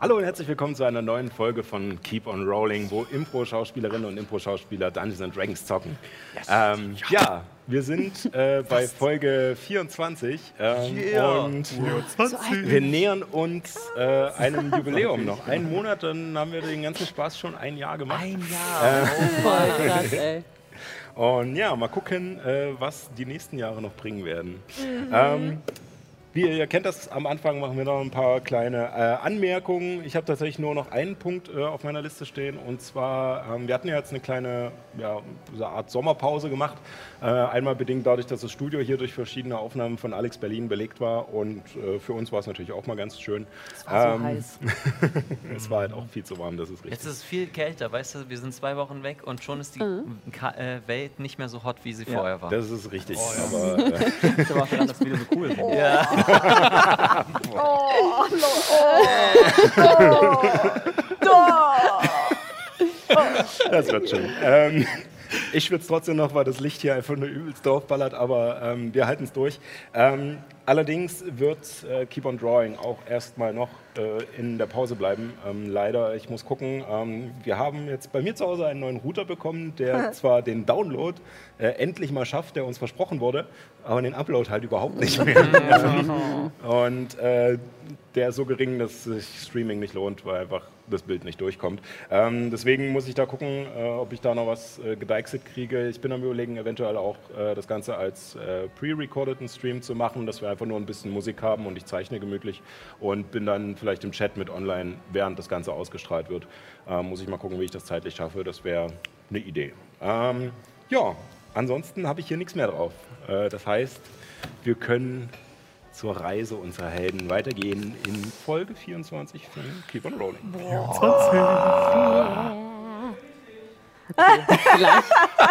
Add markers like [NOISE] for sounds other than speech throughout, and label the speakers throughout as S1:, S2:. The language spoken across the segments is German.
S1: Hallo und herzlich willkommen zu einer neuen Folge von Keep on Rolling, wo Impro-Schauspielerinnen und Impro-Schauspieler Dungeons and Dragons zocken. Ähm, ja. wir sind äh, bei Folge 24 ähm, und wir nähern uns äh, einem Jubiläum noch. Einen Monat, dann haben wir den ganzen Spaß schon ein Oh Jahr gemacht. Äh,
S2: oh
S3: Voll
S1: [LAUGHS]
S3: krass, ey.
S1: Und ja, mal gucken, äh, was die nächsten Jahre noch bringen werden.
S2: Mhm.
S1: Ähm, wie ihr kennt das, am Anfang machen wir noch ein paar kleine äh, Anmerkungen. Ich habe tatsächlich nur noch einen Punkt äh, auf meiner Liste stehen. Und zwar, ähm, wir hatten ja jetzt eine kleine ja, so eine Art Sommerpause gemacht. Äh, einmal bedingt dadurch, dass das Studio hier durch verschiedene Aufnahmen von Alex Berlin belegt war. Und äh, für uns war es natürlich auch mal ganz schön. Es
S2: war so heiß.
S1: [LAUGHS] es war halt auch viel zu warm, das ist richtig.
S4: Jetzt ist es viel kälter, weißt du, wir sind zwei Wochen weg und schon ist die
S2: Mhm.
S4: Ka äh, Welt nicht mehr so hot, wie sie vorher war. Oh,
S1: Das ist richtig.
S4: [LAUGHS]
S1: Aber, äh,
S4: ist aber verdammt, das Video so
S1: [LAUGHS]
S4: cool. Ja.
S1: [LAUGHS] Das wird schön. Ähm, ich schwitze trotzdem noch, weil das Licht hier einfach nur übelst draufballert, aber ähm, wir halten es durch. Ähm, allerdings wird äh, Keep on Drawing auch erstmal noch äh, in der Pause bleiben. Ähm, leider, ich muss gucken. Ähm, wir haben jetzt bei mir zu Hause einen neuen Router bekommen, der zwar den Download äh, endlich mal schafft, der uns versprochen wurde, aber den Upload halt überhaupt nicht mehr. [LAUGHS] Ähm, Und äh, der ist so gering, dass sich Streaming nicht lohnt, weil einfach das Bild nicht durchkommt. Ähm, deswegen muss ich da gucken, äh, ob ich da noch was äh, gedeichselt kriege. Ich bin am überlegen, eventuell auch äh, das Ganze als äh, pre-recordeten Stream zu machen, dass wir einfach nur ein bisschen Musik haben und ich zeichne gemütlich und bin dann vielleicht im Chat mit online, während das Ganze ausgestrahlt wird. Ähm, muss ich mal gucken, wie ich das zeitlich schaffe. Das wäre eine Idee. Ähm, ja, ansonsten habe ich hier nichts mehr drauf. Äh, das heißt, wir können zur Reise unserer Helden weitergehen in Folge 24 von Keep on Rolling.
S2: Gleich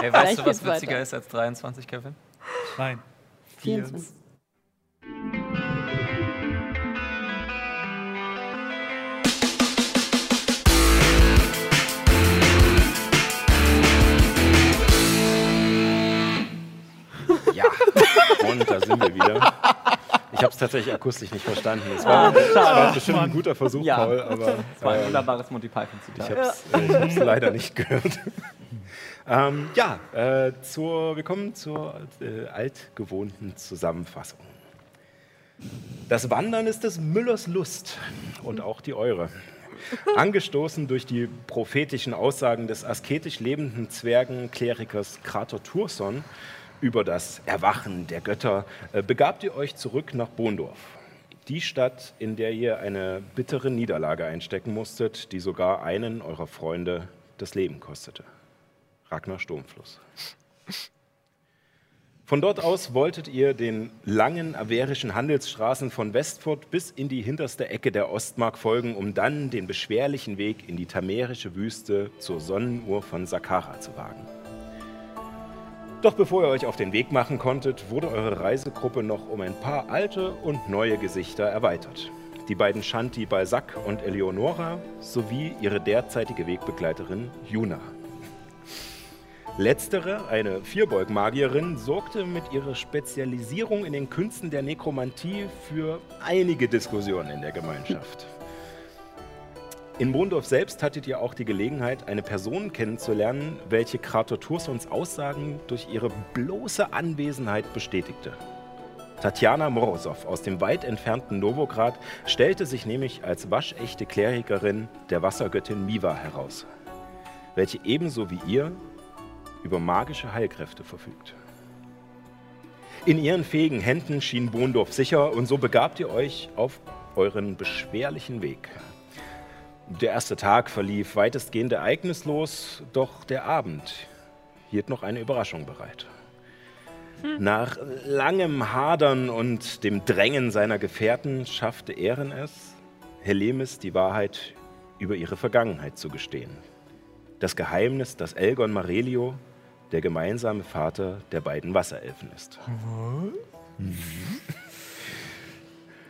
S4: Ey, weißt du,
S2: Gleich
S4: was
S2: geht's
S4: witziger
S2: weiter.
S4: ist als 23, Kevin?
S5: Nein.
S2: 24.
S1: Ja, und da sind wir wieder. Ich habe es tatsächlich akustisch nicht verstanden. Es war, es war bestimmt ein guter Versuch,
S6: Ah, Ja.
S1: Paul, aber
S6: Das war ein
S1: ähm,
S6: wunderbares Monty Python
S1: ich
S6: Zitat.
S1: habe es äh, ich hab's leider nicht gehört. Ähm, ja, äh, zur, wir kommen zur äh, altgewohnten Zusammenfassung. Das Wandern ist des Müllers Lust und auch die eure. [LAUGHS] Angestoßen durch die prophetischen Aussagen des asketisch lebenden Zwergenklerikers Krater Turson über das Erwachen der Götter äh, begabt ihr euch zurück nach Bondorf. Die Stadt, in der ihr eine bittere Niederlage einstecken musstet, die sogar einen eurer Freunde das Leben kostete. Ragnar Sturmfluss. Von dort aus wolltet ihr den langen averischen Handelsstraßen von Westfurt bis in die hinterste Ecke der Ostmark folgen, um dann den beschwerlichen Weg in die tamerische Wüste zur Sonnenuhr von Saqqara zu wagen. Doch bevor ihr euch auf den Weg machen konntet, wurde eure Reisegruppe noch um ein paar alte und neue Gesichter erweitert. Die beiden Shanti bei Sack und Eleonora sowie ihre derzeitige Wegbegleiterin Juna. Letztere, eine Vierbeugmagierin, sorgte mit ihrer Spezialisierung in den Künsten der Nekromantie für einige Diskussionen in der Gemeinschaft. In Mondorf selbst hattet ihr auch die Gelegenheit, eine Person kennenzulernen, welche Krater Tursons Aussagen durch ihre bloße Anwesenheit bestätigte. Tatjana Morosow aus dem weit entfernten Novograd stellte sich nämlich als waschechte Klerikerin der Wassergöttin Miva heraus, welche ebenso wie ihr über magische Heilkräfte verfügt. In ihren fähigen Händen schien Bondorf sicher und so begabt ihr euch auf euren beschwerlichen Weg. Der erste Tag verlief weitestgehend ereignislos, doch der Abend hielt noch eine Überraschung bereit. Nach langem Hadern und dem Drängen seiner Gefährten schaffte Ehren es, Helemis die Wahrheit über ihre Vergangenheit zu gestehen. Das Geheimnis, dass Elgon Marelio der gemeinsame Vater der beiden Wasserelfen ist.
S4: Hm.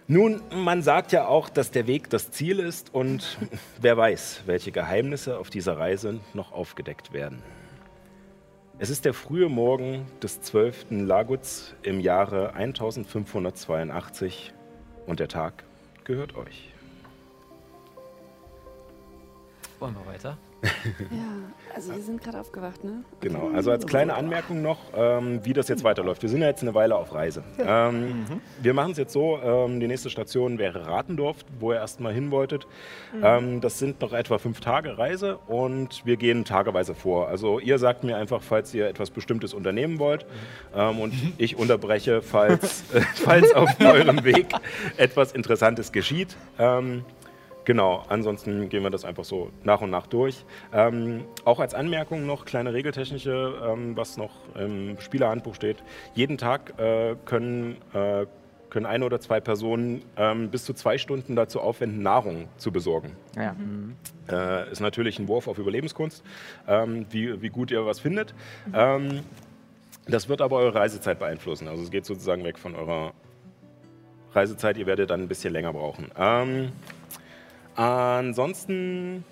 S1: Nun, man sagt ja auch, dass der Weg das Ziel ist und [LAUGHS] wer weiß, welche Geheimnisse auf dieser Reise noch aufgedeckt werden. Es ist der frühe Morgen des 12. Laguts im Jahre 1582 und der Tag gehört euch.
S4: Wollen wir weiter?
S2: Ja, also wir sind gerade aufgewacht, ne?
S1: Genau, also als kleine Anmerkung noch, ähm, wie das jetzt weiterläuft. Wir sind ja jetzt eine Weile auf Reise. Ähm, wir machen es jetzt so, ähm, die nächste Station wäre Ratendorf, wo ihr erstmal hin wolltet. Ähm, das sind noch etwa fünf Tage Reise und wir gehen tageweise vor. Also ihr sagt mir einfach, falls ihr etwas Bestimmtes unternehmen wollt ähm, und ich unterbreche, falls, äh, falls auf eurem Weg etwas Interessantes geschieht. Ähm, Genau, ansonsten gehen wir das einfach so nach und nach durch. Ähm, auch als Anmerkung noch kleine regeltechnische, ähm, was noch im Spielerhandbuch steht. Jeden Tag äh, können, äh, können eine oder zwei Personen ähm, bis zu zwei Stunden dazu aufwenden, Nahrung zu besorgen.
S5: Ja.
S1: Äh, ist natürlich ein Wurf auf Überlebenskunst, ähm, wie, wie gut ihr was findet. Ähm, das wird aber eure Reisezeit beeinflussen. Also es geht sozusagen weg von eurer Reisezeit. Ihr werdet dann ein bisschen länger brauchen. Ähm, ansonsten,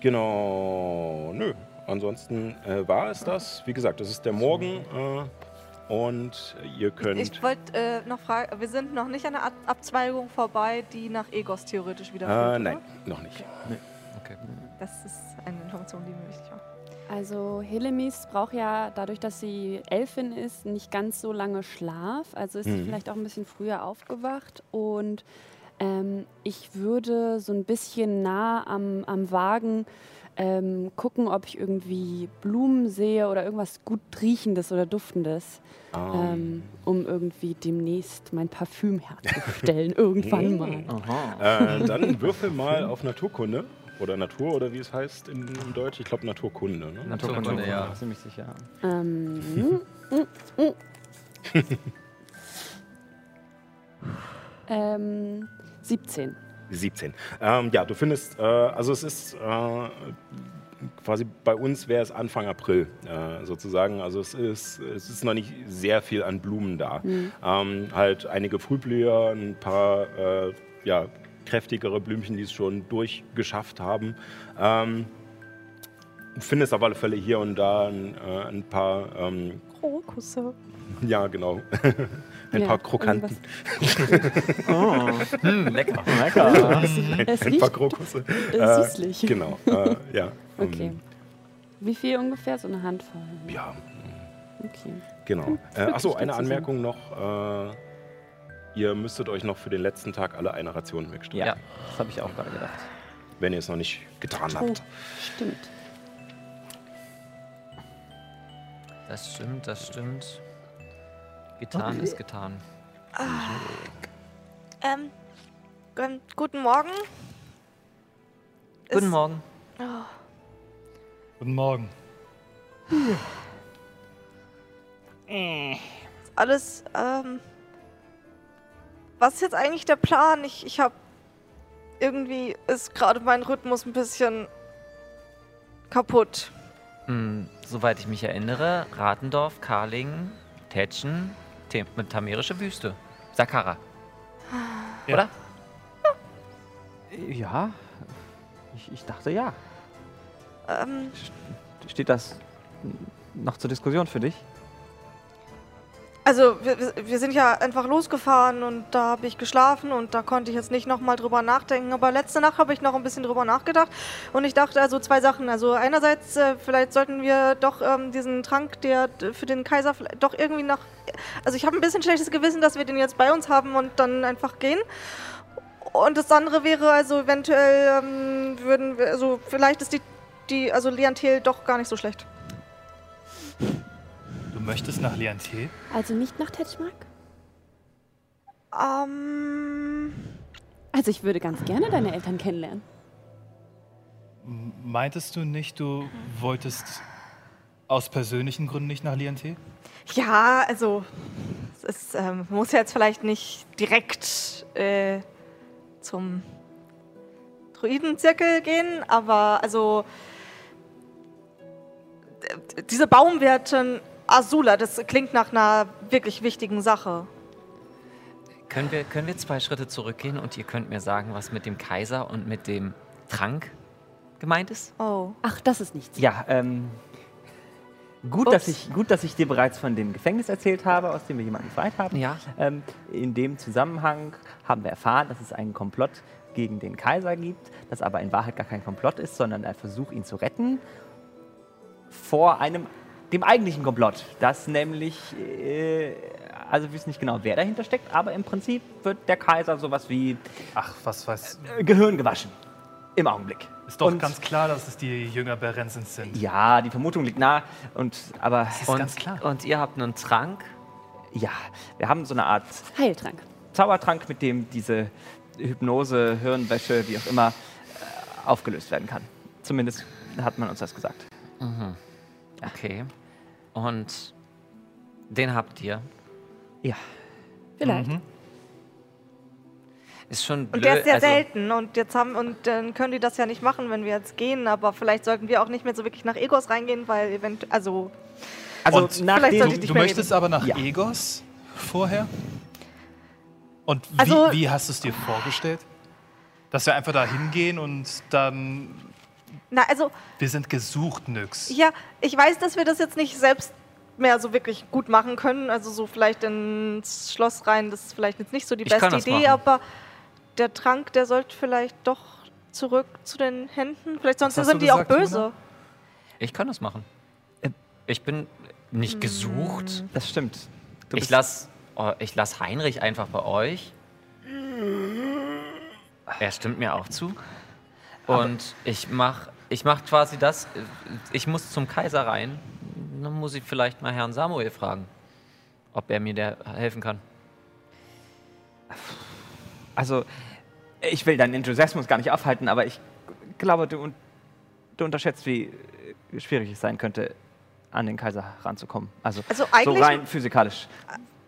S1: genau, nö. Ansonsten äh, war es das. Wie gesagt, es ist der Morgen äh, und ihr könnt...
S6: Ich wollte äh, noch fragen, wir sind noch nicht an der Ab Abzweigung vorbei, die nach Egos theoretisch wieder
S1: äh,
S6: führt,
S1: nein,
S6: oder?
S1: noch nicht.
S6: Das ist eine Information, die mir wichtig war.
S2: Also Helemis braucht ja, dadurch, dass sie Elfin ist, nicht ganz so lange Schlaf. Also ist sie
S1: Mhm.
S2: vielleicht auch ein bisschen früher aufgewacht. Und ähm, ich würde so ein bisschen nah am, am Wagen ähm, gucken, ob ich irgendwie Blumen sehe oder irgendwas gut riechendes oder duftendes,
S1: Ah.
S2: ähm, um irgendwie demnächst mein Parfüm herzustellen, [LAUGHS]
S1: Oh.
S2: irgendwann mal.
S5: Hm. Aha.
S1: Äh, dann würfel mal auf Naturkunde. Oder Natur, oder wie es heißt in, in Deutsch. Ich glaube Naturkunde. Ne?
S4: Naturkunde, ja.
S5: Ziemlich sicher.
S1: [LAUGHS]
S2: Ähm. mm, mm, mm. ähm 17.
S1: 17. Ähm, ja, du findest, äh, also es ist äh, quasi bei uns wäre es Anfang April äh, sozusagen. Also es ist, es ist noch nicht sehr viel an Blumen da. Ähm, halt einige Frühblüher, ein paar äh, ja, kräftigere Blümchen, die es schon durchgeschafft haben. Ähm, findest auf alle Fälle hier und da ein, äh, ein paar, ähm,
S6: Oh, Krokusse.
S1: ja genau, [LAUGHS] ein
S2: Ja,
S1: paar Krokanten.
S5: [LAUGHS]
S2: [LAUGHS]
S4: Lecker.
S5: Oh. Hm, Lecker.
S2: Es
S1: Ein paar
S2: riecht
S1: Krokusse.
S2: äh, süßlich.
S1: Genau, äh, ja.
S2: Okay.
S1: Ähm,
S2: Wie viel ungefähr? So eine Handvoll.
S1: Ja,
S2: Okay.
S1: Genau. Äh,
S2: wirklich
S1: achso,
S2: dazu
S1: eine
S2: sagen.
S1: Anmerkung noch. Äh, ihr müsstet euch noch für den letzten Tag alle eine Ration wegstellen,
S5: Ja,
S4: Ja.
S5: das habe ich auch gerade gedacht.
S1: wenn ihr es noch nicht getan
S2: Oh,
S1: habt.
S2: stimmt.
S4: Das stimmt, das stimmt. Getan ist getan.
S6: Ähm, gu- guten Morgen.
S4: Guten
S6: Ist-
S4: Morgen.
S6: Oh.
S7: Guten Morgen.
S6: Ist Mm. alles, ähm, was ist jetzt eigentlich der Plan? Ich, ich habe irgendwie ist gerade mein Rhythmus ein bisschen kaputt.
S4: Hm, soweit ich mich erinnere, Ratendorf, Karlingen, Tätschen, Tem Tamerische Wüste, Sakara.
S7: Ja.
S4: Oder?
S5: Ja, ich, ich dachte ja.
S6: Ähm,
S5: Steht das noch zur Diskussion für dich?
S6: also wir, wir- wir sind ja einfach losgefahren und da habe ich geschlafen und da konnte ich jetzt nicht nochmal drüber nachdenken. Aber letzte Nacht habe ich noch ein bisschen drüber nachgedacht und ich dachte also zwei Sachen. Also einerseits äh, vielleicht sollten wir doch ähm, diesen Trank, der d- für den Kaiser vielleicht doch irgendwie noch... Also ich habe ein bisschen schlechtes Gewissen, dass wir den jetzt bei uns haben und dann einfach gehen. Und das andere wäre also eventuell ähm, würden wir, also vielleicht ist die, die also Liantel doch gar nicht so schlecht.
S7: Du möchtest nach Lianté?
S2: Also nicht nach Tetschmark?
S6: Ähm...
S2: Also ich würde ganz gerne deine Eltern kennenlernen.
S7: Meintest du nicht, du wolltest Aus persönlichen Gründen nicht nach Lianté?
S6: Ja, also es ist, ähm, muss ja jetzt vielleicht nicht direkt äh, zum Druidenzirkel gehen, aber also d- diese Baumwirtin Azula, das klingt nach einer wirklich wichtigen Sache.
S4: Können wir, können wir zwei Schritte zurückgehen und ihr könnt mir sagen, was mit dem Kaiser und mit dem Trank gemeint ist?
S6: Oh.
S2: Ach, das ist nichts.
S5: Ja, ähm, gut,
S6: Ups.
S5: dass ich, gut, dass ich dir bereits von dem Gefängnis erzählt habe, aus dem wir jemanden befreit haben.
S4: Ja.
S5: Ähm, in dem Zusammenhang haben wir erfahren, dass es einen Komplott gegen den Kaiser gibt, das aber in Wahrheit gar kein Komplott ist, sondern ein Versuch, ihn zu retten vor einem dem eigentlichen Komplott, das nämlich, äh, also wir wissen nicht genau, wer dahinter steckt, aber im Prinzip wird der Kaiser sowas wie
S7: Ach, was weiß.
S5: äh, Gehirn gewaschen. Im Augenblick.
S7: Ist doch
S5: Und-
S7: ganz klar, dass es die Jünger Berensens sind.
S5: Ja, die Vermutung liegt nah. Und aber
S7: ist ganz klar.
S4: Und ihr habt einen Trank?
S5: ja, wir haben so eine Art
S2: Heiltrank.
S5: Zaubertrank, mit dem diese Hypnose, Hirnwäsche, wie auch immer, äh, aufgelöst werden kann. Zumindest hat man uns das gesagt. Mhm.
S4: Okay. Und den habt ihr. Mhm.
S5: Ja.
S2: Vielleicht.
S4: Ist schon blöd.
S6: Und der ist sehr
S4: also,
S6: selten und jetzt haben und dann können die das ja nicht machen, wenn wir jetzt gehen, aber vielleicht sollten wir auch nicht mehr so wirklich nach Egos reingehen, weil eventuell also
S5: Also
S7: Und
S6: vielleicht
S5: nachdem
S6: sollte
S7: Du,
S6: ich
S7: du
S6: nicht mehr
S7: möchtest aber nach
S5: Ja.
S7: Egos vorher? Und wie,
S6: Also-
S7: wie hast du es dir vorgestellt? Dass wir einfach da hingehen und dann.
S6: na also
S7: Wir sind gesucht, nix.
S6: Ja, ich weiß, dass wir das jetzt nicht selbst mehr so wirklich gut machen können. Also so vielleicht ins Schloss rein, das ist vielleicht jetzt nicht so die
S4: Ich
S6: beste
S4: kann das
S6: Idee,
S4: machen.
S6: aber der Trank, der sollte vielleicht doch zurück zu den Händen. Vielleicht sonst
S7: hast
S6: sind
S7: du
S6: die auch
S7: gesagt, Juna?
S6: böse.
S4: Ich kann das machen. Ich bin
S6: Mhm.
S4: nicht gesucht.
S5: Ähm. das stimmt. Du
S4: Ich
S5: bist-
S4: lass, oh, ich lass Heinrich einfach bei euch. Er stimmt mir auch zu. Und ich mach, ich mach quasi das. äh, Ich muss zum Kaiser rein. Dann muss ich vielleicht mal Herrn Samuel fragen, ob er mir da helfen kann.
S5: Also ich will deinen Enthusiasmus gar nicht aufhalten, aber ich glaube, du, un du unterschätzt, wie äh, schwierig es sein könnte, an den Kaiser ranzukommen. Also,
S6: Also eigentlich-
S5: so rein physikalisch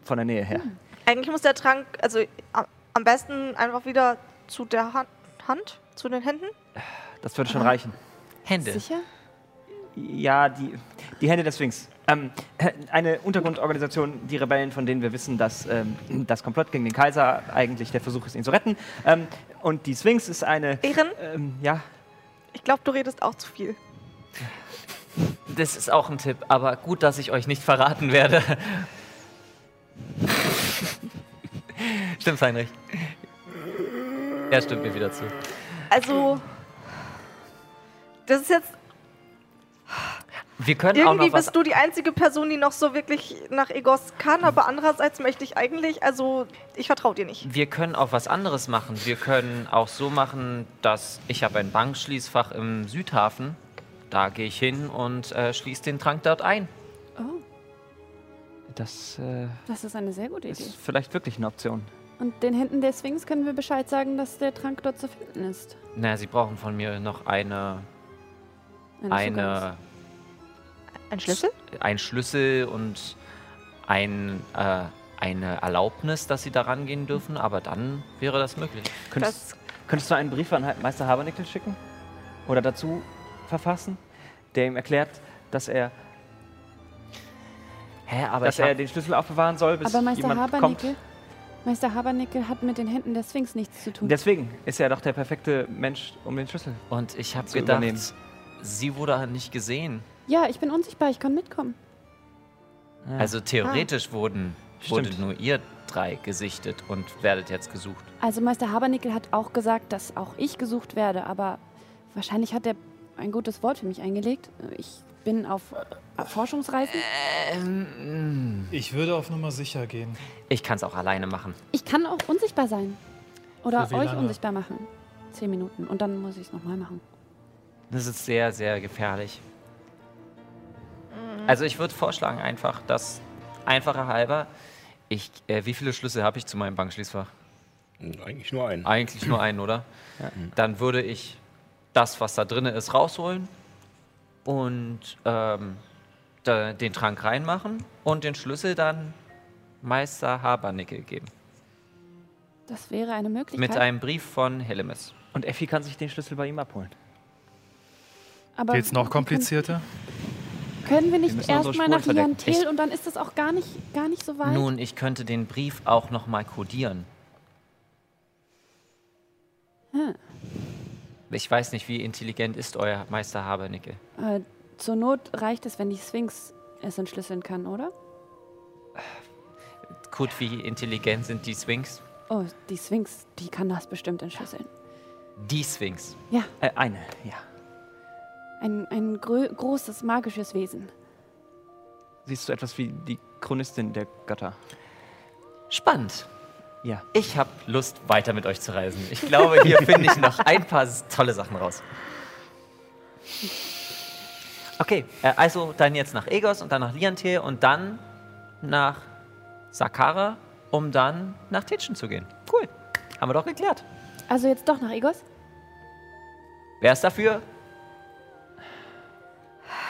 S5: von der Nähe her.
S6: Hm. Eigentlich muss der Trank, also a- am besten einfach wieder zu der Han Hand, zu den Händen.
S5: Das würde schon reichen.
S4: Hände.
S2: Sicher?
S5: Ja, die, die Hände des Sphinx. Ähm, eine Untergrundorganisation, die Rebellen, von denen wir wissen, dass ähm, das Komplott gegen den Kaiser eigentlich der Versuch ist, ihn zu retten. Ähm, und die Sphinx ist eine.
S6: Ehren,
S5: Ähm, ja,
S6: ich glaube, du redest auch zu viel.
S4: Das ist auch ein Tipp, aber gut, dass ich euch nicht verraten werde. [LAUGHS] Stimmt's, Heinrich? Er stimmt mir wieder zu.
S6: Also, das ist jetzt
S4: Wir können auch
S6: Irgendwie
S4: noch was
S6: bist du die einzige Person, die noch so wirklich nach Egos kann, aber andererseits möchte ich eigentlich, also ich vertraue dir nicht.
S4: Wir können auch was anderes machen. Wir können auch so machen, dass ich habe ein Bankschließfach im Südhafen. Da gehe ich hin und äh, schließe den Trank dort ein.
S2: Oh,
S5: das äh,
S2: das ist eine sehr gute Idee.
S5: ist vielleicht wirklich eine Option.
S2: Und den Händen der Sphinx können wir Bescheid sagen, dass der Trank dort zu finden ist.
S4: Na, sie brauchen von mir noch eine,
S2: Eine Zugangs-
S4: eine,
S6: Ein Schlüssel?
S4: ein Schlüssel und ein, äh, eine Erlaubnis, dass sie da rangehen dürfen. Aber dann wäre das möglich.
S5: Könntest, könntest du einen Brief an Meister Habernickel schicken? Oder dazu verfassen, der ihm erklärt, dass er,
S4: Hä, aber
S5: dass
S4: ich hab-
S5: er den Schlüssel aufbewahren soll, bis
S2: Aber Meister
S5: jemand
S2: Habernickel,
S5: kommt.
S2: Meister Habernickel hat mit den Händen der Sphinx nichts zu tun.
S5: Deswegen ist er doch der perfekte Mensch, um den Schlüssel
S4: und ich habe
S5: zu
S4: gedacht,
S5: übernehmen.
S4: sie wurde nicht gesehen.
S2: ja, ich bin unsichtbar, ich kann mitkommen.
S4: Also theoretisch wurden, wurde
S5: Ah. Stimmt.
S4: nur ihr drei gesichtet und werdet jetzt gesucht.
S2: Also Meister Habernickel hat auch gesagt, dass auch ich gesucht werde, aber wahrscheinlich hat er ein gutes Wort für mich eingelegt. Ich bin auf Forschungsreisen.
S7: Ähm. Mm. Ich würde auf Nummer sicher gehen.
S4: Ich kann es auch alleine machen.
S2: Ich kann auch unsichtbar sein. Oder
S7: Für wie
S2: euch
S7: lange?
S2: unsichtbar machen. Zehn Minuten. Und dann muss ich es nochmal machen.
S4: Das ist sehr, sehr gefährlich. Also ich würde vorschlagen einfach, dass einfacher halber, ich, äh, wie viele Schlüssel habe ich zu meinem Bankschließfach?
S1: Hm, Eigentlich nur einen.
S4: Eigentlich nur
S1: [CLEARS THROAT]
S4: einen, oder? Dann würde ich das, was da drin ist, rausholen und ähm, da- den Trank reinmachen und den Schlüssel dann Meister Habernickel geben.
S2: Das wäre eine Möglichkeit.
S4: Mit einem Brief von Hellemis.
S5: Und Effi kann sich den Schlüssel bei ihm abholen.
S2: Aber
S7: Geht's noch komplizierter?
S2: Können wir
S5: Wir
S2: nicht
S5: müssen unsere
S2: erstmal
S5: Spuren
S2: nach
S5: verdecken.
S2: Liantel
S4: Ich-
S2: und dann ist das auch gar nicht, gar nicht so weit?
S4: Nun, ich könnte den Brief auch noch mal kodieren.
S2: Hm.
S4: Ich weiß nicht, wie intelligent ist euer Meister Habernickel.
S2: Äh, zur Not reicht es, wenn die Sphinx es entschlüsseln kann, oder?
S4: Gut, wie intelligent sind die Sphinx?
S2: Oh, die Sphinx, die kann das bestimmt entschlüsseln.
S4: Die Sphinx.
S2: Ja,
S5: Äh, eine, ja.
S2: ein, ein grö- großes magisches Wesen.
S5: Siehst du etwas wie die Chronistin der Götter?
S4: Spannend.
S5: Ja.
S4: Ich habe Lust, weiter mit euch zu reisen. Ich glaube, [LAUGHS] hier finde ich noch ein paar tolle Sachen raus. Okay, äh, also dann jetzt nach Egos und dann nach Liantil und dann nach Sakara, um dann nach Titschen zu gehen. Cool, haben wir doch geklärt.
S2: Also jetzt doch nach Egos?
S4: Wer ist dafür?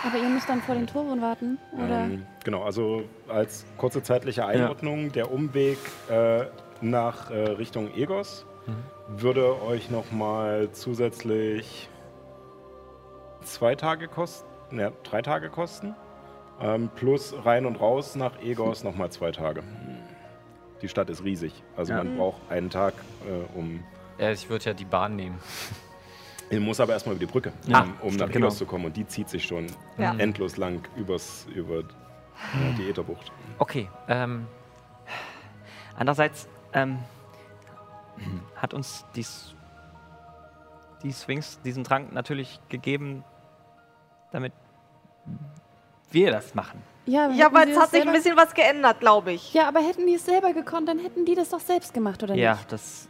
S2: Aber ihr müsst dann vor den Toren warten, oder?
S1: Ähm, genau, also als kurze zeitliche Einordnung, der Umweg äh, nach äh, Richtung Egos würde euch nochmal zusätzlich zwei Tage kosten, ne, drei Tage kosten. Ähm, plus rein und raus nach Egos nochmal zwei Tage. Die Stadt ist riesig, also man braucht einen Tag, äh, um.
S4: ich würde ja die Bahn nehmen.
S1: Man muss aber erstmal über die Brücke, um,
S4: Ah,
S1: um nach Egos
S5: genau.
S1: zu kommen. Und die zieht sich schon
S6: Ja.
S1: endlos lang übers, über ja, die Ätherbucht.
S4: Okay, ähm,
S5: Andererseits ähm, hat uns dies, die Sphinx diesen Trank natürlich gegeben, damit wir das machen.
S2: Ja,
S6: Ja,
S2: hätten
S6: aber
S2: die
S6: jetzt
S2: das
S6: hat sich ein
S2: selber-
S6: bisschen was geändert, glaube ich.
S2: Ja, aber hätten die es selber gekonnt, dann hätten die das doch selbst gemacht, oder
S5: Ja,
S2: nicht?
S5: das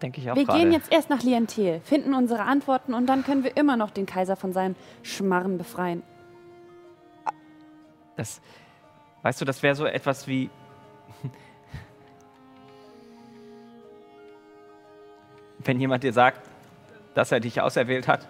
S5: denke ich auch
S2: Wir
S5: gerade.
S2: gehen jetzt erst nach Liantel, finden unsere Antworten und dann können wir immer noch den Kaiser von seinem Schmarren befreien.
S5: Das, weißt du, das wäre so etwas wie. [LAUGHS] Wenn jemand dir sagt, dass er dich auserwählt hat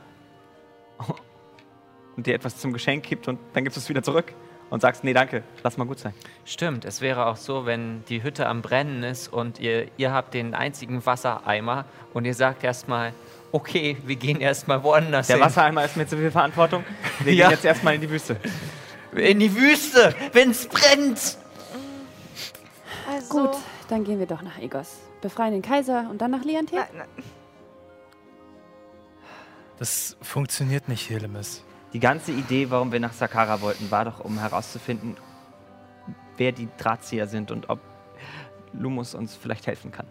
S5: und dir etwas zum Geschenk gibt und dann gibst du es wieder zurück und sagst, nee, danke, lass mal gut sein.
S4: Stimmt, es wäre auch so, wenn die Hütte am Brennen ist und ihr, ihr habt den einzigen Wassereimer und ihr sagt erstmal, okay, wir gehen erstmal woanders
S5: Der
S4: hin.
S5: Wassereimer ist mir zu viel Verantwortung. Wir
S4: Ja.
S5: gehen jetzt erstmal in die Wüste.
S4: In die Wüste, wenn's brennt!
S6: Also,
S2: Gut, dann gehen wir doch nach Egos. Befreien den Kaiser und dann nach Liantel?
S6: Nein, nein.
S7: Das funktioniert nicht, Helemis.
S5: Die ganze Idee, warum wir nach Sakara wollten, war doch, um herauszufinden, wer die Drahtzieher sind und ob Lumus uns vielleicht helfen kann.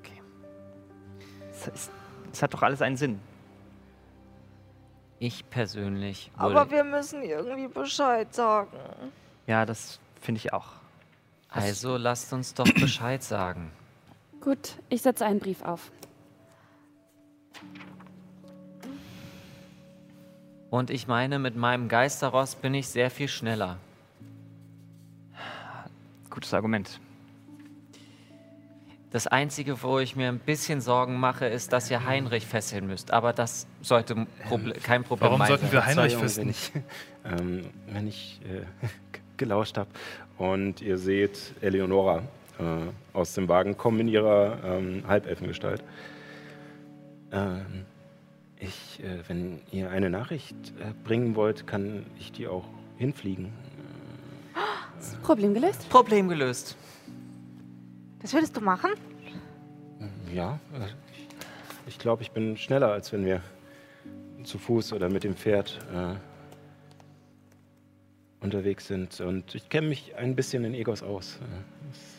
S5: Okay. Es, ist, es hat doch alles einen Sinn.
S4: Ich persönlich würde...
S6: Aber wir müssen irgendwie Bescheid sagen.
S5: Ja, das finde ich auch.
S4: also lasst uns
S5: [CLEARS THROAT]
S4: doch Bescheid sagen.
S2: Gut, ich setze einen Brief auf.
S4: Und ich meine, mit meinem Geisterross bin ich sehr viel schneller.
S5: Gutes Argument.
S4: Das Einzige, wo ich mir ein bisschen Sorgen mache, ist, dass ihr Heinrich fesseln müsst. Aber das sollte Proble- kein Problem
S7: Warum
S4: sein.
S7: sollten wir Heinrich
S1: Verzeihung,
S7: fisten?
S1: Wenn ich, [LAUGHS] ähm, wenn ich äh, [LAUGHS] g- gelauscht habe und ihr seht Eleonora äh, aus dem Wagen kommen in ihrer ähm, Halbelfengestalt. Ähm, ich, äh, wenn ihr eine Nachricht äh, bringen wollt, kann ich die auch hinfliegen.
S2: Problem gelöst.
S4: Problem gelöst.
S6: Das würdest du machen?
S1: Ja, äh, ich- ich glaube, ich bin schneller, als wenn wir zu Fuß oder mit dem Pferd äh, unterwegs sind. Und ich kenne mich ein bisschen in Egos aus. Äh,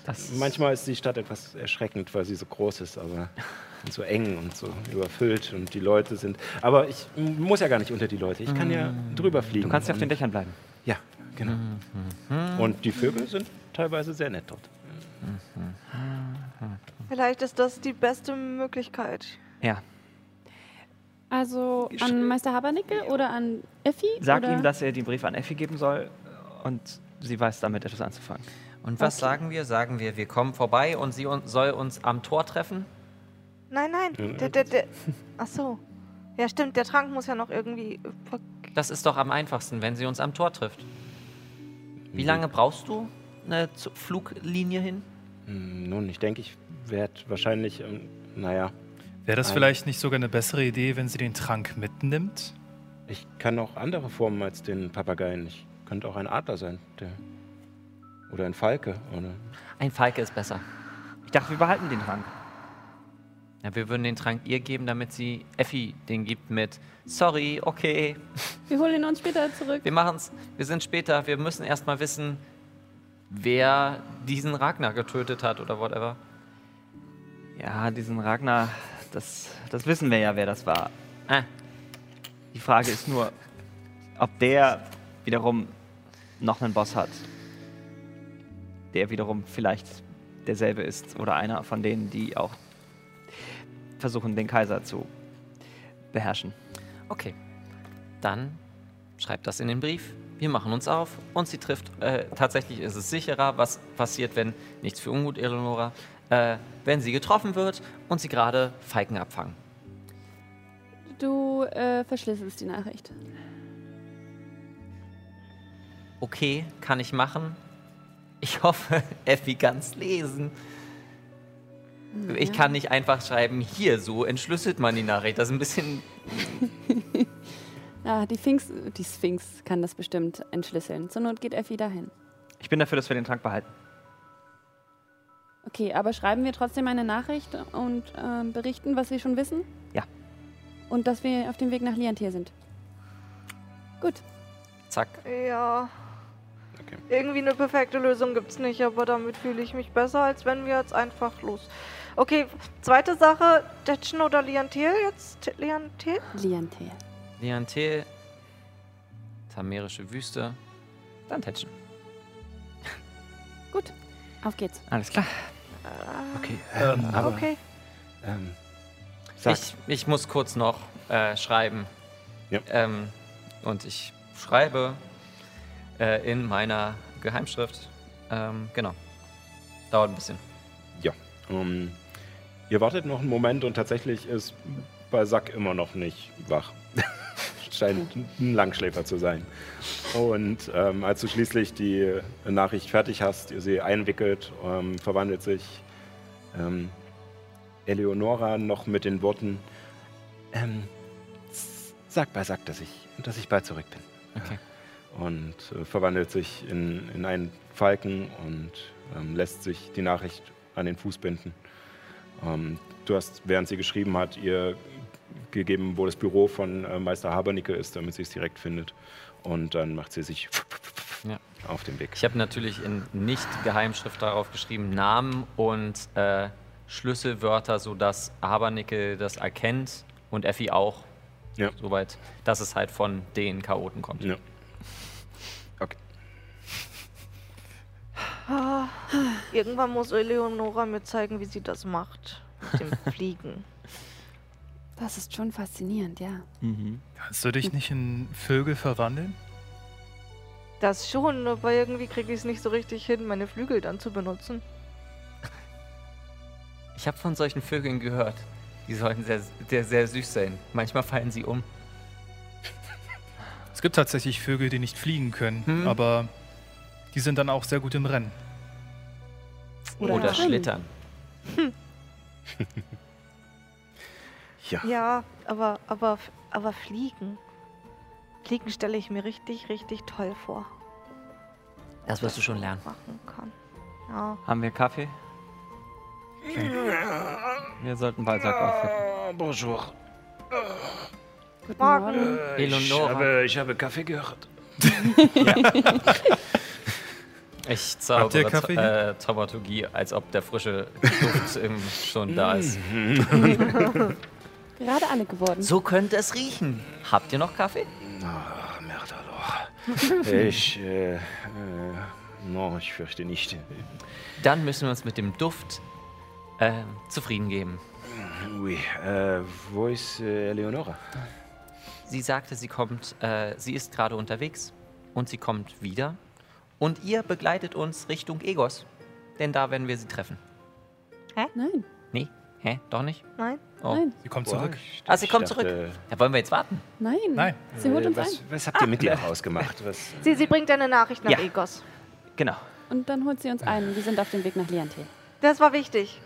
S5: Das
S1: Manchmal ist die Stadt etwas erschreckend, weil sie so groß ist,
S5: [LAUGHS]
S1: aber und so eng und so überfüllt und die Leute sind. Aber ich m- muss ja gar nicht unter die Leute. Ich kann ja drüber fliegen.
S5: Mm. Du kannst ja auf den
S1: Und-
S5: Dächern bleiben.
S1: Ja, genau. Hm. Und die Vögel sind teilweise sehr nett dort.
S6: Vielleicht ist das die beste Möglichkeit.
S5: Ja.
S2: Also an Meister Habernickel oder an Effi?
S5: Sag
S2: oder?
S5: ihm, dass er den Brief an Effi geben soll und sie weiß damit etwas anzufangen.
S4: Und was sagen wir? Sagen wir, wir kommen vorbei und sie un soll uns am Tor treffen?
S6: Nein, nein. Der, der, der. Ach so. Ja, stimmt. Der Trank muss ja noch irgendwie. äh, verk-
S4: Das ist doch am einfachsten, wenn sie uns am Tor trifft. Wie lange brauchst du eine Z- Fluglinie hin?
S1: Hm, Nun, ich denke, ich werde wahrscheinlich, ähm, naja,
S7: Wäre das
S1: Nein.
S7: vielleicht nicht sogar eine bessere Idee, wenn sie den Trank mitnimmt?
S1: ich kann auch andere Formen als den Papageien. Ich könnte auch ein Adler sein. Der, oder ein Falke. Oder
S4: Ein Falke ist besser.
S5: Ich dachte, wir behalten den Trank.
S4: Ja, wir würden den Trank ihr geben, damit sie Effi den gibt mit Sorry, okay,
S2: Wir holen ihn uns später zurück.
S4: wir machen's. Wir sind später. Wir müssen erstmal wissen, wer diesen Ragnar getötet hat oder whatever.
S5: Ja, diesen Ragnar, das, das wissen wir ja, wer das war.
S4: Ah,
S5: Die Frage ist nur, ob der wiederum noch einen Boss hat, der wiederum vielleicht derselbe ist oder einer von denen, die auch versuchen, den Kaiser zu beherrschen.
S4: okay. Dann schreibt das in den Brief. Wir machen uns auf und sie trifft. Äh, tatsächlich ist es sicherer, was passiert, wenn, nichts für ungut, Eleonora, äh, wenn sie getroffen wird und sie gerade Falken abfangen.
S2: Du äh, verschlüsselst die Nachricht.
S4: Okay, kann ich machen. Ich hoffe, [LAUGHS] Effi kann's lesen. Ich kann nicht einfach schreiben, hier, so entschlüsselt man die Nachricht. Das ist ein bisschen.
S2: Ah, die Sphinx, die Sphinx kann das bestimmt entschlüsseln. Zur Not geht Effi dahin.
S5: Ich bin dafür, dass wir den Trank behalten.
S2: Okay, aber schreiben wir trotzdem eine Nachricht und ähm, berichten, was wir schon wissen?
S5: Ja.
S2: Und dass wir auf dem Weg nach Liantier sind. Gut.
S4: Zack.
S6: Ja.
S1: Okay.
S6: Irgendwie eine perfekte Lösung gibt's nicht, aber damit fühle ich mich besser, als wenn wir jetzt einfach los. Okay, zweite Sache, Detschen oder Liantel jetzt? Liantel?
S2: Liantier.
S4: Liantel, Tamerische Wüste, dann Tetschen.
S2: Gut. Auf geht's.
S5: Alles klar.
S1: okay,
S2: Ähm,
S1: ähm, aber
S6: Ah. Okay.
S1: ähm, sag,
S4: Ich, ich muss kurz noch äh, schreiben.
S1: Ja.
S4: Ähm, und ich schreibe äh, in meiner Geheimschrift. Ähm, genau. Dauert ein bisschen.
S1: ja. Ähm, ihr wartet noch einen Moment und tatsächlich ist Balzac immer noch nicht wach. [LAUGHS] Scheint ein Langschläfer zu sein. Und ähm, als du schließlich die Nachricht fertig hast, ihr sie einwickelt, ähm, verwandelt sich ähm, Eleonora noch mit den Worten: ähm, s- Sag Balzac, dass ich, dass ich bald zurück bin.
S4: Okay.
S1: und äh, verwandelt sich in, in einen Falken und ähm, lässt sich die Nachricht an den Fuß binden. Ähm, du hast, während sie geschrieben hat, ihr gegeben, wo das Büro von äh, Meister Habernicke ist, damit sie es direkt findet. Und dann macht sie sich
S4: Ja.
S1: auf den Weg.
S4: Ich habe natürlich in Nicht-Geheimschrift darauf geschrieben Namen und äh, Schlüsselwörter, sodass Habernickel das erkennt und Effi auch.
S1: Ja.
S4: Soweit, dass es halt von den Chaoten kommt.
S1: Ja. Okay.
S6: Ah. Irgendwann muss Eleonora mir zeigen, wie sie das macht.
S2: [LAUGHS]
S6: Mit dem Fliegen.
S2: Das ist schon faszinierend, ja.
S7: Kannst du dich nicht in Vögel verwandeln?
S6: Das schon, aber irgendwie kriege ich es nicht so richtig hin, meine Flügel dann zu benutzen.
S4: Ich habe von solchen Vögeln gehört. Die sollten sehr, sehr, sehr süß sein. Manchmal fallen sie um.
S7: Es gibt tatsächlich Vögel, die nicht fliegen können,
S4: Hm.
S7: aber die sind dann auch sehr gut im Rennen.
S2: Oder
S4: Oder
S2: schwimmen.
S4: schlittern.
S1: Ja.
S6: Ja, aber, aber, aber Fliegen. Fliegen stelle ich mir richtig, richtig toll vor.
S4: Das wirst du schon lernen.
S6: Machen kann. Ja.
S5: Haben wir Kaffee? Wir sollten Balsack aufwecken.
S1: bonjour.
S2: Guten
S6: Morgen.
S2: Morgen.
S4: Eleonora.
S1: ich habe Kaffee gehört.
S4: Ich
S7: Habt ihr Kaffee
S4: zaubere äh, Taumaturgie, als ob der frische
S7: [LAUGHS]
S4: Duft ähm, schon da ist.
S7: Mhm.
S2: Gerade alle geworden.
S4: So könnte es riechen. [LAUGHS] Habt ihr noch Kaffee?
S1: Ach, merde alors. ich, äh, äh, no, ich fürchte nicht.
S4: Dann müssen wir uns mit dem Duft äh, zufrieden geben.
S1: Oui, äh, wo ist äh, Eleonora?
S4: Sie sagte, sie kommt, äh, sie ist gerade unterwegs und sie kommt wieder. Und ihr begleitet uns Richtung Egos, denn da werden wir sie treffen.
S2: Nein.
S4: Nee? Hä? Doch nicht?
S6: Nein?
S4: Oh.
S2: Nein,
S7: Sie kommt zurück.
S4: Ah, sie kommt
S1: Ich
S4: zurück.
S1: dachte, äh,
S4: Da wollen wir jetzt warten. Ah.
S2: nein.
S7: Nein.
S2: Sie
S4: Äh,
S2: holt uns ein.
S1: was, was habt ihr mit ihr ausgemacht? Was,
S6: Sie, sie bringt eine Nachricht nach
S5: Ja.
S6: Egos.
S4: [LAUGHS]
S5: Genau,
S2: Und dann holt sie uns ein. Wir sind auf dem Weg nach Liante.
S6: Das war wichtig.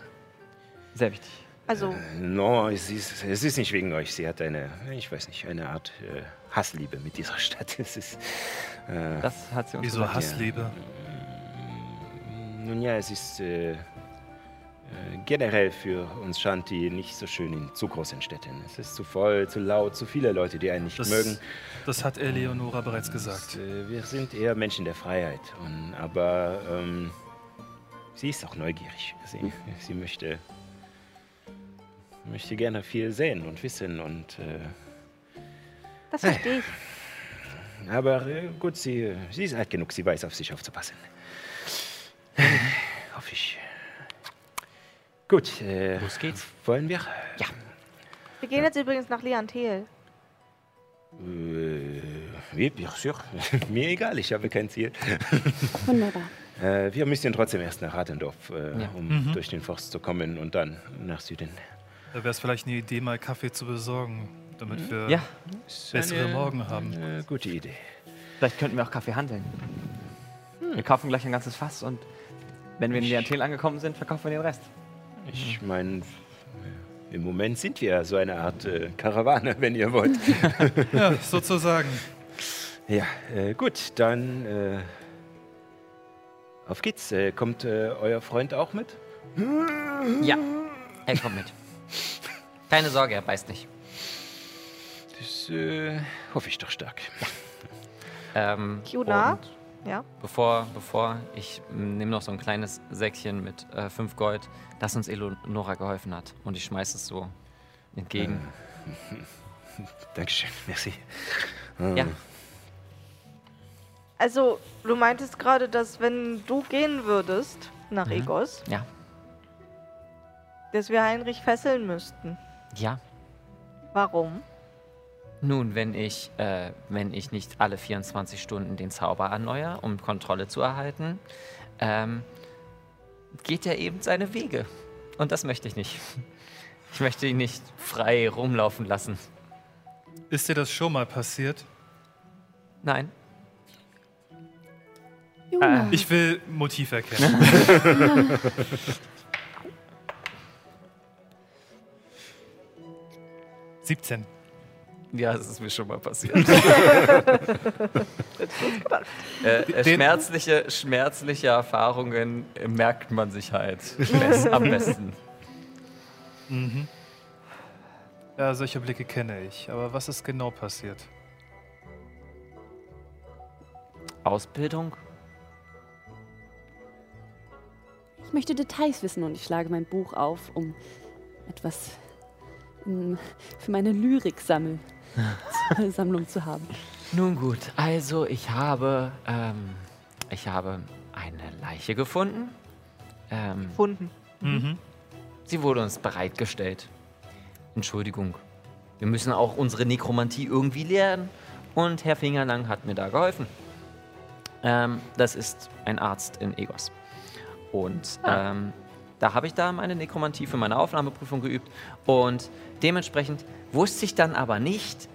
S5: sehr wichtig.
S6: Also,
S1: Äh, no, es ist, es ist nicht wegen euch. Sie hat eine, ich weiß nicht, eine Art äh, Hassliebe mit dieser Stadt. Es ist, äh,
S5: Das hat sie uns
S7: Wieso
S5: gesagt.
S7: Hassliebe?
S1: nun ja, es ist äh, äh, generell für uns Shanti nicht so schön in zu großen Städten. Es ist zu voll, zu laut, zu viele Leute, die einen nicht mögen.
S7: Das, das hat Eleonora bereits gesagt.
S1: Äh, Wir sind eher Menschen der Freiheit. Und, aber ähm, sie ist auch neugierig. Sie, sie möchte, möchte gerne viel sehen und wissen. Und, äh,
S6: das verstehe ich.
S1: aber äh, gut, sie, sie ist alt genug. Sie weiß, auf sich aufzupassen. Hoffe ich. Gut, äh,
S4: Los geht's.
S1: wollen wir?
S6: Wir gehen jetzt übrigens nach Liantel.
S1: Äh, wie- ja, sure. [LAUGHS] Mir egal, ich habe kein [LAUGHS] Ziel.
S2: Wunderbar.
S1: Äh, wir müssen trotzdem erst nach Radendorf, äh,
S4: Ja.
S1: um durch den Forst zu kommen und dann nach Süden.
S7: Da wäre es vielleicht eine Idee, mal Kaffee zu besorgen, damit wir
S5: Ja,
S7: bessere Morgen haben.
S1: Äh, gute Idee.
S5: vielleicht könnten wir auch Kaffee handeln.
S4: Hm.
S5: Wir kaufen gleich ein ganzes Fass und wenn wir in Liantel angekommen sind, verkaufen wir den Rest.
S4: Oh,
S1: Ich meine, im Moment sind wir so eine Art äh, Karawane, [LAUGHS] wenn ihr wollt.
S7: [LAUGHS] Ja, sozusagen.
S1: ja, äh, gut, dann äh, auf geht's. Äh, kommt äh, euer Freund auch mit?
S4: Ja. Er kommt mit. Keine Sorge, er beißt nicht.
S1: Das äh, hoffe ich doch stark.
S4: [LAUGHS] Ähm,
S6: Juna?
S4: und
S6: Ja.
S4: Bevor, bevor ich m, nehme noch so ein kleines Säckchen mit 5 Gold, das uns Eleonora geholfen hat. Und ich schmeiße es so entgegen.
S1: [LAUGHS] Ähm. Dankeschön, merci.
S4: Ja,
S6: Also, du meintest gerade, dass wenn du gehen würdest nach
S4: Mhm.
S6: Egos,
S4: ja,
S6: dass wir Heinrich fesseln müssten.
S4: ja.
S6: Warum?
S4: Nun, wenn ich, äh, wenn ich nicht alle 24 Stunden den Zauber erneuere, um Kontrolle zu erhalten, ähm, geht er eben seine Wege. Und das möchte ich nicht. [LAUGHS] Ich möchte ihn nicht frei rumlaufen lassen.
S7: Ist dir das schon mal passiert? [LAUGHS]
S4: Nein.
S2: Juna.
S7: Äh, Ich will Motiv erkennen.
S2: [LAUGHS]
S7: Siebzehn.
S4: Ja, es ist mir schon mal passiert. äh, äh,
S7: Den-
S4: schmerzliche, schmerzliche Erfahrungen äh, merkt man sich
S7: [LAUGHS]
S4: halt best, am besten.
S7: Mhm.
S4: [LAUGHS]
S7: Ja, solche Blicke kenne ich. Aber was ist genau passiert?
S4: Ausbildung?
S2: Ich möchte Details wissen und ich schlage mein Buch auf, um etwas ähm, für meine
S5: [LAUGHS]
S2: Lyrik-Sammel- Sammlung zu haben.
S4: Nun gut, also ich habe, ähm, ich habe eine Leiche gefunden. Ähm,
S6: Funden.
S4: sie wurde uns bereitgestellt. Entschuldigung. Wir müssen auch unsere Nekromantie irgendwie lernen. Und Herr Fingerlang hat mir da geholfen. Ähm, das ist ein Arzt in Egos. Und ähm, da habe ich da meine Nekromantie für meine Aufnahmeprüfung geübt. Und dementsprechend wusste ich dann aber nicht,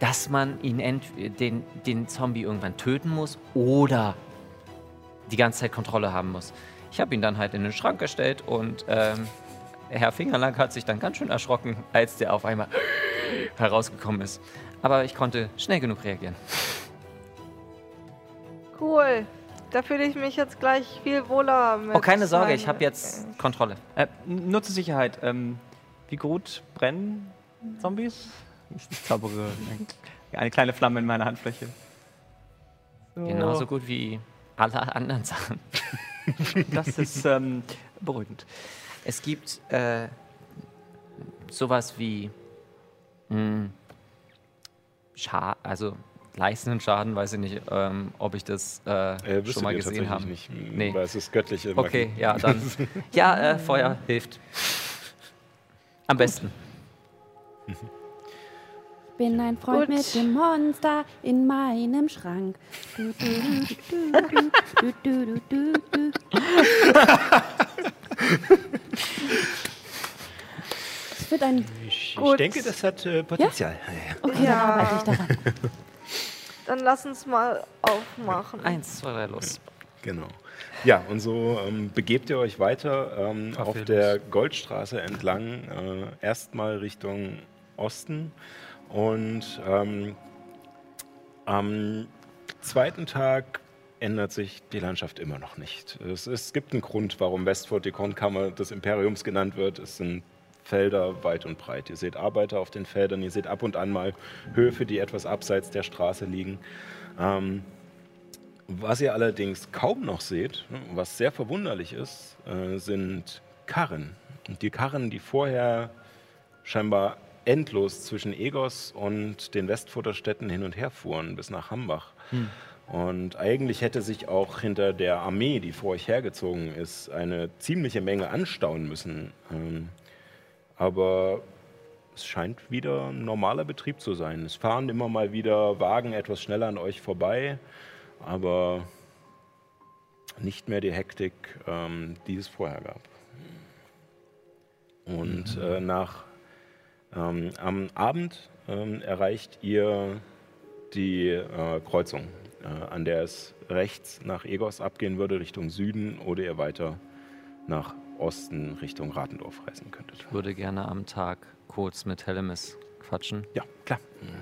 S4: dass man ihn ent den, den Zombie irgendwann töten muss oder die ganze Zeit Kontrolle haben muss. Ich habe ihn dann halt in den Schrank gestellt und ähm, Herr Fingerlang hat sich dann ganz schön erschrocken, als der auf einmal [GASPS] herausgekommen ist. Aber ich konnte schnell genug reagieren.
S6: Cool. Da fühle ich mich jetzt gleich viel wohler. Mit
S4: Oh, keine Sorge,
S6: meinen-
S4: ich habe jetzt Kontrolle.
S5: Äh, nur zur Sicherheit, ähm, wie gut brennen Zombies? Ich zaubere [LAUGHS] eine kleine Flamme in meiner Handfläche. So,
S4: Genauso gut wie alle anderen Sachen.
S5: [LAUGHS] Das ist ähm, beruhigend.
S4: Es gibt äh, sowas wie mh, Scha also leistenden Schaden, weiß ich nicht, ähm, ob ich das äh,
S1: Äh,
S4: schon mal gesehen habe.
S1: Nicht,
S4: Nee.
S1: Weil es ist göttliche
S4: Okay,
S1: [LAUGHS]
S4: ja, dann. Ja, äh, Feuer hilft. Am besten.
S2: Ich bin ein Freund
S6: Gut.
S2: mit dem Monster in meinem Schrank. Du, du, du, du, du, du, du, du, du. Nein.
S1: Ich, ich
S6: Gut.
S1: denke, das hat äh, Potenzial.
S2: Okay, Oh dann arbeite ich daran.
S6: [LAUGHS] Dann lass uns mal aufmachen.
S8: Eins, zwei, drei, los.
S1: Genau. Ja, und so ähm, begebt ihr euch weiter ähm, auf
S4: Kaffee
S1: der Goldstraße entlang, äh, erstmal Richtung Osten. Und ähm, am zweiten Tag ändert sich die Landschaft immer noch nicht. Es, es gibt einen Grund, warum Westford die Kornkammer des Imperiums genannt wird. Es sind Felder weit und breit. Ihr seht Arbeiter auf den Feldern, ihr seht ab und an mal Höfe, die etwas abseits der Straße liegen. Ähm, was ihr allerdings kaum noch seht, ne, was sehr verwunderlich ist, äh, sind Karren. Und die Karren, die vorher scheinbar endlos zwischen Egos und den Westfurter Städten hin und her fuhren, bis nach Hambach. Und eigentlich hätte sich auch hinter der Armee, die vor euch hergezogen ist, eine ziemliche Menge anstauen müssen. Ähm, aber es scheint wieder ein normaler Betrieb zu sein. Es fahren immer mal wieder Wagen etwas schneller an euch vorbei aber nicht mehr die Hektik, ähm, die es vorher gab. Und äh, nach, ähm, am Abend ähm, erreicht ihr die äh, Kreuzung, äh, an der es rechts nach Egos abgehen würde, Richtung Süden, oder ihr weiter nach Osten Richtung Ratendorf reisen könntet.
S8: Ich würde gerne am Tag kurz mit Hellemis quatschen.
S1: Ja, klar.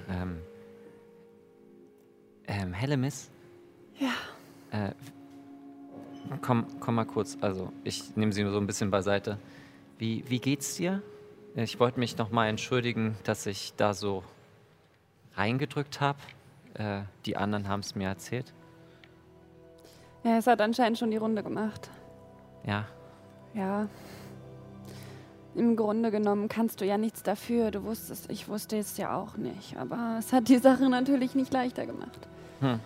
S8: Ähm, ähm, Hellemis? Ja. Äh, komm, komm mal kurz. Also, ich nehme sie nur so ein bisschen beiseite. Wie, wie geht's dir? Ich wollte mich nochmal entschuldigen, dass ich da so reingedrückt habe. Äh, die anderen haben es mir erzählt.
S2: Ja, es hat anscheinend schon die Runde gemacht.
S8: Ja,
S2: Ja. Im Grunde genommen kannst du ja nichts dafür. Du wusstest, ich wusste es ja auch nicht. Aber es hat die Sache natürlich nicht leichter gemacht.
S8: Hm.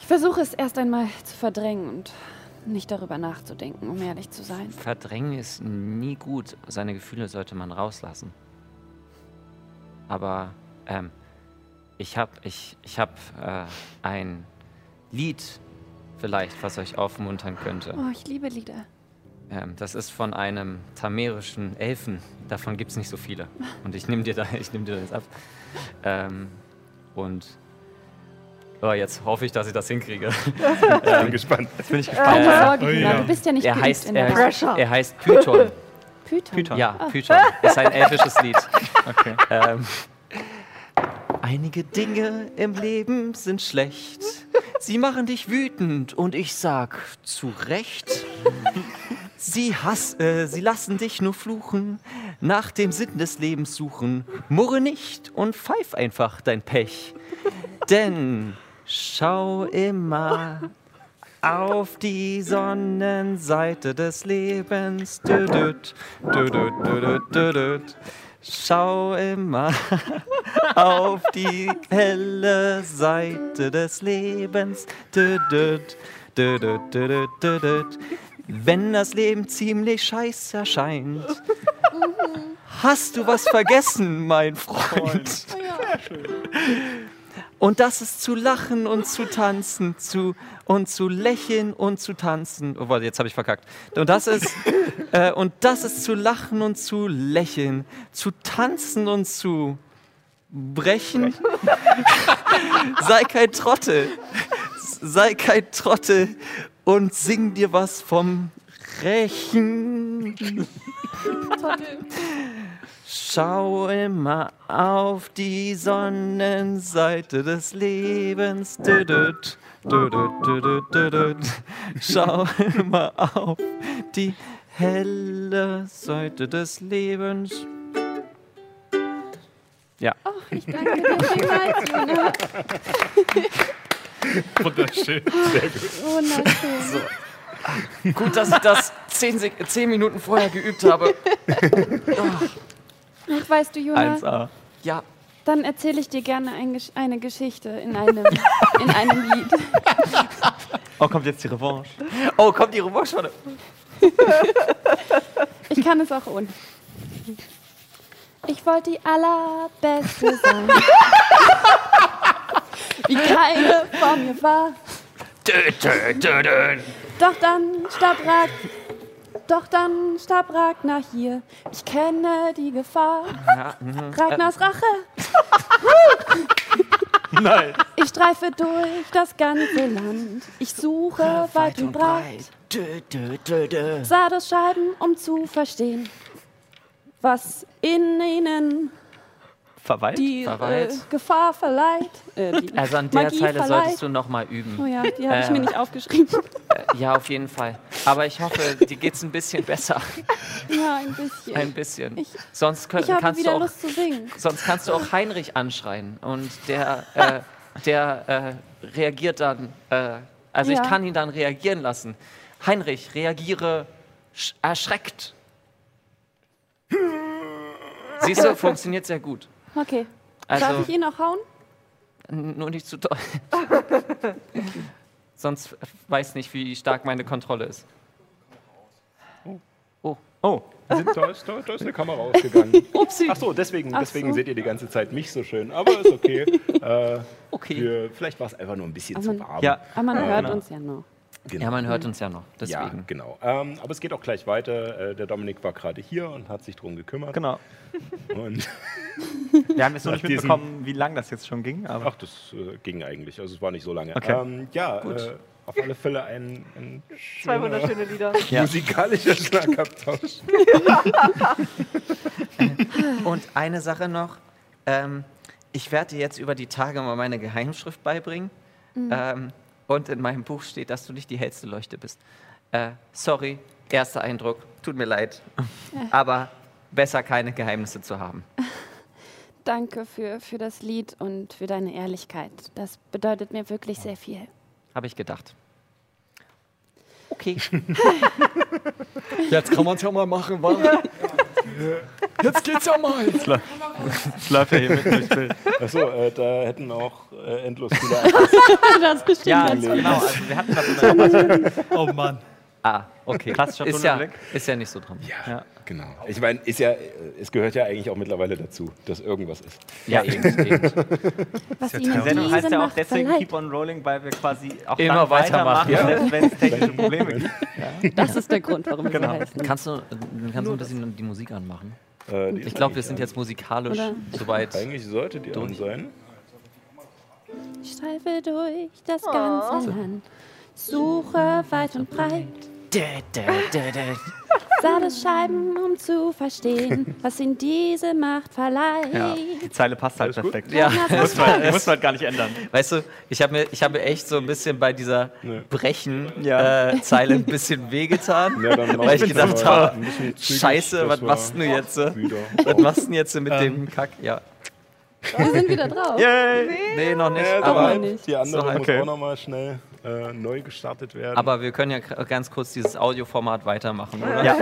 S2: Ich versuche es erst einmal zu verdrängen und nicht darüber nachzudenken, um ehrlich zu sein.
S8: Verdrängen ist nie gut. Seine Gefühle sollte man rauslassen. Aber ähm, ich habe ich, ich hab, äh, ein Lied vielleicht, was euch aufmuntern könnte.
S2: Oh, ich liebe Lieder.
S8: Ähm, das ist von einem tamerischen Elfen. Davon gibt es nicht so viele. Und ich nehme dir, da, [LAUGHS] ich nehm dir das ab. Ähm, und oh, jetzt hoffe ich, dass ich das hinkriege. Ähm,
S1: Ich bin gespannt.
S2: Keine
S8: Äh,
S2: Sorge,
S4: oh
S2: Lina,
S4: ja.
S2: du bist ja nicht
S8: Er
S2: geübt
S8: heißt,
S2: in
S8: er,
S2: der
S8: heißt, er heißt Python.
S2: Python. Ah.
S8: Ja, Python. Ist ein elfisches Lied.
S4: Okay.
S8: Ähm, Einige Dinge im Leben sind schlecht. Sie machen dich wütend und ich sag zu Recht. Sie, hass, äh, sie lassen dich nur fluchen, nach dem Sinn des Lebens suchen. Murre nicht und pfeif einfach dein Pech. Denn schau immer auf die Sonnenseite des Lebens. Düdüt, düdüt, düdüt, düdüt. Schau immer [LAUGHS] auf die helle Seite des Lebens. Düdüt, düdüt, düdüt, düdüt. Wenn das Leben ziemlich scheiße erscheint, hast du was vergessen, mein Freund.
S2: Ah,
S8: Und das ist zu lachen und zu tanzen, zu und zu lächeln und zu tanzen. Oh, warte, jetzt habe ich verkackt. Und das ist äh, und das ist zu lachen und zu lächeln, zu tanzen und zu brechen. [LAUGHS] Sei kein Trottel. Sei kein Trottel und sing dir was vom Rechen. Schau immer auf die Sonnenseite des Lebens. Düdüt, düdüt, düdüt, düdüt. Schau immer auf die helle Seite des Lebens. Ja.
S2: Ach, ich danke dir vielmals, Jona.
S4: Wunderschön.
S2: Wunderschön.
S8: Gut, dass ich das zehn, Sek- zehn Minuten vorher geübt habe.
S2: Ach, weißt du, Jona,
S8: 1a. Ja.
S2: dann erzähle ich dir gerne ein Gesch eine Geschichte in einem, in einem Lied.
S9: Oh, kommt jetzt die Revanche.
S8: Oh, kommt Ihre Wurstschwanne.
S2: Ich kann es auch ohne. Ich wollte die allerbeste sein. Wie keine vor mir war. Doch dann starb Rat Doch dann starb Ragnar hier. Ich kenne die Gefahr. Ragnars
S4: [LAUGHS]
S2: Rache.
S7: Nein.
S2: Ich streife durch das ganze Land. Ich suche weit, und breit. Sardosscheiben, um zu verstehen, was in ihnen
S5: Verweilt?
S2: die äh,
S4: Verweilt.
S2: Gefahr verleiht. Äh, die
S4: [LAUGHS] Also an der
S2: Magie
S4: Zeile
S2: verleiht.
S4: solltest du nochmal üben.
S2: Oh ja, die habe ich
S4: Äh.
S2: mir nicht aufgeschrieben. [LAUGHS]
S4: Ja, auf jeden Fall. Aber ich hoffe, dir geht's ein
S2: [LAUGHS]
S4: bisschen besser.
S2: Ja, ein bisschen.
S4: Ein bisschen.
S2: Ich-
S4: sonst, könnt-
S2: ich habe
S4: kannst du
S2: wieder
S4: auch,
S2: Lust zu singen.
S4: sonst kannst du auch Heinrich anschreien. Und
S2: [LAUGHS]
S4: der, äh, der äh, reagiert dann. Äh, also
S2: Ja.
S4: ich kann ihn dann reagieren lassen. Heinrich, reagiere sch- erschreckt. Siehst du, funktioniert sehr gut.
S2: Okay. Darf
S4: Also
S2: ich ihn noch hauen?
S4: n- nur nicht
S2: [LAUGHS]
S4: zu doll. Sonst weiß nicht, wie stark meine Kontrolle ist.
S5: Oh,
S1: Sind, Also, da, ist, da, da ist eine Kamera
S2: [LAUGHS]
S1: ausgegangen.
S4: Upsi.
S1: Ach so, deswegen,
S2: Ach
S1: deswegen
S2: so.
S1: seht ihr die ganze Zeit mich so schön. Aber ist okay.
S2: [LAUGHS]
S1: äh,
S4: Okay.
S1: wir, vielleicht war es einfach nur ein bisschen
S2: Also-
S1: zu warm. Äh,
S5: ja.
S2: Aber man hört uns ja noch.
S1: genau.
S4: Ja, man hört uns ja noch.
S1: Ja,
S4: Deswegen.
S1: genau. Ähm, aber es geht auch gleich weiter. Äh, der Dominik war gerade hier und hat sich drum gekümmert.
S5: Genau.
S1: Und,
S5: [LAUGHS] Wir haben jetzt noch
S1: Nach
S5: nicht
S1: diesem-
S5: mitbekommen, wie lang das jetzt schon ging, aber
S1: ach, das äh, ging eigentlich. Also es war nicht so lange.
S5: Okay.
S1: Ähm, ja, äh, auf alle Fälle ein, ein
S6: [LAUGHS] Zwei
S1: schöner
S6: wunderschöne Lieder.
S1: [LAUGHS]
S5: Ja.
S1: musikalischer Schlagabtausch.
S6: Ah.
S4: Und eine Sache noch. Ähm, ich werde dir jetzt über die Tage mal meine Geheimschrift beibringen.
S2: Mhm.
S4: Ähm, und in meinem Buch steht, dass du nicht die hellste Leuchte bist. Äh, sorry, erster Eindruck. Tut mir leid. Aber besser keine Geheimnisse zu haben.
S2: Danke für, für das Lied und für deine Ehrlichkeit. Das bedeutet mir wirklich sehr viel.
S4: Habe ich gedacht. Okay.
S10: Jetzt kann man es ja mal machen, wa? Jetzt geht's ja mal.
S5: es [LAUGHS] läuft ja hier mit durchs Bild.
S1: Achso, äh, da hätten auch äh, endlos
S6: [LAUGHS]
S1: viele
S2: Das bestimmt
S5: Ja,
S2: ganz
S5: genau. Also wir hatten das in der
S6: [LAUGHS]
S7: Oh Mann.
S4: Ah, okay.
S5: Klassischer
S4: ist ja,
S5: Tunnelblick.
S4: [LAUGHS] ist ja nicht so dran.
S1: Ja,
S5: Ja.
S1: genau. Ich meine, ist ja, äh, es gehört ja eigentlich auch mittlerweile dazu, dass irgendwas ist. [LAUGHS]
S4: Ja, eben, eben.
S2: Was
S7: ja
S2: ihnen
S7: Die
S5: Die Sendung heißt ja auch
S2: Macht
S5: deswegen
S2: verleiht.
S5: Keep on Rolling, weil wir quasi auch
S4: Immer
S5: dann
S4: weitermachen, ja.
S5: selbst wenn es technische Probleme
S2: [LAUGHS]
S5: gibt.
S2: Das ist der Grund, warum wir
S5: Genau.
S2: so heißen.
S4: Kannst du, kannst du ein bisschen die Musik anmachen?
S1: Äh, die
S4: Ich
S1: ist
S4: glaube, wir
S1: eigentlich
S4: sind jetzt musikalisch
S2: Oder-
S4: soweit.
S1: an. Eigentlich sollte die on sein.
S2: [LAUGHS] Ich streife durch das ganze Land, suche weit und breit,
S4: Dä, dä, dä, dä.
S2: sah das Scheiben, um zu
S4: [LAUGHS]
S2: verstehen, was ihnen diese Macht verleiht.
S5: Ja, die Zeile passt halt
S1: Alles gut?
S5: perfekt.
S4: Ja.
S5: Muss, man, muss
S1: halt
S5: man gar nicht ändern.
S4: Weißt du, ich habe mir, ich hab mir echt so ein bisschen bei dieser
S5: Ja.
S4: Brechen-Zeile ein bisschen wehgetan,
S1: Ja, dann mach
S4: weil ich
S1: das mal
S4: gedacht habe,
S1: ein bisschen zügig,
S4: scheiße,
S1: dass
S4: was
S1: wir
S4: machst du jetzt? äh?
S1: wieder
S4: Was
S1: auf-
S4: machst du denn jetzt mit
S10: Ähm.
S4: dem Kack? Ja.
S2: Wir sind wieder drauf.
S4: Nee, noch nicht,
S1: Äh,
S4: aber,
S1: soweit.
S2: nicht.
S1: Die andere
S4: So halb.
S1: muss
S5: Okay.
S1: auch nochmal schnell äh, neu gestartet werden.
S4: aber wir können ja k- ganz kurz dieses Audioformat weitermachen, [LAUGHS] oder?
S5: Ja.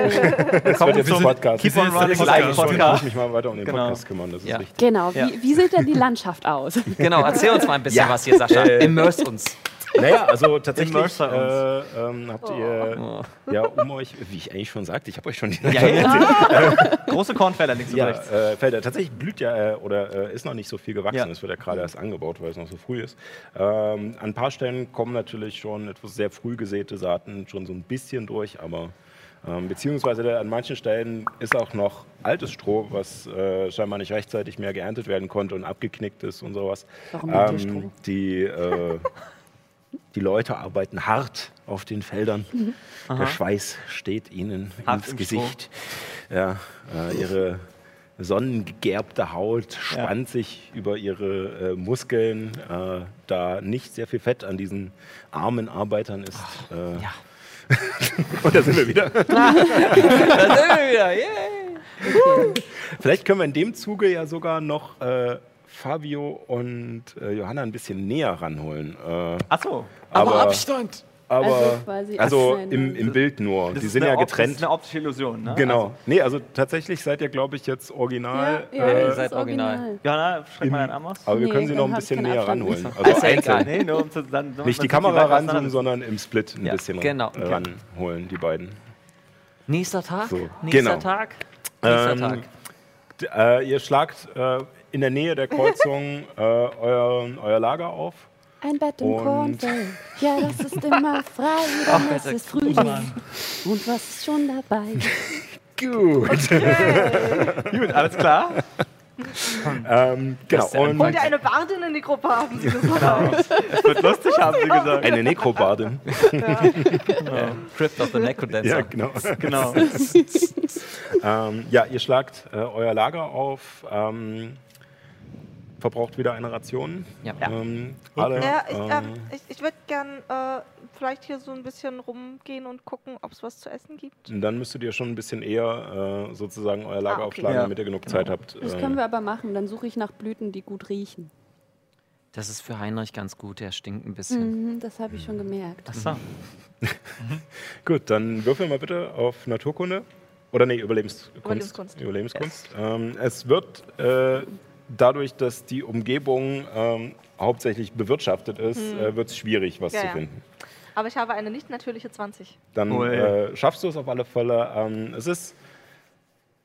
S1: kommen wir
S5: zum
S1: Podcast.
S5: Keep on
S7: Podcast.
S5: Rolling
S1: Live
S5: Live
S1: Podcast. Ich
S5: Podcast.
S1: muss mich mal weiter um den
S5: Genau.
S1: Podcast kümmern, das
S4: Ja.
S1: ist wichtig.
S2: Genau,
S5: Ja.
S2: wie, wie sieht denn die Landschaft aus?
S4: [LAUGHS] Genau, erzähl uns mal ein bisschen
S1: Ja.
S4: was hier, Sascha.
S1: Äh.
S4: Immerse uns.
S1: Naja, also tatsächlich
S5: Immerse
S1: äh, ähm, habt
S2: Oh.
S1: ihr ja um euch, wie ich eigentlich schon sagte, ich habe euch schon die
S5: Oh.
S1: Ähm,
S5: Ja, ja. [LAUGHS] Große Kornfelder links und
S1: Ja,
S5: rechts.
S1: äh, Felder. Tatsächlich blüht ja äh, oder äh, ist noch nicht so viel gewachsen.
S5: Ja.
S1: Es wird ja gerade erst angebaut, weil es noch so früh ist. Ähm, an ein paar Stellen kommen natürlich schon etwas sehr früh gesäte Saaten schon so ein bisschen durch, aber ähm, beziehungsweise da, an manchen Stellen ist auch noch altes Stroh, was äh, scheinbar nicht rechtzeitig mehr geerntet werden konnte und abgeknickt ist und sowas. Ähm,
S2: Warum nennt ihr Stroh?
S1: die, äh, die Leute arbeiten hart auf den Feldern. Der Schweiß steht ihnen
S5: Hart
S1: ins
S5: im
S1: Gesicht. Ja, äh, ihre sonnengegerbte Haut spannt sich über ihre äh, Muskeln, äh, da nicht sehr viel Fett an diesen armen Arbeitern ist. äh,
S4: ja.
S1: [LAUGHS] Und da sind wir wieder.
S4: Da sind wir wieder. Yay.
S1: Vielleicht können wir in dem Zuge ja sogar noch äh, Fabio und äh, Johanna ein bisschen näher ranholen. Äh,
S5: Achso.
S10: Aber,
S1: aber
S10: Abstand.
S1: aber
S2: quasi
S1: also
S2: abschneiden.
S1: im, im Bild nur. Die sind ja
S5: Das ist
S1: getrennt.
S5: eine optische Illusion, ne?
S1: Genau. nee, also tatsächlich seid ihr, glaube ich, jetzt original.
S4: ihr
S1: äh,
S4: seid original.
S5: Also, Johanna, schreck mal deinen Arm aus.
S1: aber wir
S2: Nee,
S1: können sie
S2: dann
S1: noch ein
S2: hab ich
S1: bisschen
S2: keinen
S1: näher
S2: Abstand.
S1: ranholen.
S4: ja
S1: Also
S4: egal.
S1: einzeln.
S5: Nee, nur um zu, dann,
S1: Nicht
S5: man
S1: die
S5: sieht,
S1: Kamera
S5: weit auseinander
S1: ranzoomen,
S5: sind.
S1: sondern im Split ein
S5: Ja,
S1: bisschen
S4: genau.
S1: ranholen, die beiden.
S4: Nächster Tag?
S1: So,
S4: Nächster
S1: genau.
S4: Tag? Nächster
S1: Ähm,
S4: Tag.
S1: D-
S4: [LAUGHS]
S1: Äh, ihr schlagt äh, in der Nähe der Kreuzung äh, euer, euer Lager auf
S2: Ein Bett im
S1: Und-
S2: Kornfeld. Ja, das ist immer frei, dann ist es
S4: [LAUGHS]
S2: Frühling. Und was ist schon
S1: [LAUGHS]
S2: dabei?
S1: Gut.
S5: Gut, alles
S4: [LAUGHS]
S5: klar.
S1: Ähm, genau.
S5: ist der
S1: Und
S6: Wollt ihr eine Bardin in die Gruppe haben? Sie [LAUGHS] das
S4: [LAUGHS]
S6: mal aus.
S5: Es wird lustig, haben sie gesagt.
S1: eine Nekrobardin.
S4: Crypt of the Necrodancer.
S1: ja, genau.
S5: Genau.
S1: [LAUGHS] Ähm, ja, ihr schlagt äh, euer Lager auf, ähm, verbraucht wieder eine Ration.
S4: Ja.
S1: Ähm, alle,
S6: ja, ich,
S1: ähm,
S6: ähm, ich, ich würde gern äh, vielleicht hier so ein bisschen rumgehen und gucken, ob es was zu essen gibt.
S1: dann müsstet ihr schon ein bisschen eher äh, sozusagen euer Lager
S6: Ah, okay.
S1: aufschlagen,
S5: Ja.
S1: damit ihr genug Zeit habt.
S2: Das
S1: äh,
S2: können wir aber machen. Dann suche ich nach Blüten, die gut riechen.
S4: Das ist für Heinrich ganz gut, der stinkt ein bisschen.
S2: Mhm, das habe ich schon gemerkt.
S5: Achso.
S1: Mhm. [LAUGHS] Gut, dann würfel mal bitte auf Naturkunde. Oder nee, Überlebenskunst.
S6: Überlebenskunst.
S1: Überlebenskunst. Ähm, es wird äh, dadurch, dass die Umgebung ähm, hauptsächlich bewirtschaftet ist, äh, wird es schwierig, was
S6: Mhm. Hm. Ja,
S1: zu
S6: ja.
S1: finden.
S6: Aber ich habe eine nicht natürliche 20.
S1: dann
S5: Ui.
S1: äh, schaffst du es auf alle Fälle. Ähm, es ist,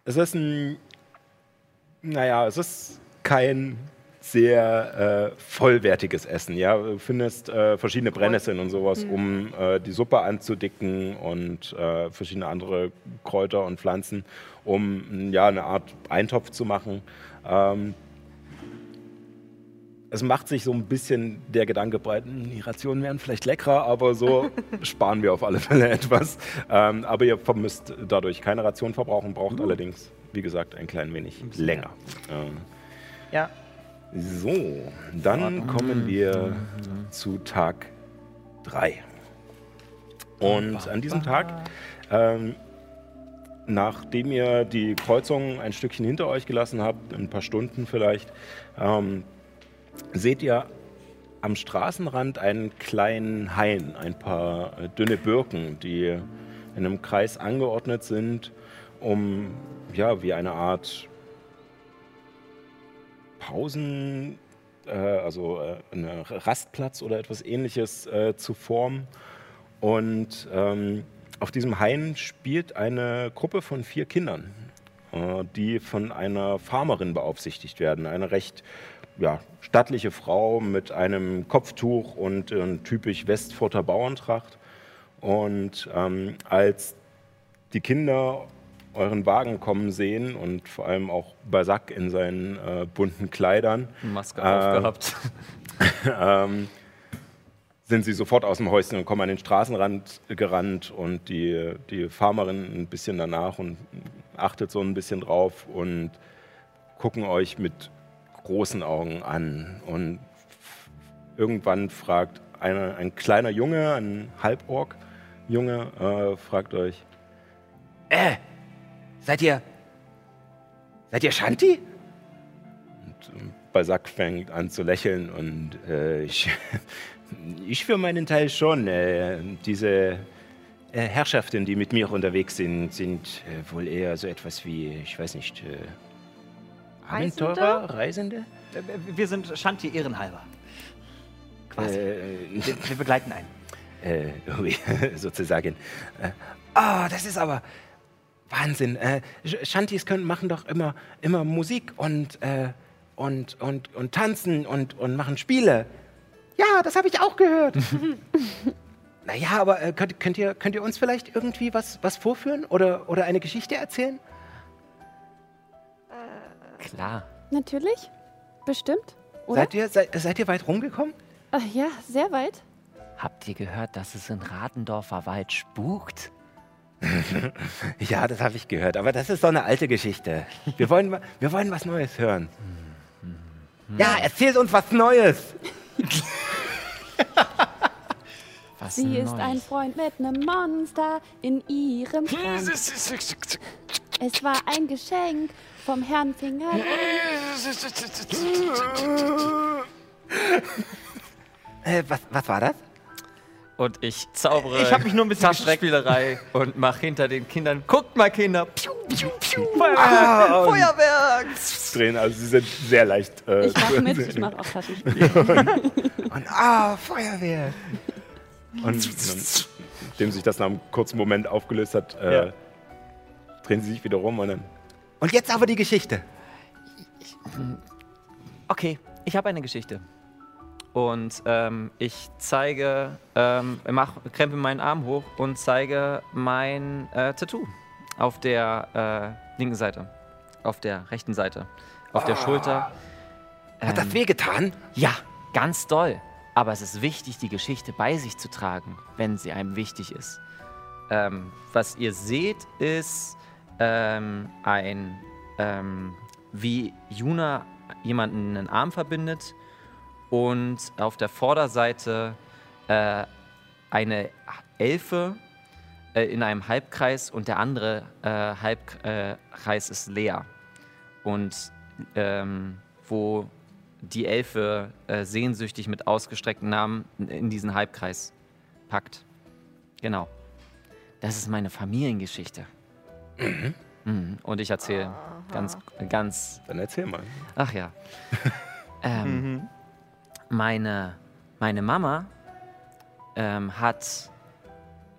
S1: es ist ein, naja, es ist kein sehr äh, vollwertiges Essen. Ja, du findest äh, verschiedene Brennnesseln und sowas, um äh, die Suppe anzudicken und äh, verschiedene andere Kräuter und Pflanzen, um ja eine Art Eintopf zu machen. Ähm, es macht sich so ein bisschen der Gedanke breit, hm, die Rationen wären vielleicht leckerer, aber so sparen wir auf alle Fälle etwas. Ähm, aber ihr vermisst dadurch keine Ration verbrauchen, braucht allerdings, wie gesagt, ein klein wenig länger. Ähm,
S5: Ja.
S1: so, dann kommen wir zu Tag 3. Und an diesem Tag, ähm, nachdem ihr die Kreuzung ein Stückchen hinter euch gelassen habt, in ein paar Stunden vielleicht, ähm, seht ihr am Straßenrand einen kleinen Hain, ein paar äh, dünne Birken, die in einem Kreis angeordnet sind, um ja wie eine Art Pausen, äh, also äh, einen Rastplatz oder etwas ähnliches äh, zu formen. Und ähm, auf diesem Hain spielt eine Gruppe von vier Kindern, äh, die von einer Farmerin beaufsichtigt werden. Eine recht ja, stattliche Frau mit einem Kopftuch und äh, typisch Westfurter Bauerntracht. Und ähm, als die Kinder euren Wagen kommen sehen und vor allem auch Basak in seinen äh, bunten Kleidern,
S4: Maske
S1: Äh,
S4: aufgehabt.
S1: [LAUGHS] ähm, sind sie sofort aus dem Häuschen und kommen an den Straßenrand gerannt und die, die Farmerin ein bisschen danach und achtet so ein bisschen drauf und gucken euch mit großen Augen an. Und f- irgendwann fragt eine, ein kleiner Junge, ein Halborg-Junge, äh, fragt euch, "Äh,
S5: Seid ihr.
S1: Seid ihr Shanti? Und ähm, Basak fängt an zu lächeln und äh, ich, [LAUGHS] ich für meinen Teil schon. Äh, diese äh, Herrschaften, die mit mir unterwegs sind, sind äh, wohl eher so etwas wie, ich weiß nicht, äh, Abenteurer, Reisende?
S5: Äh, Wir sind Shanti ehrenhalber. Quasi.
S1: Äh,
S5: Wir, wir begleiten einen.
S1: äh, [LAUGHS] ui, sozusagen. Äh, Ah, das ist aber Wahnsinn. Äh, Sch- Shantis können machen doch immer, immer Musik und, äh, und, und, und tanzen und, und machen Spiele. Ja, das habe ich auch gehört.
S4: [LAUGHS]
S1: naja, aber äh, könnt, könnt, ihr, könnt ihr uns vielleicht irgendwie was, was vorführen oder, oder eine Geschichte erzählen?
S4: Klar.
S2: Natürlich? Bestimmt? Oder?
S1: Seid ihr, seid, seid ihr weit rumgekommen?
S2: Ach ja, sehr weit.
S4: Habt ihr gehört, dass es in Radendorfer Wald spukt?
S1: [LAUGHS] Ja, das habe ich gehört, aber das ist so eine alte Geschichte. Wir wollen, wa- wir wollen was Neues hören.
S4: Mhm.
S1: Ja, erzählt uns was Neues.
S4: [LAUGHS] Was
S2: Sie ist
S4: Neues?
S2: ein Freund mit einem Monster in ihrem
S4: [LAUGHS]
S2: Schrank. Es war ein Geschenk vom Herrn Finger.
S1: Äh, was, was war das?
S4: Und ich zaubere
S5: Ich hab mich nur ein bisschen
S4: Taschenspielerei und mache hinter den Kindern, guckt mal Kinder, piu, piu, piu.
S1: Ah,
S6: Feuerwerk!
S1: Drehen, also sie sind sehr leicht. äh,
S2: Ich mach
S1: [LAUGHS]
S2: mit, ich mache auch Taschenspiel.
S1: Und ah, Feuerwehr. Und nachdem sich das nach einem kurzen Moment aufgelöst hat, äh, drehen sie sich wieder rum und dann. Und jetzt aber die Geschichte.
S4: Okay, ich habe eine Geschichte. Und ähm, ich zeige, ähm, mach, krempel meinen Arm hoch und zeige mein äh, Tattoo auf der äh, linken Seite. Auf der rechten Seite. Auf
S5: Ah.
S4: der Schulter.
S11: Hat das
S4: Ähm,
S11: wehgetan?
S4: Ja, ganz doll. Aber es ist wichtig, die Geschichte bei sich zu tragen, wenn sie einem wichtig ist. Ähm, was ihr seht, ist ähm, ein, ähm, wie Juna jemanden einen Arm verbindet und auf der Vorderseite äh, eine Elfe äh, in einem Halbkreis und der andere äh, Halbkreis ist leer. Und ähm, wo die Elfe äh, sehnsüchtig mit ausgestreckten Armen in diesen Halbkreis packt. Genau. Das ist meine Familiengeschichte. Mhm. Und ich erzähle ganz, ganz
S1: Dann erzähl mal.
S4: Ach
S11: [LAUGHS]
S4: ja. ähm, meine, meine Mama ähm, hat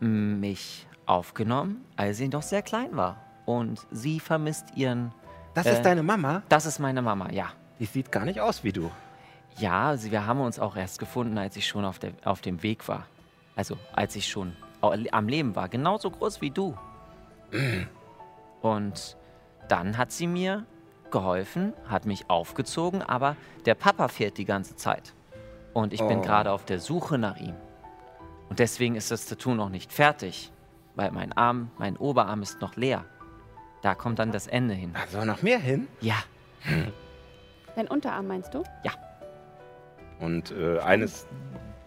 S4: mich aufgenommen, als sie noch sehr klein war. Und sie vermisst ihren.
S11: Das
S4: Äh.
S11: ist deine Mama?
S4: Das ist meine Mama, ja.
S11: Die sieht gar nicht aus wie du.
S4: Ja, sie, wir haben uns auch erst gefunden, als ich schon auf, der, auf dem Weg war. Also, als ich schon au- am Leben war. Genauso groß wie du. Und dann hat sie mir geholfen, hat mich aufgezogen, aber der Papa fehlt die ganze Zeit. Und ich
S11: Oh.
S4: bin gerade auf der Suche nach ihm. Und deswegen ist das Tattoo noch nicht fertig, weil mein Arm, mein Oberarm ist noch leer. Da kommt dann das Ende hin.
S11: Da soll noch mehr hin.
S4: Ja,
S2: Dein Unterarm meinst du?
S1: Und äh, eines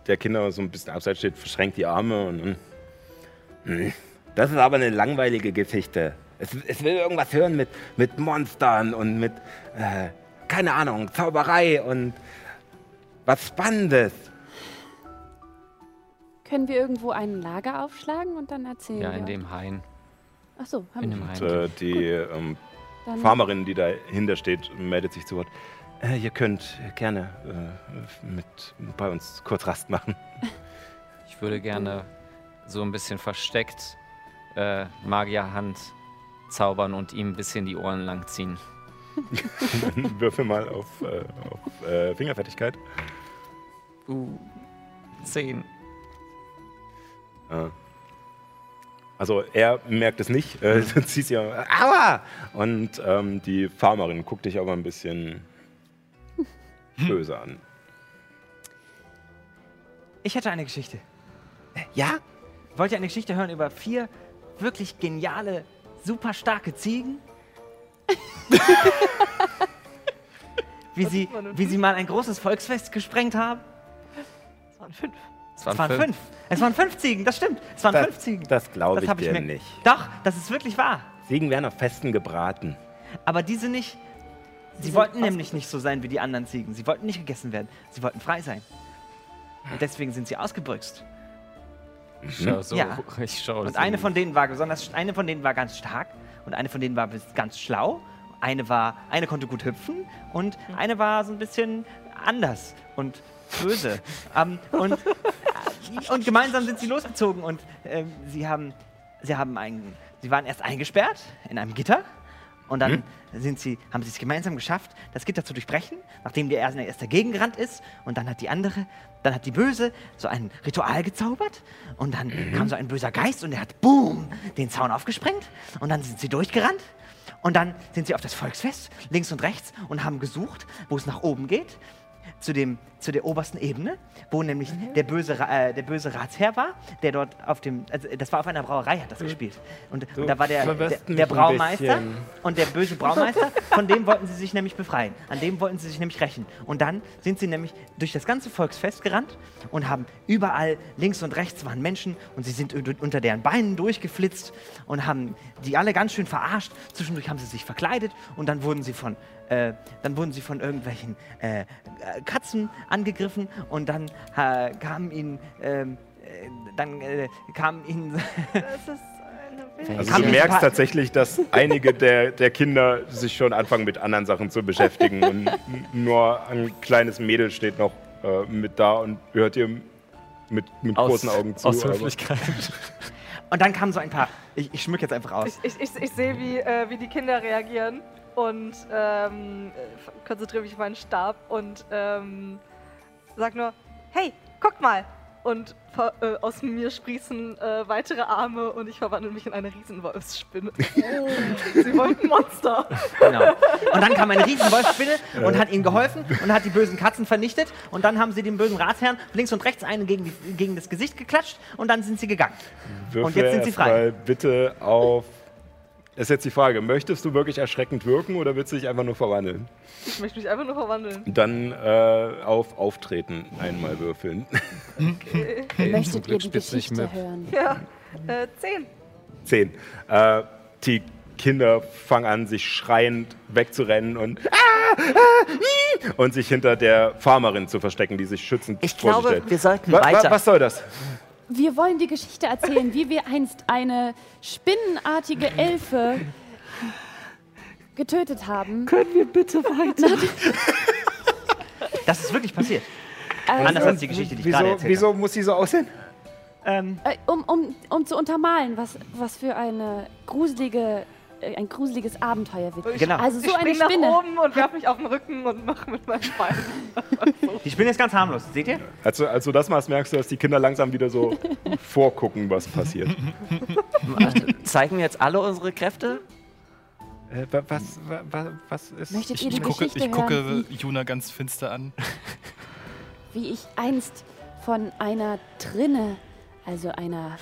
S1: der Kinder, was so ein bisschen abseits steht, verschränkt die Arme und hm, dann
S11: Das ist aber eine langweilige Geschichte. Es, es will irgendwas hören mit, mit Monstern und mit, äh, keine Ahnung, Zauberei und was Spannendes.
S2: Können wir irgendwo ein Lager aufschlagen und dann erzählen
S4: ja
S2: wir
S4: in
S2: euch?
S4: dem Hain.
S2: Ach so, haben
S4: In
S2: wir.
S4: dem Hain.
S1: äh, die ähm,
S2: Dann
S1: Farmerin, die dahinter steht, meldet sich zu Wort. Äh, ihr könnt gerne äh, mit, bei uns kurz Rast machen.
S4: Ich würde gerne so ein bisschen versteckt äh, Magierhand zaubern und ihm ein bisschen die Ohren langziehen.
S1: [LAUGHS] Würfel mal auf, äh, auf äh, Fingerfertigkeit.
S4: Uh, 10.
S1: Äh. Also er merkt es nicht, äh, dann [LAUGHS] zieht sie ja, aua! Und ähm, die Farmerin guckt dich aber ein bisschen böse an.
S5: Ich hätte eine Geschichte.
S11: Ja?
S5: Wollt ihr eine Geschichte hören über vier wirklich geniale, super
S6: [LAUGHS]
S5: starke Ziegen? wie, sie, wie sie mal ein großes Volksfest gesprengt haben?
S6: Das waren fünf.
S4: Es
S5: Es waren fünf. Es waren fünf Ziegen, das stimmt. Es waren fünf Ziegen.
S11: Das glaube
S5: Das
S11: ich
S5: habe ich
S11: dir
S5: mir.
S11: nicht.
S5: Doch, das ist wirklich wahr.
S11: Siegen werden auf Festen gebraten.
S5: Aber diese nicht. Sie
S2: sind
S5: wollten nämlich nicht so sein wie die anderen Ziegen. Sie wollten nicht gegessen werden. Sie wollten frei sein. Und deswegen sind sie ausgebüxt.
S1: Mhm.
S10: Mhm.
S4: Ich schaue so,
S5: Ja.
S4: ich schaue
S5: Und
S4: so
S5: eine von denen war besonders, eine von denen war ganz stark und eine von denen war bis- ganz schlau. Eine war, eine konnte gut hüpfen und
S4: Mhm.
S5: eine war so ein bisschen anders und
S4: [LAUGHS]
S5: böse. ähm, und, äh, und gemeinsam sind sie losgezogen und ähm, sie haben, sie haben einen, sie waren erst eingesperrt in einem Gitter und dann sind sie, haben sie es gemeinsam geschafft, das Gitter zu durchbrechen, nachdem der erste erst dagegen gerannt ist. Und dann hat die andere, dann hat die Böse so ein Ritual gezaubert. Und dann kam so ein böser Geist und der hat, boom, den Zaun aufgesprengt. Und dann sind sie durchgerannt. Und dann sind sie auf das Volksfest, links und rechts, und haben gesucht, wo es nach oben geht zu, dem, zu der obersten Ebene, wo nämlich
S11: Mhm.
S5: der, böse, Ra- äh, der böse Ratsherr war, der dort auf dem, also äh, das war auf einer Brauerei, hat das gespielt. Und, und da war der, der,
S11: Mhm. verwirrst
S5: der
S11: mich ein
S5: Braumeister
S11: bisschen.
S5: und der böse Braumeister, von dem wollten sie sich nämlich befreien. An dem wollten sie sich nämlich rächen. Und dann sind sie nämlich durch das ganze Volksfest gerannt und haben überall, links und rechts waren Menschen und sie sind un- unter deren Beinen durchgeflitzt und haben die alle ganz schön verarscht. Zwischendurch haben sie sich verkleidet und dann wurden sie von, äh, dann wurden sie von irgendwelchen äh, äh, Katzen angegriffen und dann äh, kamen ihnen, ähm, äh, dann äh, kamen ihnen
S6: Das
S5: [LAUGHS]
S6: ist eine wilde
S1: Also
S5: Kann
S1: du
S5: ich-
S1: merkst tatsächlich, dass einige der, der Kinder sich schon anfangen, mit anderen Sachen zu beschäftigen. Und n- nur ein kleines Mädel steht noch äh, mit da und hört ihr mit, mit großen Augen zu. Also
S4: Aus
S1: aber-
S4: Höflichkeit.
S5: [LAUGHS] und dann kamen so ein paar. Ich, ich schmück jetzt einfach aus.
S6: Ich, ich, ich, ich sehe, wie, äh, wie die Kinder reagieren und ähm, konzentriere mich auf meinen Stab und ähm, sag nur, hey, guck mal. Und ver- äh, aus mir sprießen äh, weitere Arme und ich verwandle mich in eine
S2: [LAUGHS]
S6: Riesenwolfsspinne. Oh. Sie wollten Monster.
S5: Genau. Und dann kam eine riesen Wolfsspinne und hat ihnen geholfen und hat die bösen Katzen vernichtet. Und dann haben sie dem bösen Ratsherrn links und rechts einen gegen, die, gegen das Gesicht geklatscht und dann sind sie gegangen.
S1: Würfel
S5: Und jetzt sind sie
S1: erst
S5: frei.
S1: mal bitte auf. Das ist jetzt die Frage, möchtest du wirklich erschreckend wirken oder willst du dich einfach nur verwandeln?
S6: Ich möchte mich einfach nur verwandeln.
S1: Dann äh, auf Auftreten einmal würfeln.
S2: Möchtet ihr die
S10: Glück spitze ich
S2: Geschichte
S10: mit.
S2: hören?
S6: Ja, äh, zehn.
S1: Zehn. Äh, die Kinder fangen an, sich schreiend wegzurennen und, ah, hm, und sich hinter der Farmerin zu verstecken, die sich schützend
S5: Ich
S1: vor sich
S5: glaube,
S1: stellt.
S5: wir sollten
S1: Wa- wa-
S5: weiter.
S1: Was soll das?
S2: Wir wollen die Geschichte erzählen, wie wir einst eine spinnenartige Elfe getötet haben.
S8: Können wir bitte weiter?
S5: Das ist wirklich passiert.
S2: Also,
S11: Äh,
S5: Anders als die Geschichte, die ich gerade erzählt
S1: wieso muss sie so aussehen?
S8: Ähm.
S5: habe.
S2: äh, um, um, um zu untermalen, was, was für eine gruselige, äh, ein gruseliges Abenteuer wird.
S5: Genau.
S2: Also so
S6: ich
S2: eine
S6: spring nach
S2: Spinne.
S6: oben und werf mich auf den Rücken und mach mit meinen Beinen.
S5: Die Spinne ist ganz harmlos, seht ihr?
S1: Als du, als du das machst, merkst du, dass die Kinder langsam wieder
S4: [LAUGHS]
S1: so vorgucken, was passiert.
S4: Zeigen wir jetzt alle unsere Kräfte?
S11: Äh,
S1: was, ist.
S2: Möchtet
S7: Ich,
S2: ihr die
S7: ich gucke,
S2: Geschichte
S7: ich gucke
S2: hören,
S7: Juna ganz finster an.
S2: wie, wie ich einst von einer Trinne, also einer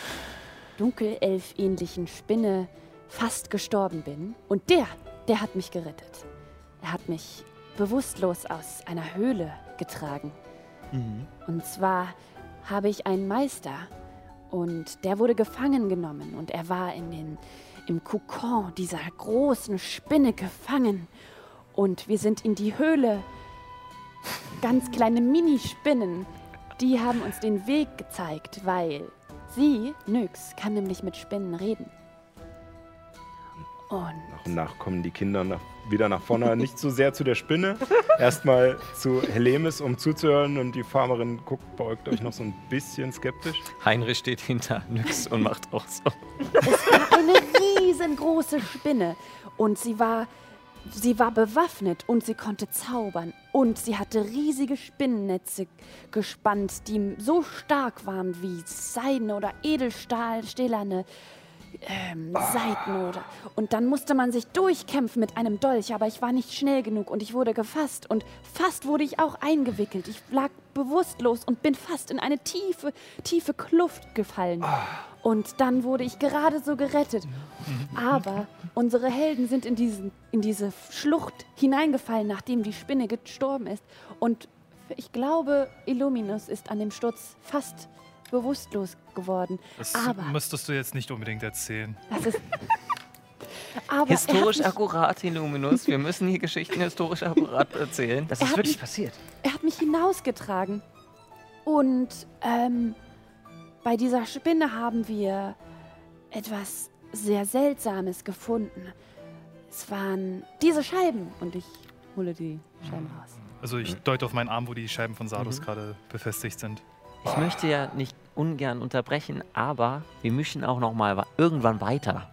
S2: dunkelelf-ähnlichen Spinne, fast gestorben bin? Und der, der hat mich gerettet. Er hat mich bewusstlos aus einer Höhle getragen.
S6: äh,
S2: Und zwar habe ich einen Meister und der wurde gefangen genommen und er war in den, im Kokon dieser großen Spinne gefangen. Und wir sind in die Höhle. Ganz kleine Minispinnen, die haben uns den Weg gezeigt, weil sie, Nyx, kann nämlich mit Spinnen reden. Und
S1: Nach und nach kommen die Kinder nach, wieder nach vorne, nicht so sehr zu der Spinne, erstmal zu Helemis, um zuzuhören. Und die Farmerin guckt, beugt euch noch so ein bisschen skeptisch. Äh,
S4: Heinrich steht hinter Nyx und macht auch so.
S2: eine riesengroße Spinne und sie war sie war bewaffnet und sie konnte zaubern und sie hatte riesige Spinnennetze gespannt, die so stark waren wie seidene oder edelstahlstählerne ähm, Seiten oder und dann musste man sich durchkämpfen mit einem Dolch, aber ich war nicht schnell genug und ich wurde gefasst und fast wurde ich auch eingewickelt. Ich lag bewusstlos und bin fast in eine tiefe, tiefe Kluft gefallen. Und dann wurde ich gerade so gerettet. Aber unsere Helden sind in, diesen, in diese Schlucht hineingefallen, nachdem die Spinne gestorben ist. Und ich glaube, Illuminus ist an dem Sturz fast bewusstlos geworden.
S7: Das
S2: aber
S7: müsstest du jetzt nicht unbedingt erzählen.
S2: das ist. Aber
S4: Historisch
S2: er, hat mich,
S4: akkurat, Illuminus. Wir müssen hier Geschichten historisch akkurat erzählen.
S5: Das
S2: Er
S5: ist
S2: hat
S5: wirklich
S2: mich-
S5: passiert.
S2: er hat mich hinausgetragen. Und ähm, bei dieser Spinne haben wir etwas sehr Seltsames gefunden. Es waren diese Scheiben. Und ich hole die Scheiben raus.
S7: Also ich
S4: Mhm.
S7: deute auf meinen Arm, wo die Scheiben von Sardos gerade befestigt sind.
S4: Ich möchte ja nicht ungern unterbrechen, aber wir müssen auch noch mal wa- irgendwann weiter.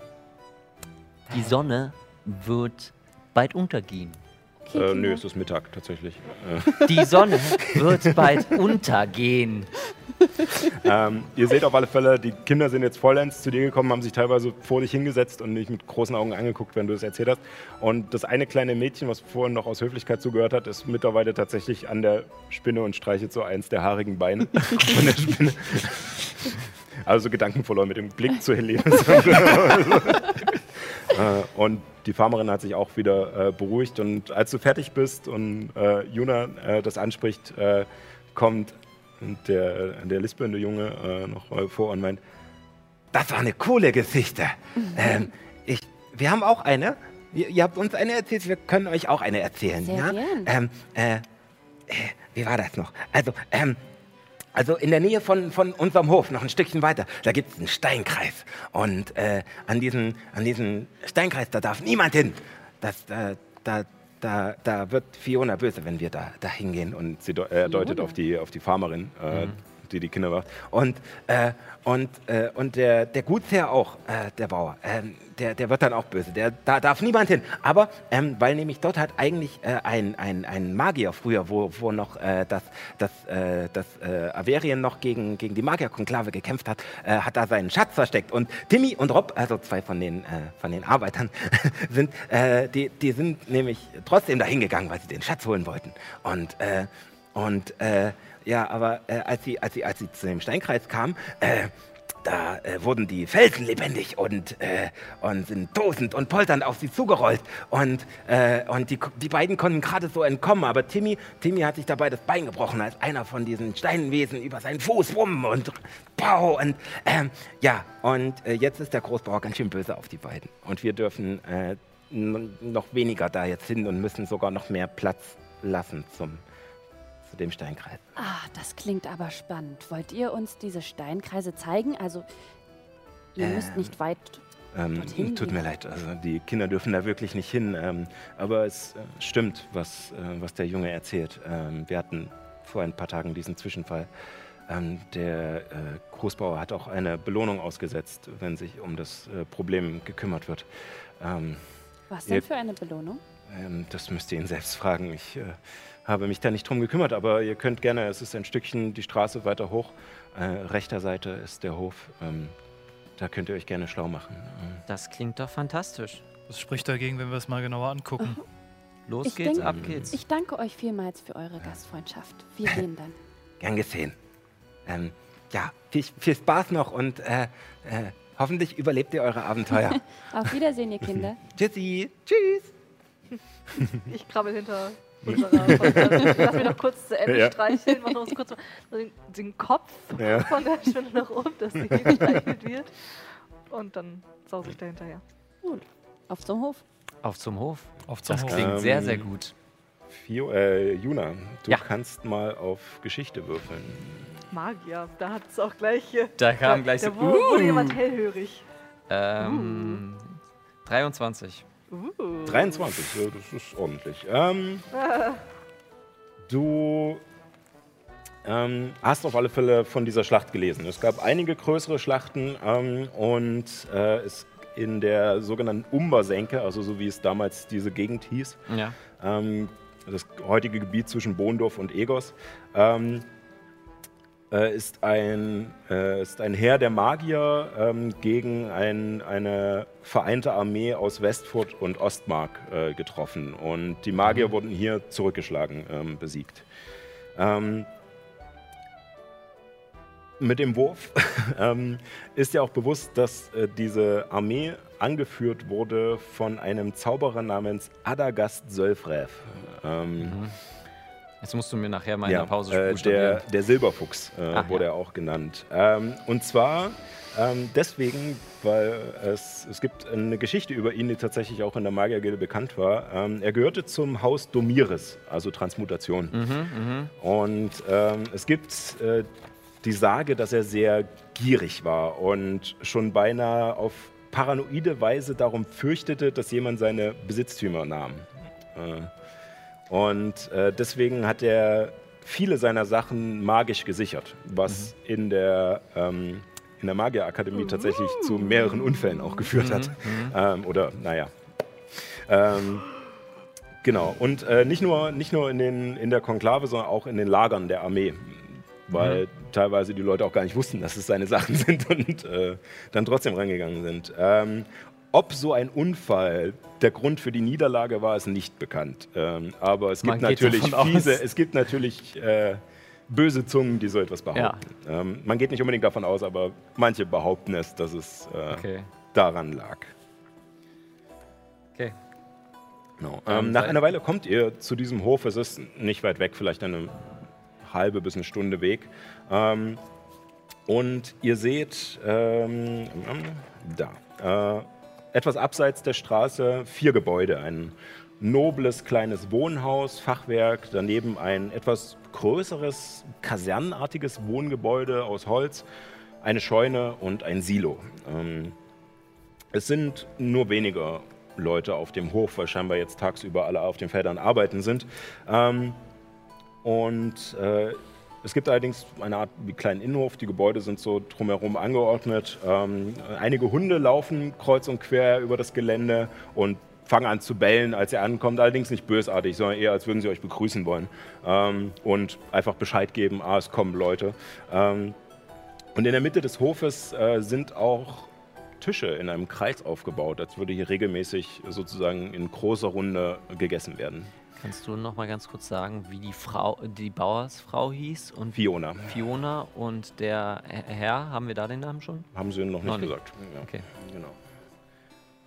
S4: Die Sonne wird bald untergehen.
S2: Okay,
S1: Äh,
S2: Kinder.
S4: genau.
S1: nö, es ist Mittag tatsächlich.
S4: Die Sonne wird bald untergehen.
S1: Ähm, ihr seht auf alle Fälle, die Kinder sind jetzt vollends zu dir gekommen, haben sich teilweise vor dich hingesetzt und dich mit großen Augen angeguckt, wenn du es erzählt hast. Und das eine kleine Mädchen, was vorhin noch aus Höflichkeit zugehört hat, ist mittlerweile tatsächlich an der Spinne und streichelt so eins der haarigen Beine von der Spinne. Also gedankenverloren mit dem Blick zu [LAUGHS] Helene. Äh, und die Farmerin hat sich auch wieder äh, beruhigt. Und als du fertig bist und äh, Juna äh, das anspricht, äh, kommt der, der lispelnde Junge äh, noch äh, vor und meint,
S11: Das war eine coole Geschichte.
S1: Äh,
S11: ähm, ich, wir haben auch eine. Ihr, ihr habt uns eine erzählt, wir können euch auch eine erzählen.
S2: Sehr
S11: ja?
S2: gern.
S11: Ähm, äh, äh, wie war das noch? Also, ähm, also in der Nähe von, von unserem Hof, noch ein Stückchen weiter, da gibt es einen Steinkreis. Und äh, an, diesen, an diesen Steinkreis, da darf niemand hin. Das, äh, da, da, da wird Fiona böse, wenn wir da, da hingehen. Und
S1: und sie deu- äh, deutet auf die, auf die Farmerin, äh,
S11: die die Kinder macht. Und, äh, und, äh, und der, der Gutsherr auch, äh, der Bauer, ähm, der, der wird dann auch böse. Der, da darf niemand hin. Aber ähm, weil nämlich dort hat eigentlich äh, ein, ein, ein Magier früher, wo, wo noch äh, das, das, äh, das äh, Averien noch gegen, gegen die Magierkonklave gekämpft hat, äh, hat da seinen Schatz versteckt. Und Timmy und Rob, also zwei von den, äh, von den Arbeitern, [LAUGHS] sind, äh, die, die sind nämlich trotzdem dahin gegangen, weil sie den Schatz holen wollten. Und äh, und äh, ja, aber äh, als, sie, als, sie, als sie zu dem Steinkreis kamen, äh, da äh, wurden die Felsen lebendig und, äh, und sind tosend und polternd auf sie zugerollt. Und, äh, und die, die beiden konnten gerade so entkommen, aber Timmy, Timmy hat sich dabei das Bein gebrochen, als einer von diesen Steinwesen über seinen Fuß rum und pow. Und ähm, ja, und äh, jetzt ist der Großbauer ganz schön böse auf die beiden. Und wir dürfen äh, n- noch weniger da jetzt hin und müssen sogar noch mehr Platz lassen zum, zu dem Steinkreis.
S2: Ah, das klingt aber spannend. Wollt ihr uns diese Steinkreise zeigen? Also, ihr müsst nicht weit.
S11: Ähm,
S2: Dorthin
S11: tut mir
S2: gehen.
S11: leid, also die Kinder dürfen da wirklich nicht hin. Ähm, aber es äh, stimmt, was, äh, was der Junge erzählt. Ähm, wir hatten vor ein paar Tagen diesen Zwischenfall. Ähm, der äh, Großbauer hat auch eine Belohnung ausgesetzt, wenn sich um das äh, Problem gekümmert wird. Ähm,
S2: Was
S11: Ihr-
S2: denn für eine Belohnung?
S11: ähm, das müsst ihr ihn selbst fragen. Ich äh, habe mich da nicht drum gekümmert, aber ihr könnt gerne, es ist ein Stückchen die Straße weiter hoch. Äh, rechter Seite ist der Hof. Ähm, da könnt ihr euch gerne schlau machen. Ähm,
S4: Das klingt doch fantastisch. Oh.
S7: Was spricht dagegen, wenn wir es mal genauer angucken?
S4: Los
S2: Ich
S4: geht's,
S2: denk-
S4: ab
S7: [LAUGHS]
S4: geht's.
S2: Ich danke euch vielmals für eure Gastfreundschaft. Wir gehen dann.
S11: Gern gesehen. Ähm, ja, viel, viel Spaß noch und äh, äh, hoffentlich überlebt ihr eure
S1: [LAUGHS]
S11: Abenteuer.
S2: [LAUGHS] Auf Wiedersehen, ihr Kinder.
S11: Tschüssi. Tschüss.
S6: [LAUGHS] Ich krabbel hinter unserer Freundin. [LAUGHS] Lass mich noch kurz zu Ende
S1: Ja.
S6: streicheln. Mach noch was kurz den, den Kopf
S1: Ja.
S6: [LAUGHS] von der Spinne nach oben, dass sie gestreichelt wird. Und dann saus ich dahinter her.
S2: Auf zum Hof.
S4: Auf zum Hof.
S7: Auf zum
S4: Das
S7: Hof.
S4: klingt sehr, sehr
S1: Ähm,
S4: gut.
S1: Fio, äh, Juna, du
S4: Ja.
S1: kannst mal auf Geschichte würfeln.
S6: Magier, da hat es auch gleich. äh,
S4: Da kam gleich
S6: da
S4: so. uh.
S6: wurde, wurde jemand hellhörig.
S4: Ähm, 23.
S6: Uh.
S1: 23, ja, das ist ordentlich. Ähm, du ähm, hast auf alle Fälle von dieser Schlacht gelesen. Es gab einige größere Schlachten ähm, und äh, es in der sogenannten Umbersenke, also so wie es damals diese Gegend hieß,
S4: Ja.
S1: ähm, das heutige Gebiet zwischen Bohndorf und Egos, ähm, äh, ist, ein, äh, ist ein Heer der Magier ähm, gegen ein, eine vereinte Armee aus Westfurt und Ostmark äh, getroffen. Und die Magier wurden hier zurückgeschlagen, ähm, besiegt. Ähm, mit dem Wurf [LAUGHS] ähm, ist ja auch bewusst, dass äh, diese Armee angeführt wurde von einem Zauberer namens Adagast Sölfrev. Ähm,
S4: Jetzt musst du mir nachher mal in der Pause
S1: äh, der,
S4: buchstabieren.
S1: der Silberfuchs äh,
S4: Ach,
S1: wurde
S4: ja.
S1: er auch genannt. Ähm, und zwar ähm, deswegen, weil es, es gibt eine Geschichte über ihn, die tatsächlich auch in der Magiergilde bekannt war. Ähm, er gehörte zum Haus Domiris, also Transmutation.
S8: Mhm,
S1: Und ähm, es gibt äh, die Sage, dass er sehr gierig war und schon beinahe auf paranoide Weise darum fürchtete, dass jemand seine Besitztümer nahm. Äh, und äh, deswegen hat er viele seiner Sachen magisch gesichert, was in der, ähm, in der Magierakademie tatsächlich zu mehreren Unfällen auch geführt hat. Ähm, oder, naja. Ähm, genau. Und äh, nicht nur, nicht nur in, den, in der Konklave, sondern auch in den Lagern der Armee. Weil
S4: Mhm.
S1: teilweise die Leute auch gar nicht wussten, dass es seine [LAUGHS] Sachen sind und äh, dann trotzdem reingegangen sind. Ähm, ob so ein Unfall der Grund für die Niederlage war, ist nicht bekannt. Ähm, aber es
S4: Man
S1: gibt,
S4: geht
S1: natürlich
S4: davon aus.
S1: fiese, es gibt natürlich äh, böse Zungen, die so etwas behaupten. Ähm, man geht nicht unbedingt davon aus, aber manche behaupten es, dass es äh,
S4: Okay.
S1: daran lag.
S4: Okay.
S1: Genau.
S4: Ähm,
S1: Ähm, nach
S4: weil-
S1: einer Weile kommt ihr zu diesem Hof. Es ist nicht weit weg, vielleicht eine halbe bis eine Stunde Weg. Ähm, und ihr seht ähm, da, äh, etwas abseits der Straße, vier Gebäude. Ein nobles kleines Wohnhaus, Fachwerk, daneben ein etwas größeres, kasernenartiges Wohngebäude aus Holz, eine Scheune und ein Silo. Ähm, es sind nur wenige Leute auf dem Hof, weil scheinbar jetzt tagsüber alle auf den Feldern arbeiten sind. Ähm, und äh, Es gibt allerdings eine Art wie kleinen Innenhof, die Gebäude sind so drumherum angeordnet. Ähm, einige Hunde laufen kreuz und quer über das Gelände und fangen an zu bellen, als ihr ankommt. Allerdings nicht bösartig, sondern eher, als würden sie euch begrüßen wollen. Ähm, und einfach Bescheid geben, ah, es kommen Leute. Ähm, und in der Mitte des Hofes äh, sind auch Tische in einem Kreis aufgebaut, als würde hier regelmäßig äh, sozusagen in großer Runde gegessen werden.
S4: Kannst du noch mal ganz kurz sagen, wie die Frau, die Bauersfrau hieß und
S1: Fiona.
S4: Fiona und der Herr, haben wir da den Namen schon?
S1: Haben sie noch nicht
S4: Noch nicht.
S1: gesagt. Ja.
S4: Okay.
S1: Genau.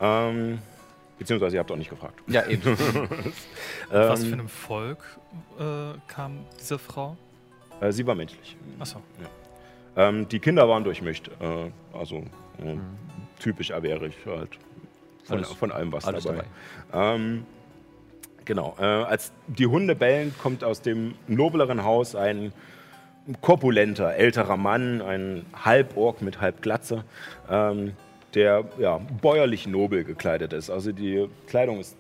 S1: Ähm, beziehungsweise ihr habt auch nicht gefragt.
S4: Ja,
S1: [LAUGHS]
S4: eben.
S7: Was für
S1: Ähm,
S7: einem Volk äh, kam diese Frau?
S1: äh, sie war menschlich.
S7: Achso.
S1: Ähm, die Kinder waren durchmischt. Äh, also äh, typisch erwehrig halt. Von,
S4: Mhm. Alles-
S1: von allem was
S4: alles
S1: dabei. Ähm, genau. Äh, als die Hunde bellen, kommt aus dem nobleren Haus ein korpulenter, älterer Mann, ein Halborg mit Halbglatze, ähm, der ja, bäuerlich nobel gekleidet ist. Also die Kleidung ist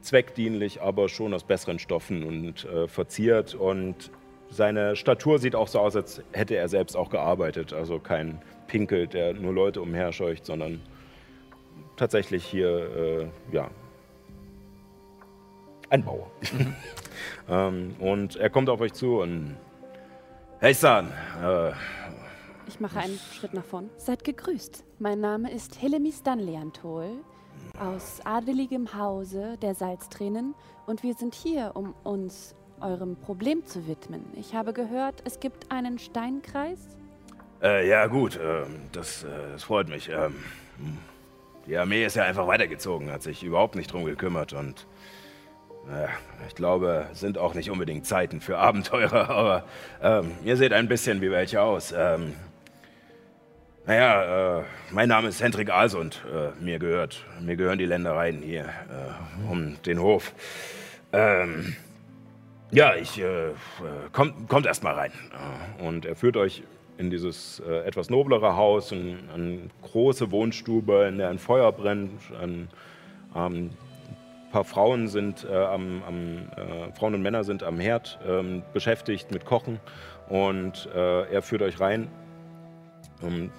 S1: zweckdienlich, aber schon aus besseren Stoffen und äh, verziert. Und seine Statur sieht auch so aus, als hätte er selbst auch gearbeitet. Also kein Pinkel, der nur Leute umherscheucht, sondern tatsächlich hier, äh, ja, ein Bauer. [LAUGHS] ähm, und er kommt auf euch zu und. Hey San, äh,
S2: Ich mache einen Schritt nach vorn. Seid gegrüßt. Mein Name ist Helemis Danleantol aus adeligem Hause der Salztränen und wir sind hier, um uns eurem Problem zu widmen. Ich habe gehört, es gibt einen Steinkreis.
S11: Äh, ja, gut, ähm, das, äh, das freut mich. Ähm, die Armee ist ja einfach weitergezogen, hat sich überhaupt nicht drum gekümmert und äh, ich glaube, es sind auch nicht unbedingt Zeiten für Abenteurer, [LAUGHS] aber ähm, ihr seht ein bisschen wie welche aus. Ähm, naja, äh, mein Name ist Hendrik Alsund. Äh, mir gehört, mir gehören die Ländereien hier äh, um den Hof. Ähm,
S1: ja, ich, äh, äh, kommt, kommt erst mal rein. Äh, Und er führt euch in dieses äh, etwas noblere Haus, in eine große Wohnstube, in der ein Feuer brennt. Ein, ähm, ein paar Frauen sind äh, am, am äh, Frauen und Männer sind am Herd ähm, beschäftigt mit Kochen und äh, er führt euch rein ähm,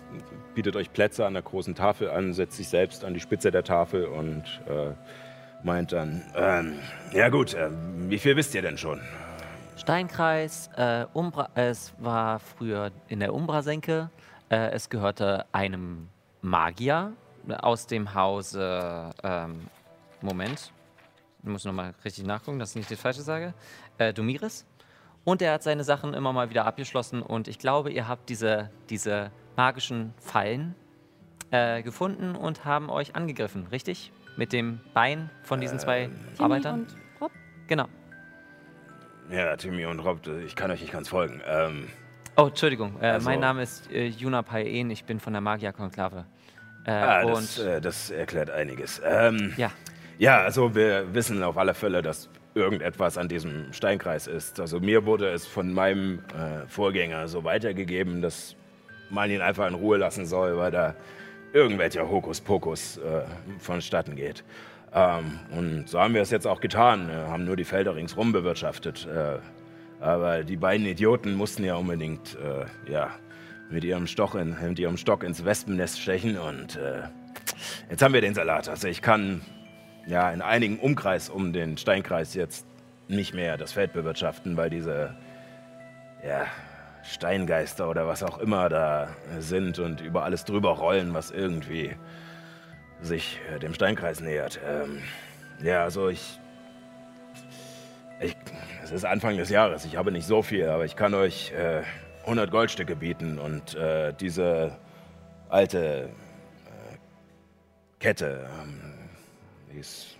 S1: bietet euch Plätze an der großen Tafel an, setzt sich selbst an die Spitze der Tafel und äh, meint dann, ähm, ja gut, äh, wie viel wisst ihr denn schon?
S4: Steinkreis, äh, Umbra, es war früher in der Umbra-Senke. Äh, es gehörte einem Magier aus dem Hause. Ähm, Moment, ich muss nochmal richtig nachgucken, dass ich nicht das Falsche sage. Äh, Domiris. Und er hat seine Sachen immer mal wieder abgeschlossen. Und ich glaube, ihr habt diese, diese magischen Fallen äh, gefunden und haben euch angegriffen, richtig? Mit dem Bein von diesen zwei
S2: Äh, Timmy
S4: Arbeitern?
S2: und Rob.
S4: Genau.
S11: ja, Timmy und Rob, ich kann euch nicht ganz folgen. Ähm,
S4: Oh, Entschuldigung, [LAUGHS] äh,
S11: Also-
S4: mein Name ist äh, Juna Payen, ich bin von der Magierkonklave. Äh,
S11: ah,
S4: und
S11: das, äh, das erklärt einiges. Ähm,
S4: ja,
S11: Ja, also wir wissen auf alle Fälle, dass irgendetwas an diesem Steinkreis ist. Also mir wurde es von meinem äh, Vorgänger so weitergegeben, dass man ihn einfach in Ruhe lassen soll, weil da irgendwelcher Hokuspokus äh, vonstatten geht. Ähm, und so haben wir es jetzt auch getan, äh, haben nur die Felder ringsrum bewirtschaftet. Äh, aber die beiden Idioten mussten ja unbedingt, äh, ja, mit ihrem, Stoch in, mit ihrem Stock ins Wespennest stechen und äh, jetzt haben wir den Salat. Also ich kann ja, in einigen Umkreis um den Steinkreis jetzt nicht mehr das Feld bewirtschaften, weil diese ja, Steingeister oder was auch immer da sind und über alles drüber rollen, was irgendwie sich äh, dem Steinkreis nähert. Ähm, ja, also ich, ich. Es ist Anfang des Jahres, ich habe nicht so viel, aber ich kann euch äh, 100 Goldstücke bieten und äh, diese alte äh, Kette. Ähm, die ist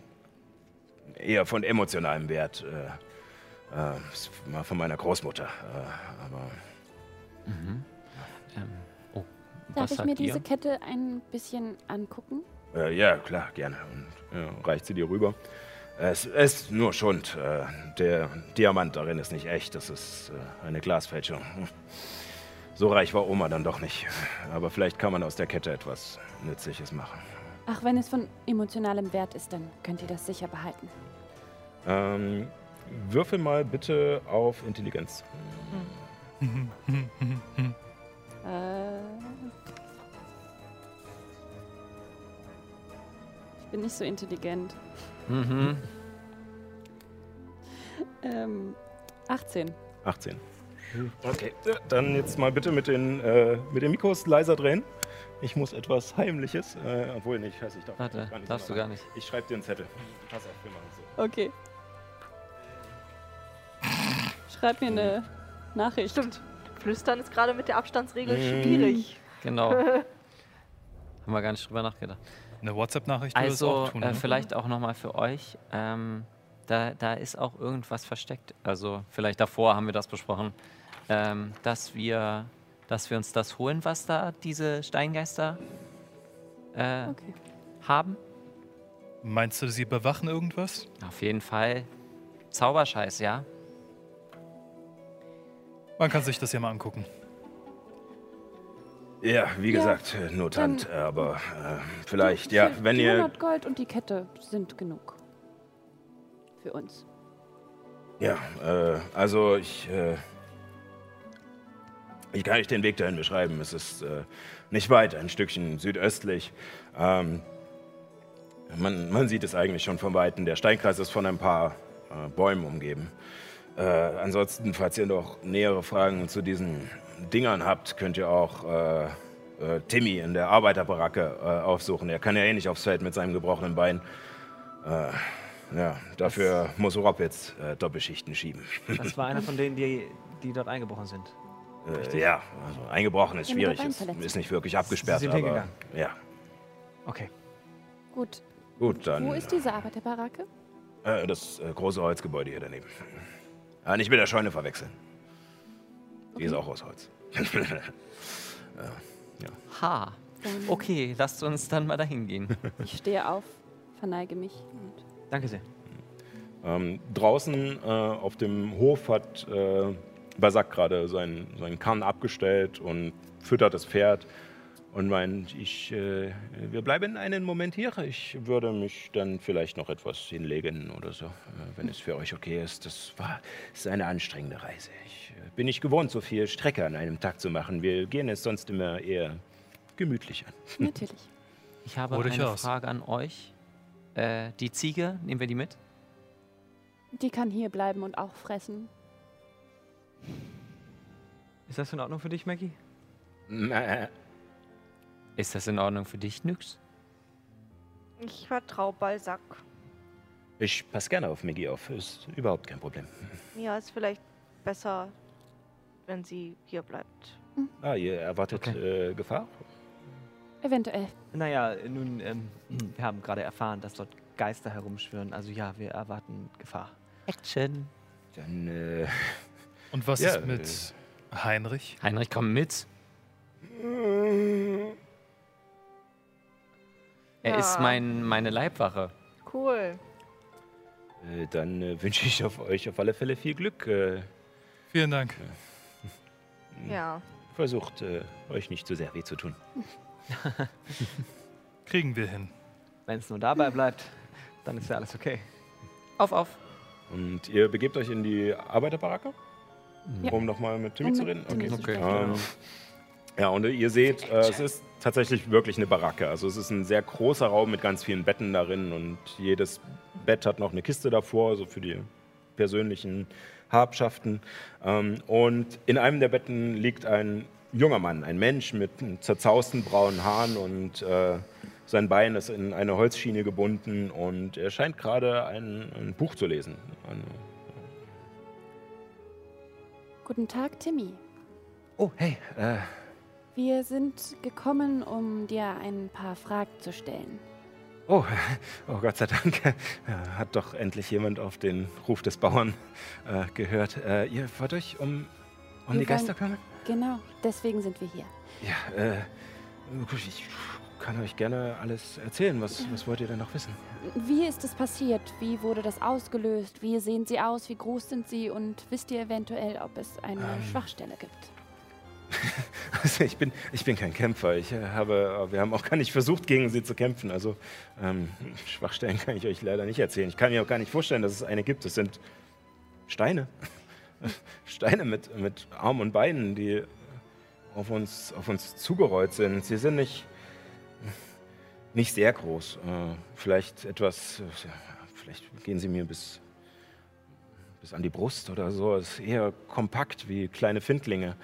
S11: eher von emotionalem Wert. Äh, äh, ist mal von meiner Großmutter. Äh, aber
S2: Darf
S4: Mhm. Ähm, oh, was
S2: ich
S4: sagt
S2: mir diese
S4: ihr?
S2: Kette ein bisschen angucken?
S11: äh, ja, klar, gerne. Und ja, reicht sie dir rüber. Es ist nur Schund. Äh, der Diamant darin ist nicht echt. Das ist äh, eine Glasfälschung. So reich war Oma dann doch nicht. Aber vielleicht kann man aus der Kette etwas Nützliches machen.
S2: Ach, wenn es von emotionalem Wert ist, dann könnt ihr das sicher behalten.
S1: Ähm, würfel mal bitte auf Intelligenz.
S2: Äh, ich bin nicht so intelligent.
S4: Mhm.
S2: Ähm, 18.
S1: 18. Okay. Dann jetzt mal bitte mit den, äh, mit den Mikros leiser drehen. Ich muss etwas Heimliches. Äh, obwohl, nicht, scheiße, ich darf
S4: Warte,
S1: gar nicht.
S4: darfst du gar nicht.
S1: Ich schreibe dir einen Zettel. Pass auf, wir machen es so.
S2: Okay. Schreib mir eine Nachricht. Stimmt.
S6: Flüstern ist gerade mit der
S11: äh,
S6: Abstandsregel
S1: Mm.
S6: schwierig.
S4: [LAUGHS] Genau.
S6: [LAUGHS]
S4: Haben wir gar nicht drüber nachgedacht.
S7: Eine WhatsApp-Nachricht würde das
S4: Also,
S7: auch tun.
S4: äh,
S7: ne?
S4: vielleicht auch nochmal für euch. Ähm, da, da ist auch irgendwas versteckt. Also, vielleicht davor haben wir das besprochen, ähm, dass, wir, dass wir uns das holen, was da diese Steingeister äh,
S2: Okay.
S4: haben.
S7: Meinst du, sie bewachen irgendwas?
S4: Auf jeden Fall Zauberscheiß, ja?
S7: Man kann sich das ja mal angucken.
S11: Ja, wie
S2: Ja,
S11: gesagt, äh, Notant, äh, aber äh, vielleicht, ja,
S2: Fünf-
S11: wenn ihr.
S2: 100 Gold und die Kette sind genug. Für uns.
S11: Ja, äh, also ich. Äh, ich kann euch den Weg dahin beschreiben. Es ist äh, nicht weit, ein Stückchen südöstlich. Ähm, man, man sieht es eigentlich schon von Weitem. Der Steinkreis ist von ein paar äh, Bäumen umgeben. Äh, ansonsten, falls ihr noch nähere Fragen zu diesen Dingern habt, könnt ihr auch äh, äh, Timmy in der Arbeiterbaracke äh, aufsuchen. Er kann ja eh nicht aufs Feld mit seinem gebrochenen Bein. Äh, ja, dafür muss Rob jetzt äh, Doppelschichten schieben. [LAUGHS]
S5: Das war einer von denen, die, die dort eingebrochen sind.
S11: Äh, ja, also eingebrochen ist
S2: Ja, mit der
S11: schwierig. Ist,
S2: Beinverletzung.
S11: ist nicht wirklich abgesperrt.
S5: sind
S11: aber,
S5: hingegangen.
S11: ja,
S5: Okay.
S2: Gut.
S11: gut, dann.
S2: Wo ist diese Arbeiterbaracke?
S11: Äh, das äh, große Holzgebäude hier daneben. Ah, nicht mit der Scheune verwechseln. Die ist auch aus Holz. [LAUGHS]
S4: Ha. Okay, lasst uns dann mal
S11: [LAUGHS]
S4: dahin gehen.
S2: Ich stehe auf, verneige mich. Und
S5: Danke sehr.
S1: Ähm, draußen äh, auf dem Hof hat äh, Basak gerade seinen, seinen Kahn abgestellt und füttert das Pferd und meint, ich, äh, wir bleiben einen Moment hier. Ich würde mich dann vielleicht noch etwas hinlegen oder so, äh, wenn es für euch okay ist. Das war ist eine anstrengende Reise. Ich äh, bin nicht gewohnt, so viel Strecke an einem Tag zu machen. Wir gehen es sonst immer eher gemütlich an.
S11: Hm.
S2: natürlich.
S4: Ich habe
S7: Hol dich
S4: eine
S7: raus.
S4: Frage an euch. Äh, die Ziege, nehmen wir die mit?
S2: Die kann hier bleiben und auch fressen.
S5: Ist das in Ordnung für dich, Maggie?
S1: Äh.
S11: Mäh.
S4: Ist das in Ordnung für dich, Nyx?
S6: Ich vertraue Balsack.
S1: Ich passe gerne auf Miggy auf, ist überhaupt kein Problem.
S6: Mia ist vielleicht besser, wenn sie hier bleibt.
S1: Ah, ihr erwartet äh, Gefahr?
S2: Eventuell.
S5: Naja, nun, ähm, [CLEARS THROAT] wir haben gerade erfahren, dass dort Geister herumschwirren. Also ja, wir erwarten Gefahr.
S4: Action.
S11: Dann, äh,
S7: Und was
S1: Ja, äh,
S7: ist mit Heinrich?
S4: Heinrich, komm mit. Er ist
S6: Ja.
S4: mein, meine Leibwache.
S6: Cool.
S1: Äh, Dann äh, [LAUGHS] wünsche ich auf euch auf alle Fälle viel Glück. Äh,
S7: Vielen Dank.
S1: Mhm.
S6: Ja.
S1: versucht, äh, euch nicht zu sehr weh zu tun.
S7: Kriegen wir hin.
S5: Wenn es nur
S4: [LAUGHS]
S5: dabei bleibt, dann ist ja alles okay.
S4: Auf, auf.
S1: Und ihr begebt euch in die Arbeiterbaracke,
S2: Ja.
S1: um nochmal mit Timmy
S2: Um
S1: zu
S2: mit
S1: reden?
S2: Timmy zu Okay.
S1: Ähm, ja, und ihr seht, äh, es ist tatsächlich wirklich eine Baracke. Also es ist ein sehr großer Raum mit ganz vielen Betten darin und jedes Bett hat noch eine Kiste davor, also für die persönlichen Habschaften. Ähm, und in einem der Betten liegt ein junger Mann, ein Mensch mit zerzausten braunen Haaren und äh, sein Bein ist in eine Holzschiene gebunden und er scheint gerade ein, ein Buch zu lesen. Ein,
S2: Guten Tag, Timmy.
S11: oh, hey, äh,
S2: Wir sind gekommen, um dir ein paar Fragen zu stellen.
S1: Oh, [LAUGHS] oh Gott sei Dank. [LAUGHS] Äh, Hat doch endlich jemand auf den Ruf des Bauern äh, gehört. Äh, ihr wollt euch um, um
S2: Wir
S1: die Geister
S2: wollen-
S1: kümmern?
S2: Genau, deswegen sind wir hier.
S1: Ja, äh, gut, ich kann euch gerne alles erzählen. Was, was wollt ihr denn noch wissen?
S2: Wie ist es passiert? Wie wurde das ausgelöst? Wie sehen sie aus? Wie groß sind sie? Und wisst ihr eventuell, ob es
S1: Ähm,
S2: eine Schwachstelle gibt?
S1: Also [LAUGHS] ich, bin, ich bin kein Kämpfer. Ich äh, habe, wir haben auch gar nicht versucht, gegen sie zu kämpfen. Also ähm,
S2: [LAUGHS]
S1: Schwachstellen kann ich euch leider nicht erzählen. Ich kann mir auch gar nicht vorstellen, dass es eine gibt. Es sind Steine. Steine mit, mit Arm und Beinen, die auf uns, auf uns zugerollt sind. Sie sind nicht, nicht sehr groß. Äh, vielleicht etwas, äh, vielleicht gehen sie mir bis, bis an die Brust oder so. Es ist eher kompakt wie kleine Findlinge,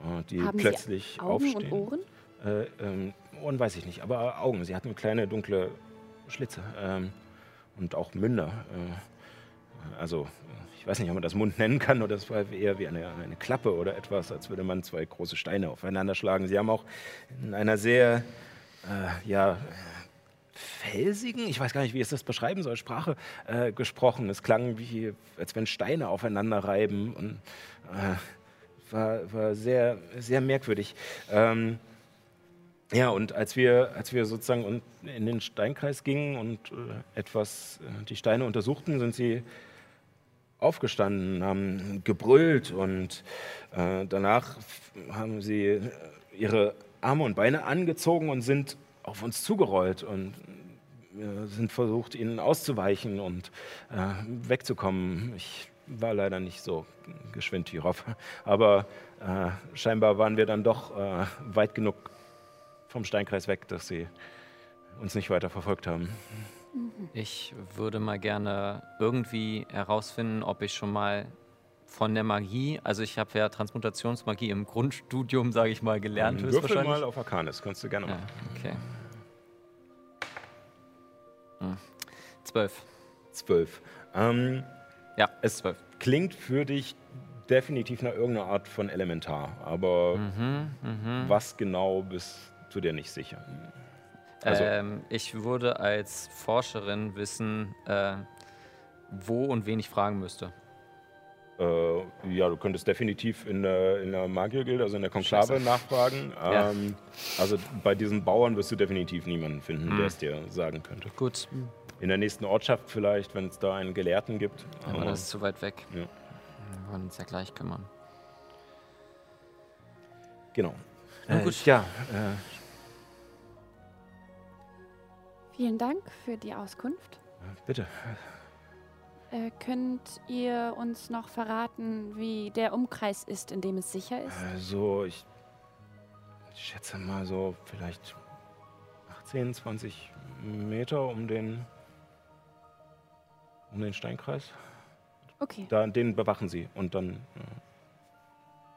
S1: äh, die
S2: Haben
S1: plötzlich
S2: Sie Augen und
S1: aufstehen.
S2: Ohren?
S1: Äh, ähm, Ohren weiß ich nicht, aber Augen. Sie hatten kleine dunkle Schlitze ähm, und auch Münder. Äh, also, äh, ich weiß nicht, ob man das Mund nennen kann oder es war eher wie eine, eine Klappe oder etwas, als würde man zwei große Steine aufeinander schlagen. Sie haben auch in einer sehr, äh, ja, äh, felsigen, ich weiß gar nicht, wie ich das beschreiben soll, Sprache äh, gesprochen. Es klang wie, als wenn Steine aufeinander reiben und äh, war, war sehr, sehr merkwürdig. Ähm, ja, und als wir, als wir sozusagen un- in den Steinkreis gingen und äh, etwas äh, die Steine untersuchten, sind sie aufgestanden, haben gebrüllt und äh, danach f- haben sie äh, ihre Arme und Beine angezogen und sind auf uns zugerollt und wir sind versucht, ihnen auszuweichen und äh, wegzukommen. Ich war leider nicht so geschwind wie Rob, aber äh, scheinbar waren wir dann doch äh, weit genug vom Steinkreis weg, dass sie uns nicht weiter verfolgt haben.
S4: Ich würde mal gerne irgendwie herausfinden, ob ich schon mal von der Magie, also ich habe ja Transmutationsmagie im Grundstudium, sage ich mal, gelernt.
S1: Ähm, Würfel
S4: höchstwahrscheinlich.
S1: mal auf Arcanis, kannst du gerne
S4: Ja,
S1: machen.
S4: okay. Hm. Zwölf.
S1: Zwölf. Ähm,
S4: Ja, ist zwölf.
S1: klingt für dich definitiv nach irgendeiner Art von Elementar, aber
S4: Mhm,
S1: was genau bist du dir nicht sicher? Also-
S4: ähm, ich würde als Forscherin wissen, äh, wo und wen ich fragen müsste.
S1: Äh, ja, du könntest definitiv in der, in der Magiergilde, also in der Konklave
S4: Scheiße.
S1: nachfragen.
S4: Ja. Hm.
S1: Ähm, Also bei diesen Bauern wirst du definitiv niemanden finden, der es dir sagen könnte.
S4: Gut,
S1: In der nächsten Ortschaft vielleicht, wenn es da einen Gelehrten gibt. Ähm,
S4: aber das ist zu weit weg.
S1: Ja.
S4: Wir wollen uns ja gleich kümmern.
S1: genau.
S4: Na gut.
S1: ja, äh,
S2: Vielen Dank für die Auskunft.
S1: bitte.
S2: Äh, könnt ihr uns noch verraten, wie der Umkreis ist, in dem es sicher ist?
S1: Also, ich, ich schätze mal so vielleicht 18, 20 Meter um den, um den Steinkreis.
S2: Okay.
S1: Da, den bewachen sie und dann. äh,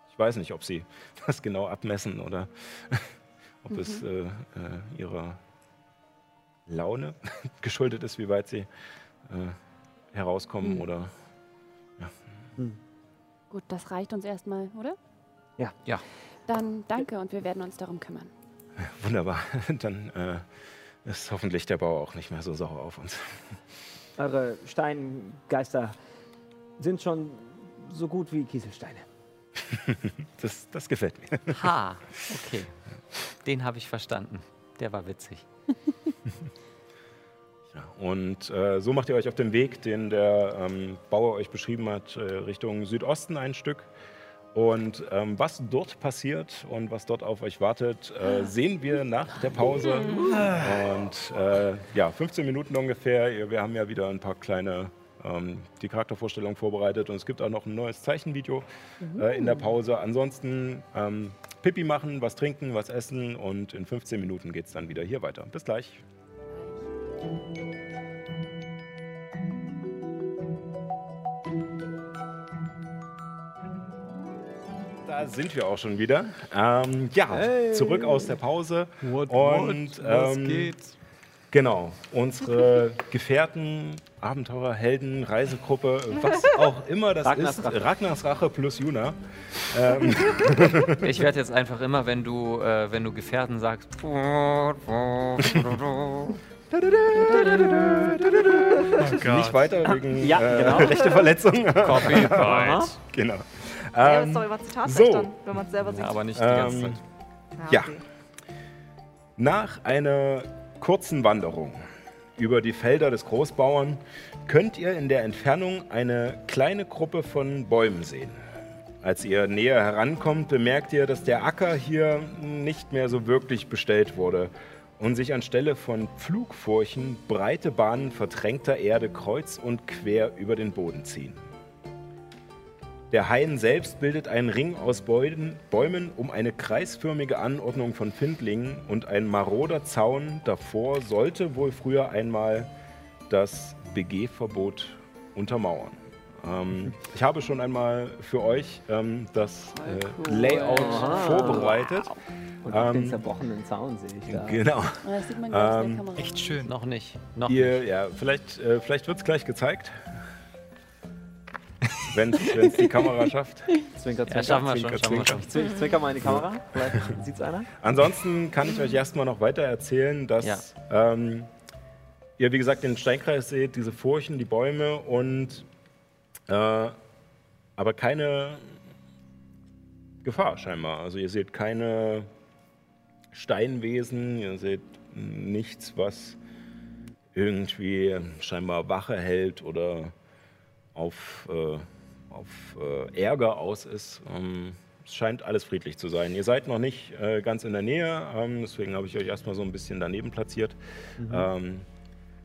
S1: Ich weiß nicht, ob sie [LAUGHS] das genau abmessen oder [LAUGHS] ob es äh, äh, ihrer Laune [LAUGHS] geschuldet ist, wie weit sie äh, herauskommen oder.
S2: Gut, das reicht uns erstmal, oder?
S5: Ja.
S4: Ja.
S2: Dann danke und wir werden uns darum kümmern.
S1: Wunderbar. [LAUGHS] Dann äh, ist hoffentlich der Bauer auch nicht mehr so sauer auf uns.
S5: Eure Steingeister sind schon so gut wie Kieselsteine.
S1: Das, das gefällt mir. [LAUGHS]
S4: Ha, okay. Den habe ich verstanden. Der war witzig.
S1: Ja, und äh, so macht ihr euch auf den Weg, den der ähm, Bauer euch beschrieben hat, äh, Richtung Südosten ein Stück. Und ähm, was dort passiert und was dort auf euch wartet, äh, sehen wir nach der Pause. Und äh, ja, 15 Minuten ungefähr. Ihr- Wir haben ja wieder ein paar kleine ähm, die Charaktervorstellung vorbereitet und es gibt auch noch ein neues Zeichenvideo äh, in der Pause. Ansonsten ähm, Pipi machen, was trinken, was essen und in 15 Minuten geht es dann wieder hier weiter. Bis gleich. Da sind wir auch schon wieder. Ähm, ja, zurück aus der Pause. und
S10: was
S1: ähm,
S10: geht?
S1: genau, unsere [LAUGHS] Gefährten, Abenteurer, Helden, Reisegruppe, was auch immer das
S5: Ragnars
S1: ist,
S5: Rache.
S1: Ragnars Rache plus
S4: [LAUGHS]
S1: Juna. Ähm.
S4: Ich werde jetzt einfach immer, wenn du, äh, wenn du Gefährten sagst. [LAUGHS]
S7: Oh
S1: Nicht weiter wegen
S5: ja,
S1: äh,
S4: [LAUGHS]
S7: [LAUGHS]
S5: genau.
S1: rechte Verletzung. [LAUGHS]
S5: Aha.
S1: genau.
S6: ja, das
S1: Ähm,
S6: ist doch immer Zitat
S1: so.
S6: dann, wenn man es selber sieht.
S4: Ja, aber nicht die ganze
S1: Ähm,
S4: Zeit.
S1: ja.
S6: okay.
S1: Nach einer kurzen Wanderung über die Felder des Großbauern könnt ihr in der Entfernung eine kleine Gruppe von Bäumen sehen. Als ihr näher herankommt, bemerkt ihr, dass der Acker hier nicht mehr so wirklich bestellt wurde und sich anstelle von Pflugfurchen breite Bahnen verdrängter Erde kreuz und quer über den Boden ziehen. Der Hain selbst bildet einen Ring aus Bäuden, Bäumen um eine kreisförmige Anordnung von Findlingen und ein maroder Zaun davor sollte wohl früher einmal das BG-Verbot untermauern. Ähm, ich habe schon einmal für euch ähm, das äh, Layout vorbereitet.
S5: Und auch den
S1: Ähm,
S5: zerbrochenen Zaun sehe ich da.
S1: Genau.
S2: Das sieht man gar nicht
S1: Ähm,
S2: auf der Kamera.
S7: Echt schön.
S4: Noch nicht. Noch
S1: Ihr, ja, vielleicht, äh, vielleicht wird es gleich gezeigt. Wenn es die Kamera schafft.
S5: [LAUGHS] Zwinker,
S4: Ja,
S5: zwinker.
S4: schaffen wir schon, schaffen wir schon.
S5: Zwin- Ich zwinker mal in die Kamera. [LAUGHS] Vielleicht sieht's einer.
S1: Ansonsten kann ich euch erstmal noch weiter erzählen, dass
S4: Ja.
S1: ähm, ihr, wie gesagt, den Steinkreis seht, diese Furchen, die Bäume und äh, aber keine Gefahr scheinbar. Also ihr seht keine Steinwesen, ihr seht nichts, was irgendwie scheinbar Wache hält oder auf, äh, auf äh, Ärger aus ist. Ähm, es scheint alles friedlich zu sein. Ihr seid noch nicht äh, ganz in der Nähe, ähm, deswegen habe ich euch erstmal so ein bisschen daneben platziert. Ähm,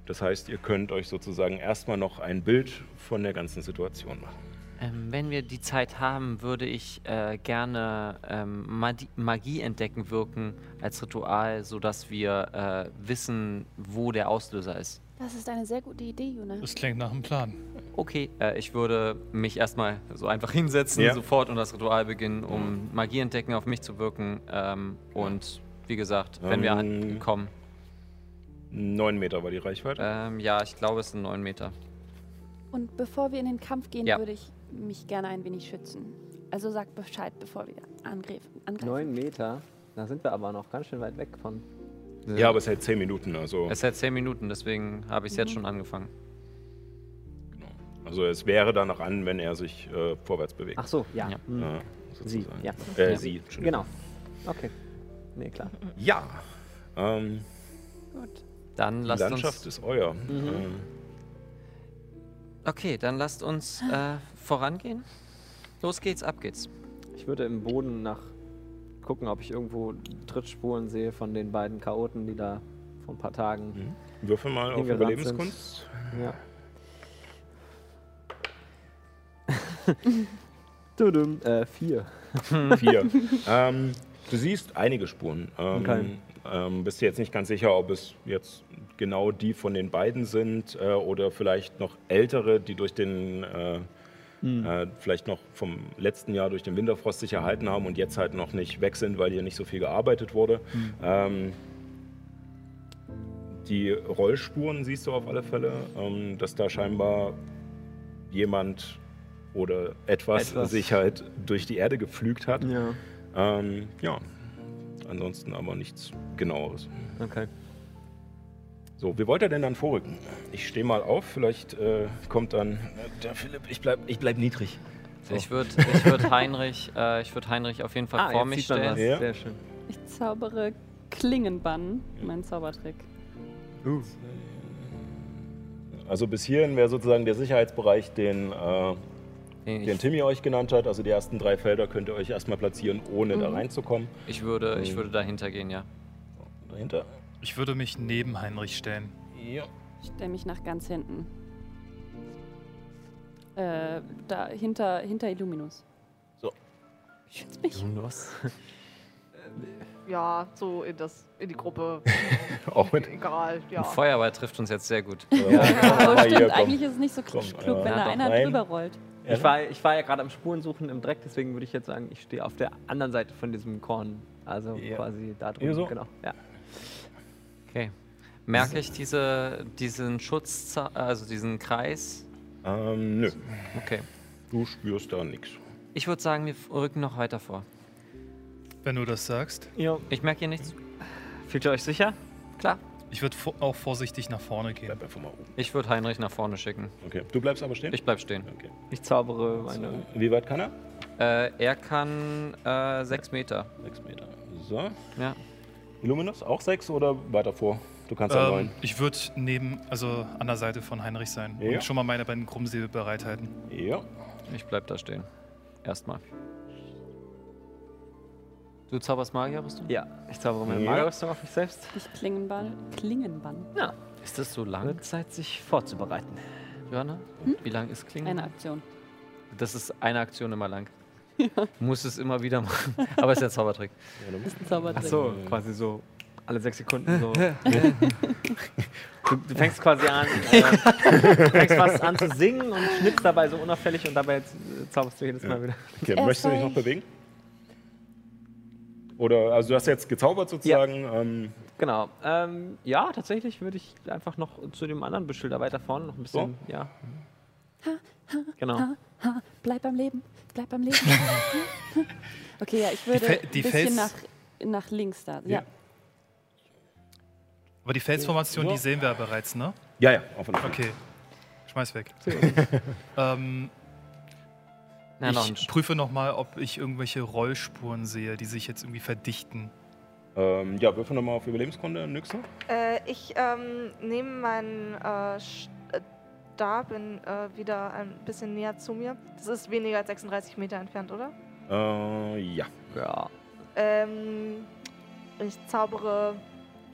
S1: das heißt, ihr könnt euch sozusagen erstmal noch ein Bild von der ganzen Situation machen.
S4: Ähm, wenn wir die Zeit haben, würde ich äh, gerne ähm, Madi- Magie entdecken wirken als Ritual, sodass wir äh, wissen, wo der Auslöser ist.
S2: Das ist eine sehr gute Idee, Juna.
S7: Das klingt nach einem Plan.
S4: Okay, äh, ich würde mich erstmal so einfach hinsetzen,
S1: Ja.
S4: sofort und das Ritual beginnen, um Magie entdecken auf mich zu wirken. Ähm, und wie gesagt, wenn wir
S1: Ähm.
S4: ankommen.
S1: Neun Meter war die Reichweite.
S4: Ähm, ja, ich glaube, es sind 9 Meter.
S2: Und bevor wir in den Kampf gehen,
S4: Ja.
S2: würde ich mich gerne ein wenig schützen. Also sagt Bescheid, bevor wir angreifen. angreifen.
S5: Neun Meter. Da sind wir aber noch ganz schön weit weg von.
S1: ja, aber es hält zehn Minuten. Also,
S4: Es hat 10 Minuten, deswegen habe ich
S5: Mhm.
S4: es jetzt schon angefangen.
S1: also es wäre danach an, wenn er sich äh, vorwärts bewegt.
S5: Ach so, ja.
S4: Ja.
S5: Hm.
S1: Ja,
S5: Sie,
S1: sozusagen.
S5: ja.
S1: Äh,
S4: Ja.
S1: Sie, Entschuldigung.
S5: Genau. Okay. Nee, klar.
S1: Ja. Ähm,
S2: Gut.
S4: Dann
S1: die
S4: lasst
S1: Landschaft
S4: uns.
S1: ist euer.
S5: Mhm.
S1: Ähm,
S4: Okay, dann lasst uns äh, vorangehen. Los geht's, ab geht's.
S5: Ich würde im Boden nach gucken, ob ich irgendwo Trittspuren sehe von den beiden Chaoten, die da vor ein paar Tagen.
S1: Mhm. Würfel mal auf
S5: Hingerannt sind.
S1: Überlebenskunst.
S5: Ja. Tudum, äh, vier.
S1: [LAUGHS] Vier. ähm, du siehst einige Spuren. Ähm,
S5: Okay.
S1: ähm, bist dir jetzt nicht ganz sicher, ob es jetzt genau die von den beiden sind äh, oder vielleicht noch ältere, die durch den äh, äh, vielleicht noch vom letzten Jahr durch den Winterfrost sich erhalten haben und jetzt halt noch nicht weg sind, weil hier nicht so viel gearbeitet wurde. Ähm, die Rollspuren siehst du auf alle Fälle, ähm, dass da scheinbar jemand oder etwas,
S5: Etwas.
S1: sich halt durch die Erde gepflügt hat.
S5: Ja.
S1: Ähm, ja, ansonsten aber nichts genaueres.
S5: Okay.
S1: So, wie wollt ihr denn dann vorrücken? Ich stehe mal auf, vielleicht äh, kommt dann der Philipp, ich bleib, ich bleib niedrig. So.
S4: Ich würde ich würd Heinrich, äh, ich würd Heinrich auf jeden Fall vor mich
S5: Ah, sieht man
S4: stellen.
S5: was.
S1: Ja.
S5: Sehr schön.
S8: Ich zaubere Klingenbann, mein Zaubertrick.
S1: Also bis hierhin wäre sozusagen der Sicherheitsbereich, den, äh, den
S4: Ich,
S1: Timmy euch genannt hat. Also die ersten drei Felder könnt ihr euch erstmal platzieren, ohne da reinzukommen.
S4: ich, würde,
S1: Mhm.
S4: ich würde dahinter gehen, ja.
S1: Dahinter.
S7: Ich würde mich neben Heinrich stellen.
S1: Ja.
S8: Ich stelle mich nach ganz hinten. Äh, da, hinter, hinter Illuminus.
S1: So.
S8: Schütz mich.
S6: Ja, so in, das, in die Gruppe.
S1: [LAUGHS] Auch mit.
S6: Egal, ja.
S4: Ein Feuerball trifft uns jetzt sehr gut.
S1: Ja,
S8: Aber
S1: hier,
S8: stimmt,
S1: komm.
S8: eigentlich ist es nicht so
S1: Komm,
S8: klug,
S1: ja.
S8: wenn
S1: Ja,
S8: da
S1: doch.
S8: einer
S1: Rein.
S8: drüber rollt.
S5: Ich war, ich war ja gerade am Spurensuchen im Dreck, deswegen würde ich jetzt sagen, ich stehe auf der anderen Seite von diesem Korn. Also
S1: Ja.
S5: quasi da
S1: Hier
S5: drüben.
S1: so?
S5: Genau. Ja.
S4: Okay. Merke ich diese, diesen Schutz, also diesen Kreis?
S1: Ähm, nö,
S4: Okay.
S1: du spürst da nichts.
S4: Ich würde sagen, wir rücken noch weiter vor.
S7: Wenn du das sagst.
S4: Ich merke hier nichts.
S5: Fühlt ihr euch sicher?
S4: Klar.
S7: Ich würde vo auch vorsichtig nach vorne gehen.
S1: Bleib einfach mal oben.
S4: Ich würde Heinrich nach vorne schicken.
S1: Okay, du bleibst aber stehen?
S4: Ich bleib stehen.
S1: okay.
S5: Ich zaubere meine.
S1: Wie weit kann er?
S4: Äh, er kann äh, sechs Meter.
S1: Sechs Meter. So.
S4: Ja.
S1: Illuminus auch sechs oder weiter vor? Du kannst ja
S7: Ähm,
S1: neun.
S7: ich würde neben, also an der Seite von Heinrich sein
S1: Ja.
S7: und schon mal meine beiden Krummsäbel bereithalten.
S1: Ja.
S4: Ich bleib da stehen. Erstmal. Du zauberst Magier, bist du?
S5: Ja, ich zaubere meine
S1: Ja.
S5: Magierrüstung auf mich selbst.
S8: Ich Klingenbann. Klingenbann.
S5: Ja,
S4: Ist das so
S5: wird Zeit, sich vorzubereiten.
S4: Johanna? Wie lang ist Klingen?
S8: Hm? Eine Aktion.
S4: Das ist eine Aktion
S8: [LAUGHS]
S4: immer lang. Muss es immer wieder machen. [LAUGHS] Aber ist ja ein Zaubertrick.
S8: du musst einen Zaubertrick.
S5: Ach so, quasi so alle sechs Sekunden
S4: [LAUGHS]
S5: so. Du, du fängst
S6: [LAUGHS]
S5: quasi an, äh, fängst fast an zu singen und schnippst dabei so unauffällig und dabei äh, zauberst du jedes Mal wieder.
S1: Okay,
S6: Äh,
S1: möchtest du dich noch bewegen? Oder, also du hast jetzt gezaubert sozusagen. Ähm,
S5: Genau. Ähm, ja, tatsächlich würde ich einfach noch zu dem anderen Beschilder weiter vorne noch ein bisschen. Ja. Genau.
S8: Ha, ha, bleib am Leben, bleib am Leben. okay, ja, ich würde
S7: Fe-
S8: ein
S7: die
S8: bisschen
S7: Fels-
S8: nach, nach links da. Ja.
S7: Aber die Felsformation, die sehen wir ja bereits, ne?
S1: ja, ja, auf jeden Fall.
S7: Okay. Schmeiß weg. [LAUGHS] ähm,
S4: Na, noch ein
S7: ich prüfe nochmal, ob ich irgendwelche Rollspuren sehe, die sich jetzt irgendwie verdichten.
S1: Ähm, ja, würfel nochmal auf Überlebenskunde, Nüchse.
S6: Äh, ich ähm, nehme meinen äh, Stab in, äh, wieder ein bisschen näher zu mir. Das ist weniger als 36 Meter entfernt, oder?
S1: Äh, ja.
S5: Ja.
S6: Ähm, ich zaubere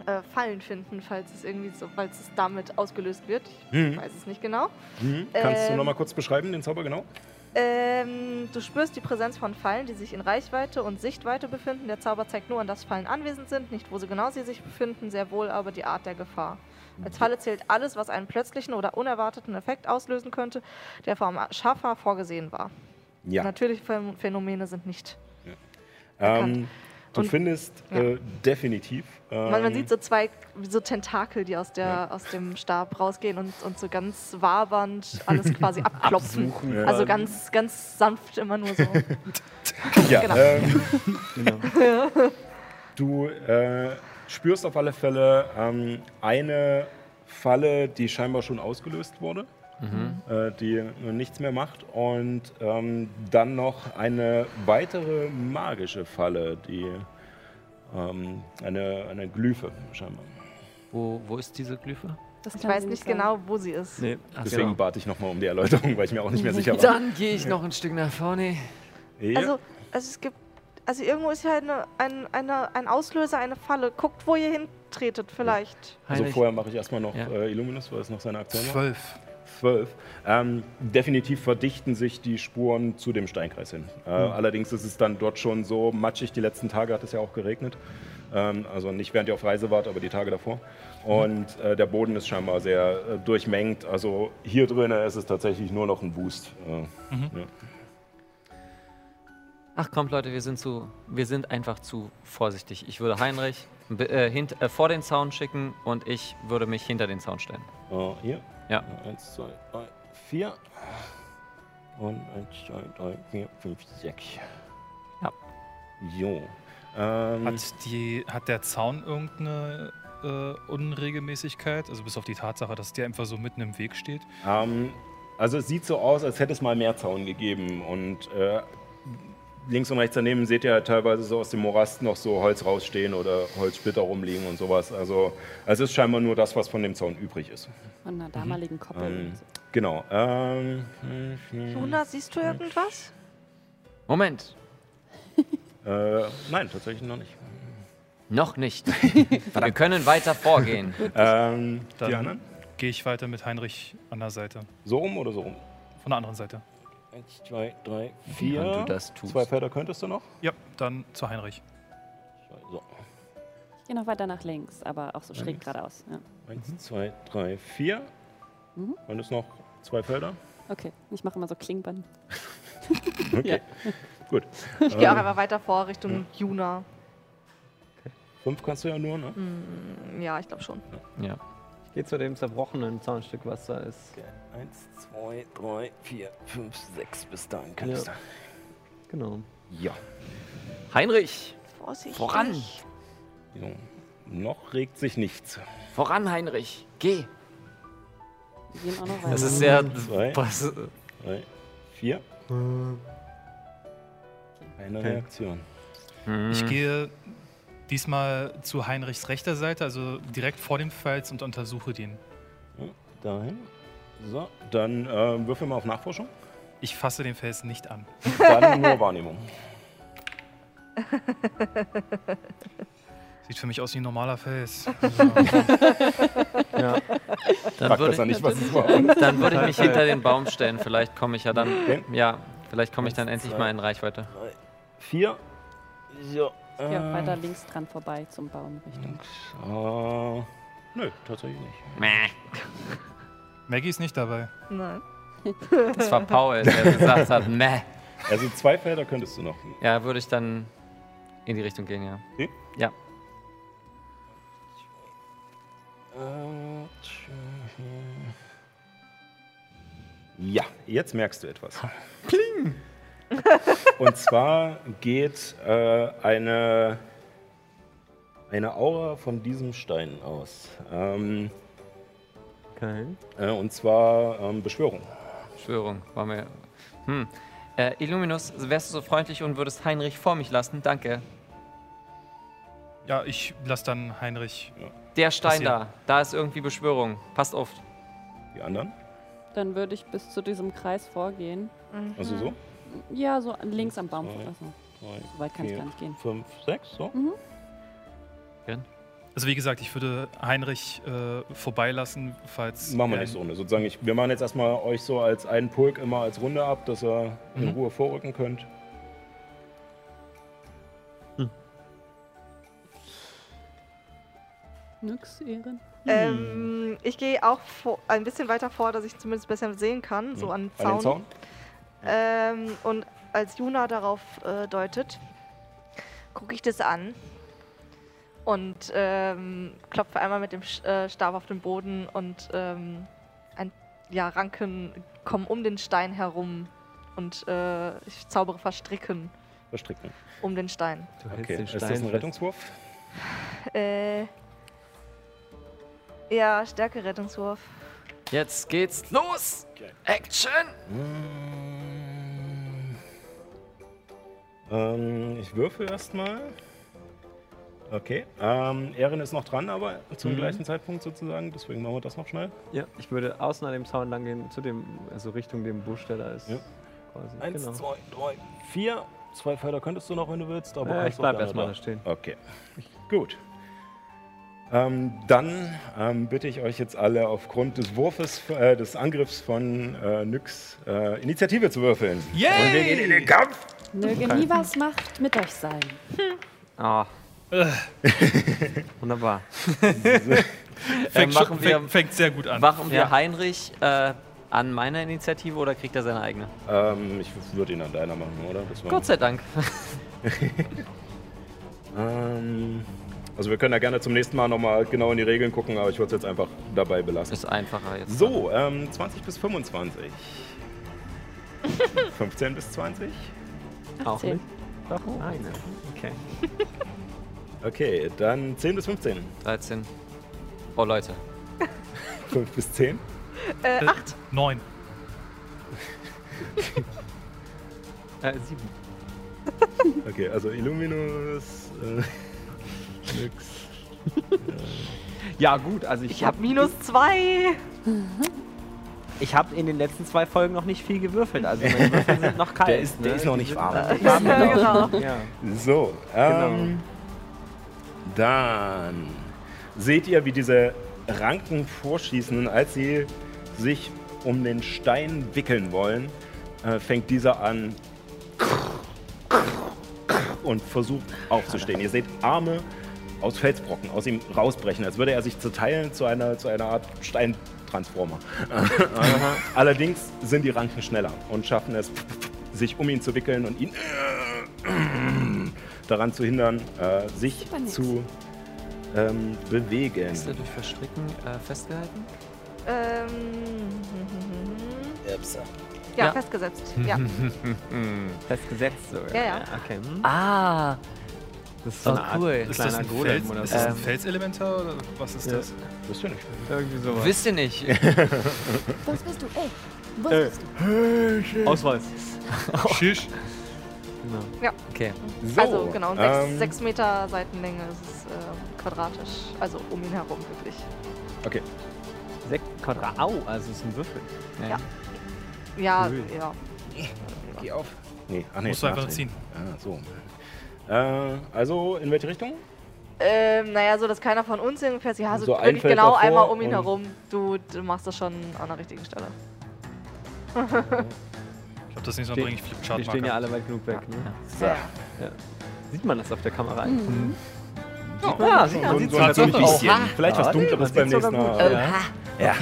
S6: äh, Fallen finden, falls es irgendwie so, falls es damit ausgelöst wird. Ich
S1: Mhm.
S6: weiß es nicht genau.
S1: Mhm. Kannst du
S6: Ähm,
S1: nochmal kurz beschreiben, den Zauber genau?
S6: Ähm, du spürst die Präsenz von Fallen, die sich in Reichweite und Sichtweite befinden. Der Zauber zeigt nur an, dass Fallen anwesend sind, nicht wo sie genau sie sich befinden, sehr wohl aber die Art der Gefahr. Als Falle zählt alles, was einen plötzlichen oder unerwarteten Effekt auslösen könnte, der vom Schaffer vorgesehen war.
S1: Ja.
S6: Natürliche Phän- Phänomene sind nicht.
S1: Ähm, du
S6: Und-
S1: findest
S6: ja.
S1: äh, definitiv. Ähm,
S6: Man, man sieht so zwei wie so Tentakel, die aus, der, aus dem Stab rausgehen und, und so ganz wabernd
S1: [LAUGHS]
S6: alles quasi abklopfen.
S5: ja.
S6: Also ganz, ganz sanft immer nur so.
S1: [LAUGHS] Ja,
S6: genau.
S1: ähm,
S4: Genau.
S1: [LAUGHS]
S6: [LAUGHS]
S1: Du äh, spürst auf alle Fälle ähm, eine Falle, die scheinbar schon ausgelöst wurde,
S4: Mhm.
S1: äh, die nichts mehr macht. Und ähm, dann noch eine weitere magische Falle, die ähm, eine, eine Glyphe scheinbar.
S4: Wo, wo ist diese Glyphe? genau.
S8: Das
S6: Ich
S8: kann
S6: weiß
S8: sie
S6: nicht
S8: sagen.
S6: genau, wo sie ist.
S5: Nee.
S1: Deswegen bat ich nochmal um die Erläuterung, weil ich mir auch
S4: [LAUGHS]
S1: nicht mehr sicher war.
S4: Dann gehe ich noch ein Stück nach vorne.
S1: Ja.
S6: Also, also es gibt. Also irgendwo ist ja eine, ein, eine, ein Auslöser, eine Falle. Guckt, wo ihr hintretet, vielleicht.
S1: Also
S4: Heinrich.
S1: vorher mache ich erstmal noch
S4: Ja.
S1: äh, Illuminus, weil es noch seine Aktion war.
S7: Zwölf.
S1: Zwölf. Ähm, definitiv verdichten sich die Spuren zu dem Steinkreis hin. Äh, Allerdings ist es dann dort schon so matschig. Die letzten Tage hat es ja auch geregnet. Ähm, also nicht während ihr auf Reise wart, aber die Tage davor. Und äh, der Boden ist scheinbar sehr äh, durchmengt. Also hier drinnen ist es tatsächlich nur noch ein Wust. Äh,
S4: Mhm.
S1: ja.
S4: Ach kommt Leute, wir sind zu, wir sind einfach zu vorsichtig. Ich würde Heinrich be- äh, hint, äh, vor den Zaun schicken und ich würde mich hinter den Zaun stellen.
S1: Äh, hier.
S4: Ja.
S1: Eins, zwei, drei, vier. Und eins, zwei, drei, vier, fünf, sechs.
S4: Ja.
S1: Jo. Ähm,
S7: Hat, die, hat der Zaun irgendeine äh, Unregelmäßigkeit? Also bis auf die Tatsache, dass der einfach so mitten im Weg steht.
S1: Ähm, also es sieht so aus, als hätte es mal mehr Zaun gegeben. Und äh, links und rechts daneben seht ihr teilweise so aus dem Morast noch so Holz rausstehen oder Holzsplitter rumliegen und sowas. Also es ist scheinbar nur das, was von dem Zaun übrig ist.
S8: Von
S1: Mhm.
S8: einer damaligen Koppel.
S1: Ähm, genau. Ähm,
S6: Luna, siehst du
S4: Hm.
S6: irgendwas?
S4: Moment,
S1: [LAUGHS] äh, nein, tatsächlich noch nicht.
S4: noch nicht. wir können weiter vorgehen.
S1: [LAUGHS] Ähm, die
S7: Dann
S1: anderen?
S7: gehe ich weiter mit Heinrich an der Seite.
S1: So rum oder so rum?
S7: Von der anderen Seite.
S1: [LAUGHS] Eins, zwei, drei,
S4: Wenn
S1: vier.
S4: du das tust.
S1: Zwei Felder könntest du noch?
S7: Ja, dann zu Heinrich.
S1: So.
S8: Ich gehe noch weiter nach links, aber auch so schräg geradeaus. Ja.
S1: Eins, zwei, drei, vier.
S8: Mhm.
S1: Könntest noch zwei Felder?
S8: Okay, ich mache immer so Klingband.
S1: Okay. Gut.
S6: Ich gehe auch einfach weiter vor Richtung Juna. Hm.
S1: Fünf kannst du ja nur, ne?
S6: Mm, Ja, ich glaube schon.
S4: Ja.
S5: Ich gehe zu dem zerbrochenen Zaunstück, was da ist.
S11: Eins, zwei, drei, vier, fünf, sechs. Bis dahin
S5: kannst Genau.
S1: Ja.
S4: Heinrich,
S6: Vorsicht.
S4: Voran!
S1: So. Noch regt sich nichts.
S4: voran Heinrich, geh.
S8: Wir gehen auch noch weiter.
S4: Das ist sehr
S1: Zwei.
S4: was, äh,
S1: Drei, vier. Äh, Keine Reaktion.
S4: Mhm.
S7: Ich gehe diesmal zu Heinrichs rechter Seite, also direkt vor dem Fels und untersuche den.
S1: Ja, dahin. So, dann äh, würfel mal auf Nachforschung.
S7: Ich fasse den Fels nicht an. [LAUGHS]
S1: Dann nur Wahrnehmung.
S7: Sieht für mich aus wie ein normaler
S4: [LAUGHS]
S7: Face.
S4: Ja. Dann
S1: Fragt
S4: würde
S1: das ja nicht, was es war.
S4: [LAUGHS] Dann würde ich mich hinter den Baum stellen. Vielleicht komme ich ja dann.
S1: Okay.
S4: Ja, vielleicht komme ich dann endlich
S1: zwei,
S4: mal in Reichweite.
S1: Vier. So.
S11: Uh. Ähm.
S8: Ja, weiter links dran vorbei zum Baum Richtung.
S1: Äh, nö, tatsächlich nicht.
S4: Mäh.
S7: Maggie ist nicht dabei.
S6: Nein.
S4: [LAUGHS] Das war Paul,
S1: [LAUGHS]
S4: der gesagt hat, meh.
S1: Also zwei Felder könntest du noch.
S4: Ja, würde ich dann in die Richtung gehen, ja.
S1: Hm?
S4: Ja.
S1: Ja, jetzt merkst du etwas. [LAUGHS] Und zwar geht äh, eine, eine Aura von diesem Stein aus. Ähm, äh, und zwar ähm, Beschwörung.
S4: Beschwörung. War mir. Hm. Äh, Illuminus, wärst du so freundlich und würdest Heinrich vor mich lassen? Danke.
S7: Ja, ich lasse dann Heinrich.
S4: Der Stein
S7: Passiert.
S4: da. Da ist irgendwie Beschwörung. Passt auf.
S1: Die anderen?
S8: Dann würde ich bis zu diesem Kreis vorgehen.
S1: Also so?
S8: Ja, so links am Baum.
S1: Zwei.
S8: Also,
S1: Drei,
S8: so weit kann es gar nicht gehen.
S1: Fünf, sechs, so?
S7: Also wie gesagt, ich würde Heinrich äh, vorbeilassen, falls.
S1: Machen wir
S7: er-
S1: nächste Runde. Sozusagen ich, wir machen jetzt erstmal euch so als einen Pulk immer als Runde ab, dass ihr in
S7: Mhm.
S1: Ruhe vorrücken könnt.
S8: Nix, Ehren.
S6: Ähm, ich gehe auch vor, ein bisschen weiter vor, dass ich zumindest besser sehen kann, so an
S1: An den
S6: Zaun.
S1: Zaun?
S6: Ähm, und als Juna darauf äh, deutet, gucke ich das an und ähm, klopfe einmal mit dem Sch- äh, Stab auf den Boden und ähm, ein, ja, Ranken kommen um den Stein herum und äh, ich zaubere Verstricken
S1: Verstricken.
S6: um den Stein.
S5: Du
S1: Okay. Ist das ein Rettungswurf?
S6: Äh, ja, Stärke-Rettungswurf.
S4: Jetzt geht's los! Action!
S1: Ähm, ich würfel erstmal. Okay. Ähm, Erin ist noch dran, aber zum
S5: Mhm.
S1: gleichen Zeitpunkt sozusagen. Deswegen machen wir das noch schnell.
S10: Ja, ich würde außen an dem Zaun lang gehen, zu dem, also Richtung dem Busch, der da ist.
S1: Ja.
S10: Quasi.
S1: Eins,
S5: Genau.
S1: zwei, drei, vier. Zwei Felder könntest du noch, wenn du willst. Aber
S4: Äh,
S10: Ja,
S1: eins
S10: ich
S1: auch
S10: bleib
S1: gerne
S10: erstmal
S1: da.
S10: da stehen.
S1: Okay. Gut. Ähm, dann ähm, bitte ich euch jetzt alle aufgrund des Wurfes, äh, des Angriffs von äh, Nyx äh, Initiative zu würfeln.
S7: Yay!
S1: Und wir gehen in den Kampf!
S8: Möge nie was macht mit euch sein.
S5: Ah. Wunderbar.
S7: Fängt,
S4: Äh, machen
S7: schon,
S4: wir-
S7: fängt, fängt sehr gut an.
S4: Machen wir
S5: Ja.
S4: Heinrich äh, an meiner Initiative oder kriegt er seine eigene?
S1: Ähm, ich würde ihn an deiner machen, oder? Das war-
S4: Gott sei
S1: [LAUGHS]
S4: Dank.
S1: Ähm, also wir können da gerne zum nächsten Mal nochmal genau in die Regeln gucken, aber ich würde es jetzt einfach dabei belassen.
S4: Ist einfacher jetzt.
S1: So, ähm, 20 bis 25. [LAUGHS] 15 bis 20.
S4: Auch
S8: Zehn.
S4: nicht.
S10: Doch, eine.
S4: Okay.
S1: [LAUGHS] Okay, dann 10 bis 15.
S4: 13. Oh Leute.
S1: 5 bis 10.
S7: Äh, acht. Neun.
S10: Äh, sieben.
S1: [LAUGHS] Okay, also Illuminus. Äh, nix.
S5: [LAUGHS] Ja, gut, also ich,
S6: Ich habe minus zwei.
S5: Ich habe in den letzten zwei Folgen noch nicht viel gewürfelt, also meine Würfel sind noch kalt.
S1: Der ist- ne?
S10: ne?
S1: der ist noch nicht warm.
S10: [LAUGHS]
S5: warm
S6: [LAUGHS] genau.
S5: ja.
S1: So, ähm, dann seht ihr, wie diese Ranken vorschießen und als sie sich um den Stein wickeln wollen, äh, fängt dieser an und versucht aufzustehen. Ihr seht Arme aus Felsbrocken aus ihm rausbrechen, als würde er sich zerteilen zu einer, zu einer Art Steintransformer. Allerdings sind die Ranken schneller und schaffen es, sich um ihn zu wickeln und ihn daran zu hindern, äh, sich
S8: Super nix.
S1: zu ähm, bewegen.
S4: Ist er durch Verstricken äh, festgehalten?
S6: Ähm, ja,
S5: [LAUGHS]
S10: [LAUGHS]
S4: Ja.
S6: festgesetzt. Ja.
S5: Festgesetzt sogar.
S6: Ja, ja.
S5: Okay. hm.
S4: [LAUGHS] Ah!
S10: Das ist
S4: Oh,
S10: so eine Art
S4: cool.
S7: Ist das
S10: kleiner
S7: ein,
S10: Golem
S7: Fels,
S10: oder
S7: ist
S10: so.
S7: das ein
S4: Ähm.
S7: Felselementar oder was ist
S10: Ja.
S7: das?
S1: Wisst ihr nicht.
S10: Irgendwie sowas.
S4: Wisst
S1: [LAUGHS]
S4: ihr nicht.
S8: Was bist du? Ey, was
S10: Äh.
S8: bist
S5: [LAUGHS]
S8: du?
S10: Ausweis.
S7: Schisch.
S10: Genau.
S4: Okay.
S1: So,
S6: also genau, sechs,
S1: ähm,
S6: sechs Meter Seitenlänge ist es äh, quadratisch. Also um ihn herum wirklich.
S1: Okay.
S5: Sechs Quadrat. Au, also es ist ein Würfel.
S4: Nee.
S6: Ja. Ja,
S10: Ui.
S6: ja.
S1: Geh auf. Nee, ach nee.
S7: Musst du einfach nur
S1: nachdrehen. Ah, so. Äh, also, in welche Richtung?
S6: Ähm, naja, so dass keiner von uns irgendwer ja, so,
S1: So ein
S6: wirklich
S1: Feld
S6: genau
S1: davor
S6: einmal um ihn
S1: und-
S6: herum. Du, du machst das schon an der richtigen [LAUGHS] Stelle.
S7: Ich glaube, das nächste Mal bringe ich
S10: Wir stehen ja
S7: Flipchartmarker.
S10: alle weit genug weg. Ne?
S12: So.
S10: Sieht man das auf der Kamera eigentlich?
S13: Ja, sieht
S1: So,
S13: man.
S1: ein-
S13: sieht's
S1: so, ein- so ein
S7: Tatsache.
S1: bisschen. Vielleicht was Dunkleres beim nächsten Mal.
S12: Ja.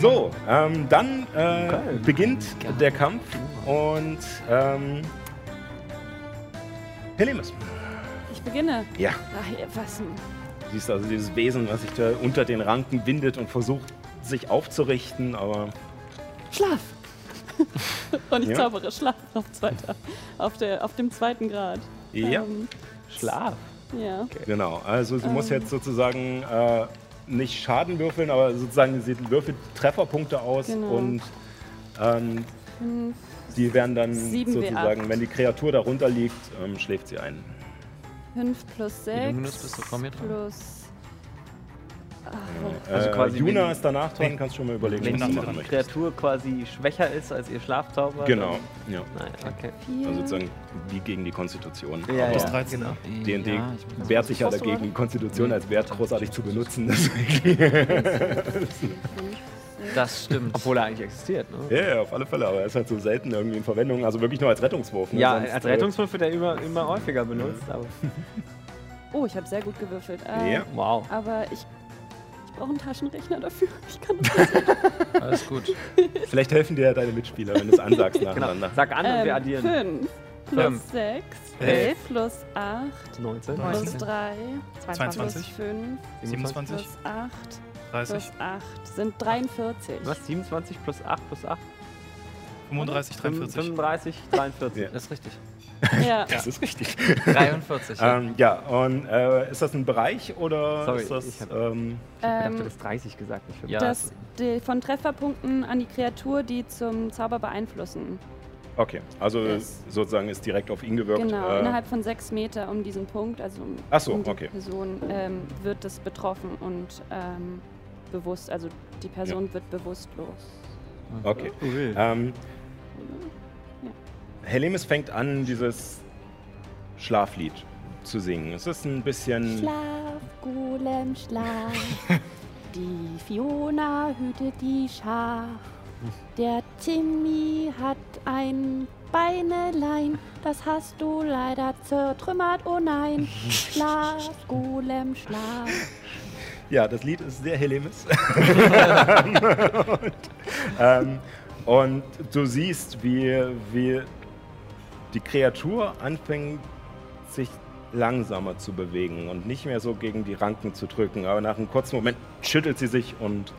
S1: So, ähm, dann äh, beginnt der Kampf und ähm, Pelemis.
S2: Ich beginne.
S12: Ja.
S2: Ach, ihr- was?
S1: Siehst also dieses Wesen, was sich da unter den Ranken windet und versucht, sich aufzurichten, aber
S2: Schlaf! Und ich
S1: Ja.
S2: zaubere Schlaf auf, zweiter, auf, der, auf dem zweiten Grad.
S1: ja,
S2: Ähm,
S10: Schlaf.
S2: ja.
S1: genau. Also sie muss
S2: Ähm.
S1: jetzt sozusagen äh, nicht Schaden würfeln, aber sozusagen sie würfelt Trefferpunkte aus
S2: Genau.
S1: und ähm, die werden dann
S2: Sieben
S1: sozusagen,
S2: W8.
S1: wenn die Kreatur darunter liegt, ähm, schläft sie ein.
S2: 5 plus
S4: Wie
S2: 6.
S4: du benutzt, bist du vor mir dran.
S2: Plus.
S10: Äh.
S1: Also
S10: quasi
S1: Juna
S10: wenn-
S1: ist danach dran, kannst du schon mal überlegen,
S10: Wenn
S1: was du
S10: die
S1: machen möchtest.
S10: Kreatur quasi schwächer ist als ihr Schlafzauber.
S1: Genau, ja.
S10: dann-
S4: Ah,
S10: Nein, okay.
S2: 4.
S1: Also sozusagen wie gegen die Konstitution.
S10: Ja,
S1: Aber
S7: Bis
S10: ja.
S7: 13. Genau.
S1: D&D
S4: Ja, ich bin-
S1: wehrt sich ja
S2: Hast du
S1: dagegen,
S2: was?
S1: die Konstitution als Wert großartig zu
S10: [LAUGHS]
S1: benutzen. Deswegen.
S4: Das stimmt.
S10: Obwohl er eigentlich existiert, ne?
S1: Ja, ja, auf alle Fälle, aber er ist halt so selten irgendwie in Verwendung. Also wirklich nur als Rettungswurf. ne?
S10: Ja,
S1: Sonst,
S10: als
S1: äh,
S10: Rettungswurf wird er immer, immer häufiger benutzt, aber
S2: Oh, ich habe sehr gut gewürfelt. Äh,
S1: Ja,
S10: wow.
S2: Aber ich, ich brauche einen Taschenrechner dafür. [LAUGHS] Ich kann das
S4: Alles gut.
S1: äh, [LAUGHS] vielleicht helfen dir ja deine Mitspieler, wenn du es
S10: [LAUGHS]
S1: ansagst nacheinander.
S10: Genau. Sag an
S4: Ähm,
S10: und wir addieren.
S2: 5 Ähm, plus 6
S7: Elf.
S2: plus 8
S10: 19,
S2: plus 3 plus
S7: 22,
S2: 5
S7: 27,
S2: plus 8
S7: 30,
S2: plus 8 sind 43.
S10: Was? 27 plus 8 plus 8?
S7: 35,
S10: 35,
S7: 43.
S1: Ja.
S10: 43.
S4: Das
S1: [LAUGHS]
S4: ist richtig.
S2: Ja.
S1: Das ist richtig.
S4: 43. ja.
S1: Ähm, ja, und äh, ist das ein Bereich oder
S10: Sorry,
S1: ist das...
S10: ich hab-
S1: ähm,
S10: Ich dachte, du
S2: Ähm,
S10: hast 30 gesagt. Ich
S4: Ja.
S2: das die, von Trefferpunkten an die Kreatur, die zum Zauber beeinflussen.
S1: okay, also
S2: Yes.
S1: sozusagen ist direkt auf ihn gewirkt.
S2: Genau,
S1: äh,
S2: innerhalb von sechs Meter um diesen Punkt, also um,
S1: Ach so,
S2: um die
S1: okay.
S2: Person, ähm, wird es betroffen und ähm, bewusst, also die Person wird bewusstlos.
S1: Okay.
S10: Ui.
S1: Ähm,
S2: Ja.
S1: Helemis fängt an, dieses Schlaflied zu singen. Es ist ein bisschen.
S2: Schlaf, Golem, schlaf. [LAUGHS] Die Fiona hütet die Schaf. Der Timmy hat ein Beinelein. Das hast du leider zertrümmert, oh nein. Schlaf, Golem, schlaf.
S1: ja, das Lied ist sehr Helemis. und, [LAUGHS] ähm, und du siehst, wie, wie die Kreatur anfängt, sich langsamer zu bewegen und nicht mehr so gegen die Ranken zu drücken. Aber nach einem kurzen Moment schüttelt sie sich und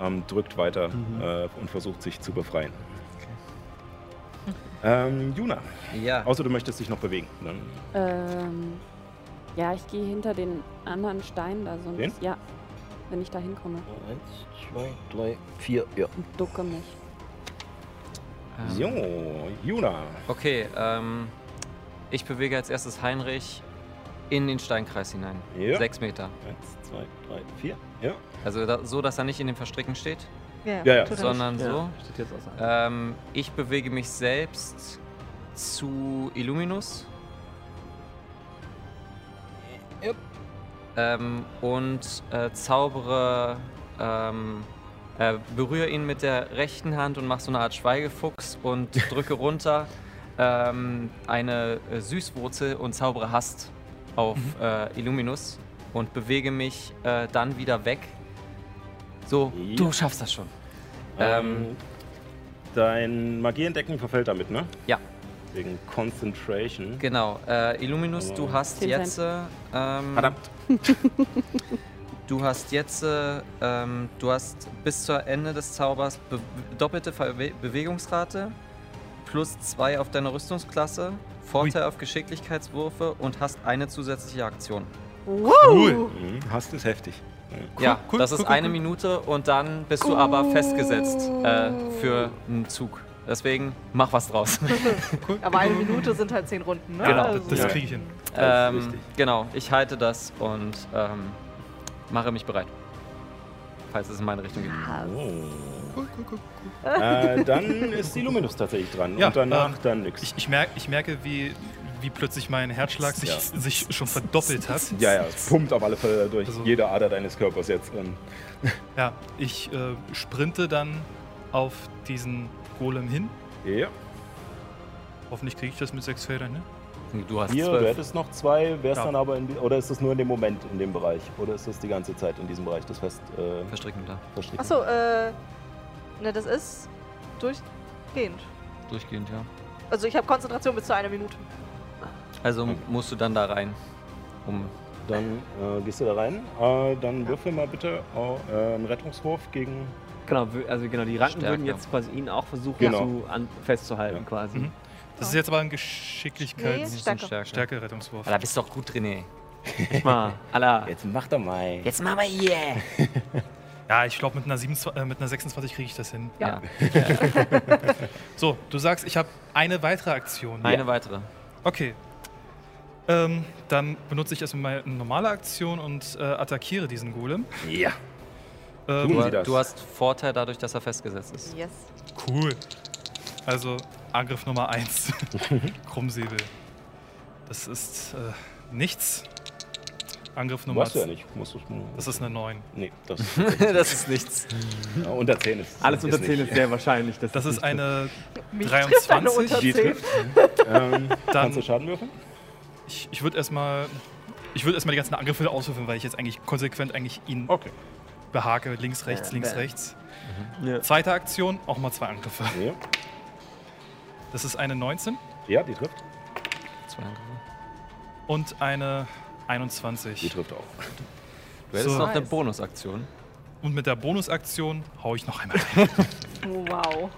S1: ähm, drückt weiter äh, und versucht sich zu befreien. Ähm, Juna,
S4: Ja.
S1: außer du möchtest dich noch bewegen. Dann
S2: Ähm, ja, ich gehe hinter den anderen Stein da so.
S1: Den?
S2: Ja, wenn ich da hinkomme.
S11: Eins, zwei, drei, vier, ja.
S2: Und ducke mich.
S4: Ähm,
S1: Jo, Juna.
S4: Okay, ähm, ich bewege als erstes Heinrich in den Steinkreis hinein.
S1: Ja.
S4: Sechs Meter.
S1: Eins, zwei, drei, vier. Ja.
S4: Also da, so, dass er nicht in dem Verstricken steht,
S1: Ja, ja.
S6: tut er
S4: sondern so.
S10: Steht jetzt außer.
S4: Ähm, ich bewege mich selbst zu Illuminus. Ähm, und äh, zaubere, ähm, äh, berühre ihn mit der rechten Hand und mache so eine Art Schweigefuchs und drücke runter ähm, eine äh, Süßwurzel und zaubere Hast auf äh, Illuminus und bewege mich äh, dann wieder weg. So,
S1: Ja.
S4: du schaffst das schon.
S1: Ähm, dein Magieentdecken verfällt damit, ne?
S4: Ja.
S1: Wegen Concentration. Oh.
S4: Genau, äh, Illuminus, du hast
S2: Zehn
S4: jetzt. äh, Ähm,
S1: Verdammt.
S4: [LAUGHS] Du hast jetzt. äh, Ähm, du hast bis zur Ende des Zaubers be doppelte Verwe Bewegungsrate, plus zwei auf deine Rüstungsklasse, Vorteil auf Geschicklichkeitswürfe und hast eine zusätzliche Aktion.
S7: Cool.
S1: Mhm, hast es heftig.
S4: ja,
S7: cool,
S4: das
S7: cool,
S4: ist
S7: cool,
S4: eine
S7: cool.
S4: Minute und dann bist du aber festgesetzt äh, für einen Zug. Deswegen mach was
S6: [LAUGHS]
S4: draus.
S6: Aber eine Minute sind halt zehn Runden, ne?
S7: Genau,
S6: Also-
S7: das
S1: Ja.
S7: kriege ich hin.
S1: Das ist
S4: ähm,
S1: richtig.
S4: genau, ich halte das und ähm, mache mich bereit. Falls es in meine Richtung geht.
S7: Oh.
S1: [LAUGHS] Äh, dann ist die Luminus tatsächlich dran.
S7: Ja,
S1: Und danach
S7: ähm,
S1: dann nix.
S7: Ich, ich, merk, ich merke, wie, wie plötzlich mein Herzschlag sich,
S1: Ja.
S7: sich schon verdoppelt hat.
S1: Ja, ja, es pumpt auf alle Fälle durch jede Ader deines Körpers jetzt. Ähm,
S7: Ja, ich äh, sprinte dann auf diesen Golem hin.
S1: ja.
S7: Hoffentlich kriege ich das mit sechs Feldern, ne?
S4: Du hast
S1: Hier, du
S4: zwölf.
S1: hättest noch zwei, wärst
S7: Ja.
S1: dann aber in die, oder ist das nur in dem Moment in dem Bereich? Oder ist das die ganze Zeit in diesem Bereich? Das fest äh,
S4: Verstricken da.
S1: verstricken.
S6: Achso, äh. Ne, das ist durchgehend.
S4: Durchgehend, ja.
S6: Also ich habe Konzentration bis zu einer Minute.
S4: Also musst du dann da rein. Um.
S1: Dann äh, gehst du da rein. Äh, dann würfel mal bitte äh, einen Rettungswurf gegen.
S10: Genau, wö- also genau, die Ranken
S1: Stärker.
S10: würden jetzt quasi ihn auch versuchen
S1: Genau.
S10: zu an, festzuhalten quasi.
S7: Mhm. Das ist jetzt aber ein Geschicklichkeits...
S6: Nee, Stärke. Stärke.
S7: Stärke-Rettungswurf.
S4: Da bist du doch gut drin, ey.
S10: Mal, Allah.
S11: [LAUGHS] Jetzt mach doch mal.
S4: Jetzt mach mal hier.
S7: [LAUGHS] Ja, ich glaube, mit, einer 27 äh, mit einer 26 kriege ich das hin.
S4: Ja.
S7: [LAUGHS] so, du sagst, ich habe eine weitere Aktion.
S4: Eine weitere.
S7: Okay. Ähm, dann benutze ich erstmal meine normale Aktion und äh, attackiere diesen Golem.
S11: Ja.
S7: Äh,
S4: Du, du hast Vorteil dadurch, dass er festgesetzt ist.
S6: Yes.
S7: Cool. Also Angriff Nummer [LAUGHS] 1. Krummsäbel. Das ist äh, nichts. Angriff Nummer
S1: Machst du ja
S7: z-
S1: nicht. Musst du,
S7: Das ist eine 9.
S1: Nee,
S4: [LAUGHS]
S1: das,
S4: das ist nichts.
S1: Ja, unter 10 ist
S10: Alles unter
S1: nicht.
S10: 10 ist sehr wahrscheinlich. Dass
S7: Das
S10: es
S7: ist
S10: nicht wird.
S7: eine
S6: Mich trifft eine
S7: 23.
S6: Die
S10: [LAUGHS]
S6: trifft.
S1: ähm,
S7: Dann,
S1: kannst du Schaden würfeln?
S7: ich ich würde erstmal ich würd erstmal die ganzen Angriffe ausrufen, weil ich jetzt eigentlich konsequent eigentlich ihn behake. Links, rechts,
S10: Ja,
S7: links,
S10: bäh.
S7: rechts.
S10: Ja.
S7: Zweite Aktion, auch mal zwei Angriffe.
S1: Ja.
S7: Das ist eine 19
S1: Ja, die trifft.
S4: Zwei Angriffe.
S7: und eine 21.
S1: Die trifft auch.
S4: Du hättest
S7: So.
S4: noch eine Bonusaktion.
S7: Und mit der Bonusaktion hau ich noch
S4: [LAUGHS]
S7: einmal rein.
S6: Oh, Wow.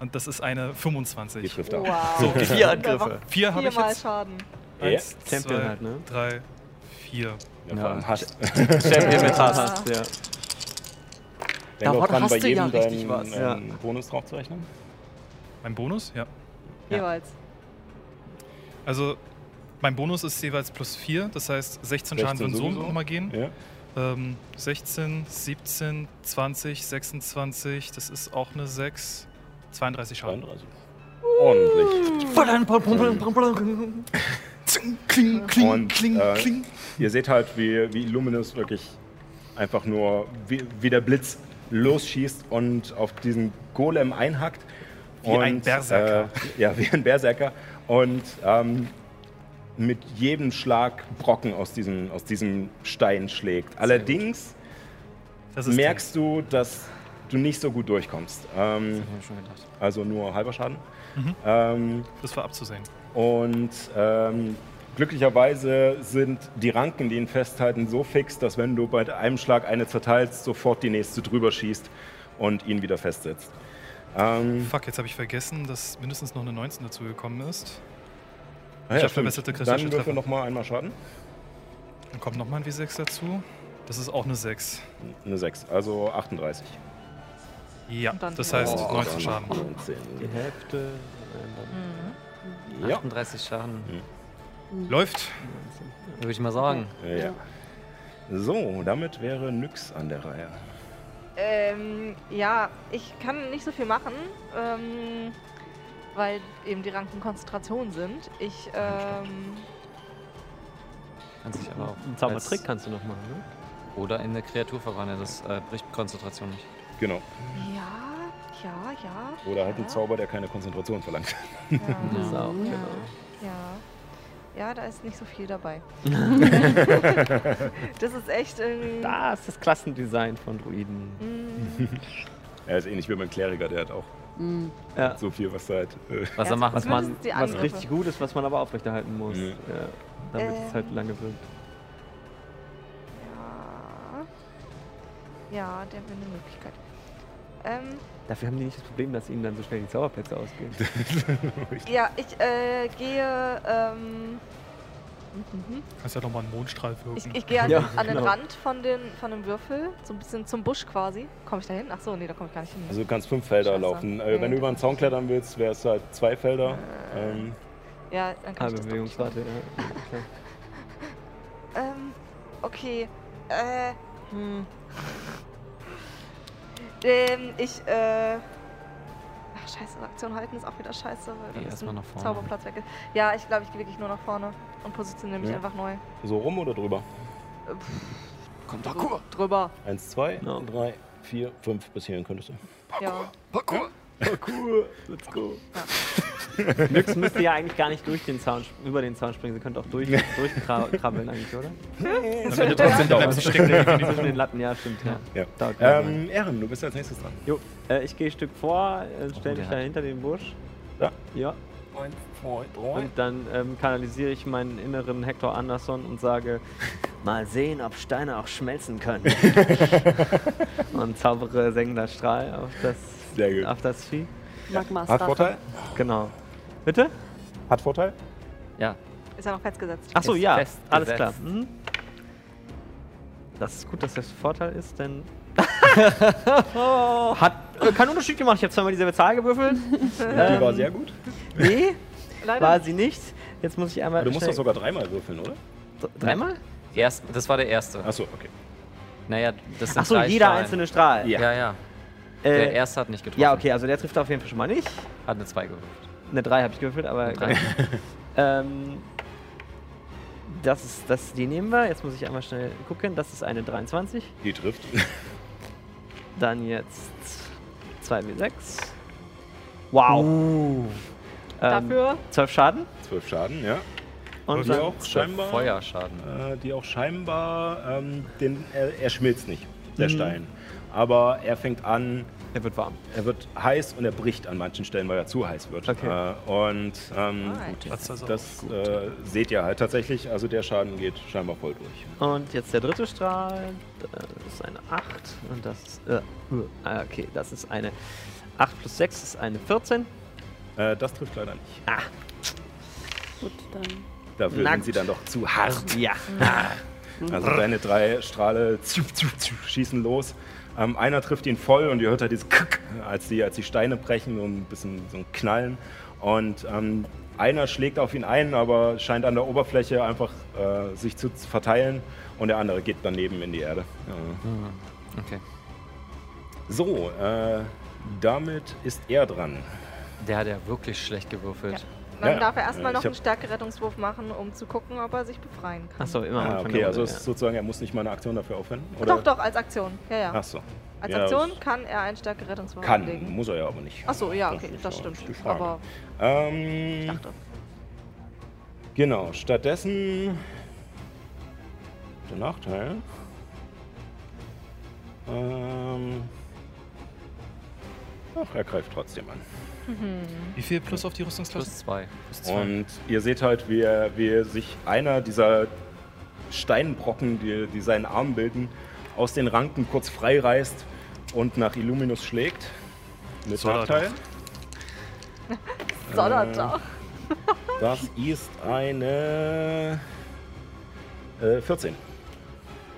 S7: Und das ist eine 25. Die
S1: trifft
S6: auch. Wow.
S7: So,
S4: Vier Angriffe.
S7: Vier habe ich
S6: Viermal
S7: jetzt.
S6: Schaden.
S7: Eins,
S10: Ja. Champion
S7: zwei,
S10: halt, ne?
S7: drei, vier.
S1: Ja, vor allem Hass.
S4: Champion mit Hass.
S10: Passt, ja.
S1: Denk auch
S4: Davon
S1: dran,
S4: hast
S1: bei
S4: du ja
S1: jedem deinen
S4: richtig was.
S1: ähm, Bonus draufzurechnen.
S7: Mein Bonus? Ja.
S6: Jeweils.
S7: Also, mein Bonus ist jeweils plus vier. Das heißt, 16 Schaden
S1: 16
S7: würden so
S1: sowieso.
S7: nochmal gehen.
S1: Ja.
S7: Ähm, 16, 17, 20, 26. Das ist auch eine 6. 32 Schaden.
S1: 33. Ordentlich.
S7: Kling, kling,
S1: Und,
S7: kling,
S1: äh,
S7: kling.
S1: Ihr seht halt, wie, wie Luminous wirklich einfach nur wie, wie der Blitz losschießt und auf diesen Golem einhackt.
S7: Wie ein Berserker.
S1: Äh, [LAUGHS] ja, wie ein Berserker. Und ähm, mit jedem Schlag Brocken aus diesem, aus diesem Stein schlägt. Allerdings
S7: Das ist
S1: merkst du, dass du nicht so gut durchkommst. Ähm,
S4: Hab ich schon gedacht.
S1: also nur halber Schaden.
S7: Mhm.
S1: Ähm,
S7: Das war abzusehen.
S1: und ähm, glücklicherweise sind die Ranken, die ihn festhalten, so fix, dass wenn du bei einem Schlag eine zerteilst, sofort die nächste drüber schießt und ihn wieder festsetzt. Ähm,
S7: Fuck, jetzt habe ich vergessen, dass mindestens noch eine 19 dazu gekommen
S1: ah
S7: ist. Ich hab
S1: stimmt.
S7: verbesserte kritische
S1: Dann würfel
S7: Treffer.
S1: nochmal einmal Schaden.
S7: Dann kommt nochmal ein W6 dazu. Das ist auch eine 6.
S1: Eine 6, also 38.
S7: Ja,
S6: Und dann-
S7: das heißt
S6: Oh,
S7: 19 Schaden.
S1: 19.
S10: Die Hälfte.
S1: Ja. Hm.
S4: 38 Schaden.
S7: Läuft.
S4: Würde ich mal sagen.
S1: ja. So, damit wäre Nyx an der Reihe.
S6: Ähm, ja, ich kann nicht so viel machen, ähm, weil eben die Ranken Konzentration sind. Ich, ähm,
S4: Kann sich aber auch.
S10: Einen Zaubertrick
S4: als-
S10: kannst du noch machen, ne?
S4: Oder in eine Kreatur verwandeln. Das äh, bricht Konzentration nicht.
S1: Genau.
S6: ja, ja, ja.
S1: Oder halt
S6: ja,
S1: ein Zauber, der keine Konzentration [LAUGHS] verlangt.
S6: Ja,
S10: Das ist
S6: ja,
S10: auch, genau.
S6: ja. Ja, da ist nicht so viel
S10: [LAUGHS]
S6: dabei. das ist echt irgendwie.
S10: Das ist das Klassendesign von Druiden.
S4: Mhm.
S6: mm,
S10: genau.
S1: Er ist ähnlich wie mein Kleriker, der hat auch
S10: Hm. Ja.
S1: so viel, was er halt. Äh, [LAUGHS]
S4: Was er machen
S10: Was,
S6: Zumindest
S10: man,
S6: die
S10: was
S6: Angriffe.
S10: richtig gut ist, was man aber aufrechterhalten muss.
S1: Mhm.
S10: Ja, damit es halt
S6: Ähm.
S10: lange wirkt.
S6: Ja. Ja, der wäre eine Möglichkeit. Ähm,
S10: Dafür haben die nicht das Problem, dass ihnen dann so schnell die
S1: [LAUGHS]
S10: Zauberplätze ausgehen.
S6: ja, ich äh, gehe. Ähm, mhm.
S7: Kannst ja nochmal einen Mondstrahl
S6: Ich,
S7: wirken.
S6: ich gehe an,
S10: Ja,
S6: den- an den
S10: genau.
S6: Rand von, den, von dem Würfel, so ein bisschen zum Busch quasi. Komme ich da hin? Achso, nee, da komme ich gar nicht hin.
S1: Also du kannst fünf Felder
S6: Scheiße.
S1: laufen. Äh, Wenn du über einen Zaun klettern willst, wäre es halt zwei Felder. Ähm,
S6: Äh, ja, dann kann
S10: Ah,
S6: ich das doch nicht machen.
S10: Bewegungsrate, ja. Klar.
S6: Ähm, okay. Äh, [LAUGHS] hm. Ähm, ich, äh. Ah, scheiße, Aktion halten ist auch wieder scheiße, weil
S4: Nee,
S6: dann ist
S4: erstmal
S6: ein
S4: nach vorne.
S6: Zauberplatz weg. Ja, ich glaube, ich gehe wirklich nur nach vorne und positioniere mich
S1: Ja.
S6: einfach neu.
S1: So rum oder drüber?
S6: Komm, Parkour! Drüber.
S14: Eins, zwei, drei, vier, fünf. Bis hierhin könntest du.
S6: Ja.
S14: Parkour!
S10: Parkour, let's go.
S14: Ja.
S10: Nyx müsste ja eigentlich gar nicht durch den Zaun, sp- über den Zaun springen. Sie könnte auch durch, durchkrabbeln eigentlich, oder?
S7: Das würde trotzdem
S10: Doch,
S7: bleiben
S10: [LAUGHS]
S7: sie stecken.
S10: Zwischen den Latten, ja, stimmt. Ja.
S1: Ja.
S10: Dauert
S1: Ähm, Erin, du bist als nächstes dran. Oh,
S10: Jo, äh, ich gehe ein Stück vor, äh, stelle mich
S1: der
S10: da
S1: hat-
S10: hinter den Busch.
S1: Ja.
S10: Ja. Und dann ähm, kanalisiere ich meinen inneren Hector Anderson und sage, mal sehen, ob Steine auch schmelzen können. und zaubere sengender Strahl auf das, auf das Vieh.
S6: Magma Hat Stache. Vorteil?
S10: Genau. Bitte?
S1: Hat Vorteil?
S4: Ja.
S6: Ist ja noch festgesetzt.
S10: Achso, ja, alles
S4: festgesetzt.
S10: klar. Mhm. Das ist gut, dass das Vorteil ist, denn. Hat äh, keinen Unterschied gemacht. Ich habe zweimal dieselbe Zahl gewürfelt. Ähm,
S1: Die war sehr gut.
S10: Nee,
S6: Leider
S10: war
S6: nicht.
S10: sie nicht. Jetzt muss ich einmal.
S1: Aber du musst
S10: schnell-
S1: doch sogar dreimal würfeln, oder?
S10: Dreimal?
S4: Erst, das war der erste.
S1: Achso, okay.
S4: Naja, das sind
S10: Ach so,
S4: drei
S10: jeder
S4: Strahlen.
S10: einzelne Strahl.
S4: Ja, ja.
S10: Äh,
S4: der erste hat nicht getroffen.
S10: Ja, okay, also der trifft auf jeden Fall schon mal nicht.
S4: Hat eine 2 gewürfelt.
S10: Eine 3 habe ich gewürfelt, aber
S4: Eine Drei.
S10: egal.
S4: [LAUGHS]
S10: ähm, das ist, das, die nehmen wir. Jetzt muss ich einmal schnell gucken. Das ist eine 23.
S1: Die trifft.
S10: [LAUGHS] Dann jetzt 2W6. Wow.
S4: Uh.
S6: Dafür?
S10: 12 Schaden.
S1: Zwölf Schaden, ja.
S10: Und
S1: die
S10: dann-
S1: auch scheinbar.
S4: Feuerschaden.
S1: Äh, die auch scheinbar. Ähm, den, er, er schmilzt nicht, der
S10: Mhm.
S1: Stein. Aber er fängt an.
S10: Er wird warm.
S1: Er wird heiß und er bricht an manchen Stellen, weil er zu heiß wird.
S10: Okay.
S1: Äh, und ähm,
S6: Alright.
S7: Platzt also
S1: das äh, seht ihr halt tatsächlich. Also der Schaden geht scheinbar voll durch.
S10: Und jetzt der dritte Strahl. Das ist eine 8. Und das ist. Äh, uh, ah, okay, das ist eine 8 plus 6 ist eine 14.
S1: Äh, das trifft leider nicht.
S10: Ah,
S8: Gut, dann.
S1: Dafür
S10: Na
S1: sind
S10: gut.
S1: sie dann doch zu hart.
S10: Ja.
S1: [LAUGHS] Also seine drei Strahle ziu, ziu, ziu, schießen los. Ähm, einer trifft ihn voll und ihr hört halt dieses Kack, als die, als die Steine brechen und ein bisschen so ein Knallen. Und ähm, einer schlägt auf ihn ein, aber scheint an der Oberfläche einfach äh, sich zu verteilen. Und der andere geht daneben in die Erde. Ja.
S4: Ah, Okay.
S1: So, äh, damit ist er dran.
S4: Der hat ja wirklich schlecht gewürfelt.
S6: Dann
S1: Ja,
S6: darf er
S1: äh,
S6: erstmal
S1: ich
S6: noch
S1: hab-
S6: einen Stärke-Rettungswurf machen, um zu gucken, ob er sich befreien kann.
S10: Achso, immer. am
S1: Ah,
S10: Anfang
S1: okay,
S10: der
S1: also
S10: Runde,
S1: ist sozusagen, er muss nicht mal eine Aktion dafür aufwenden?
S6: Doch, doch, als Aktion. Ja, ja.
S1: Achso.
S6: Als
S1: Ja,
S6: Aktion kann er einen Stärke-Rettungswurf
S1: Kann,
S6: anlegen.
S1: muss er ja aber nicht.
S6: Achso, ja,
S1: Das
S6: okay,
S1: ist
S6: das
S1: ja
S6: stimmt.
S1: die Frage.
S6: Aber
S1: Ähm,
S6: ich dachte.
S1: Genau, stattdessen der Nachteil. Ähm, ach, er greift trotzdem an.
S6: Mhm.
S7: Wie viel plus auf die Rüstungsklasse?
S4: Plus 2. Plus
S1: Und ihr seht halt, wie, er, wie er sich einer dieser Steinbrocken, die, die seinen Arm bilden, aus den Ranken kurz freireißt und nach Illuminus schlägt. Mit
S7: Soll er
S1: Nachteil.
S6: Soll er
S1: Äh,
S6: doch.
S1: Das ist eine äh, 14.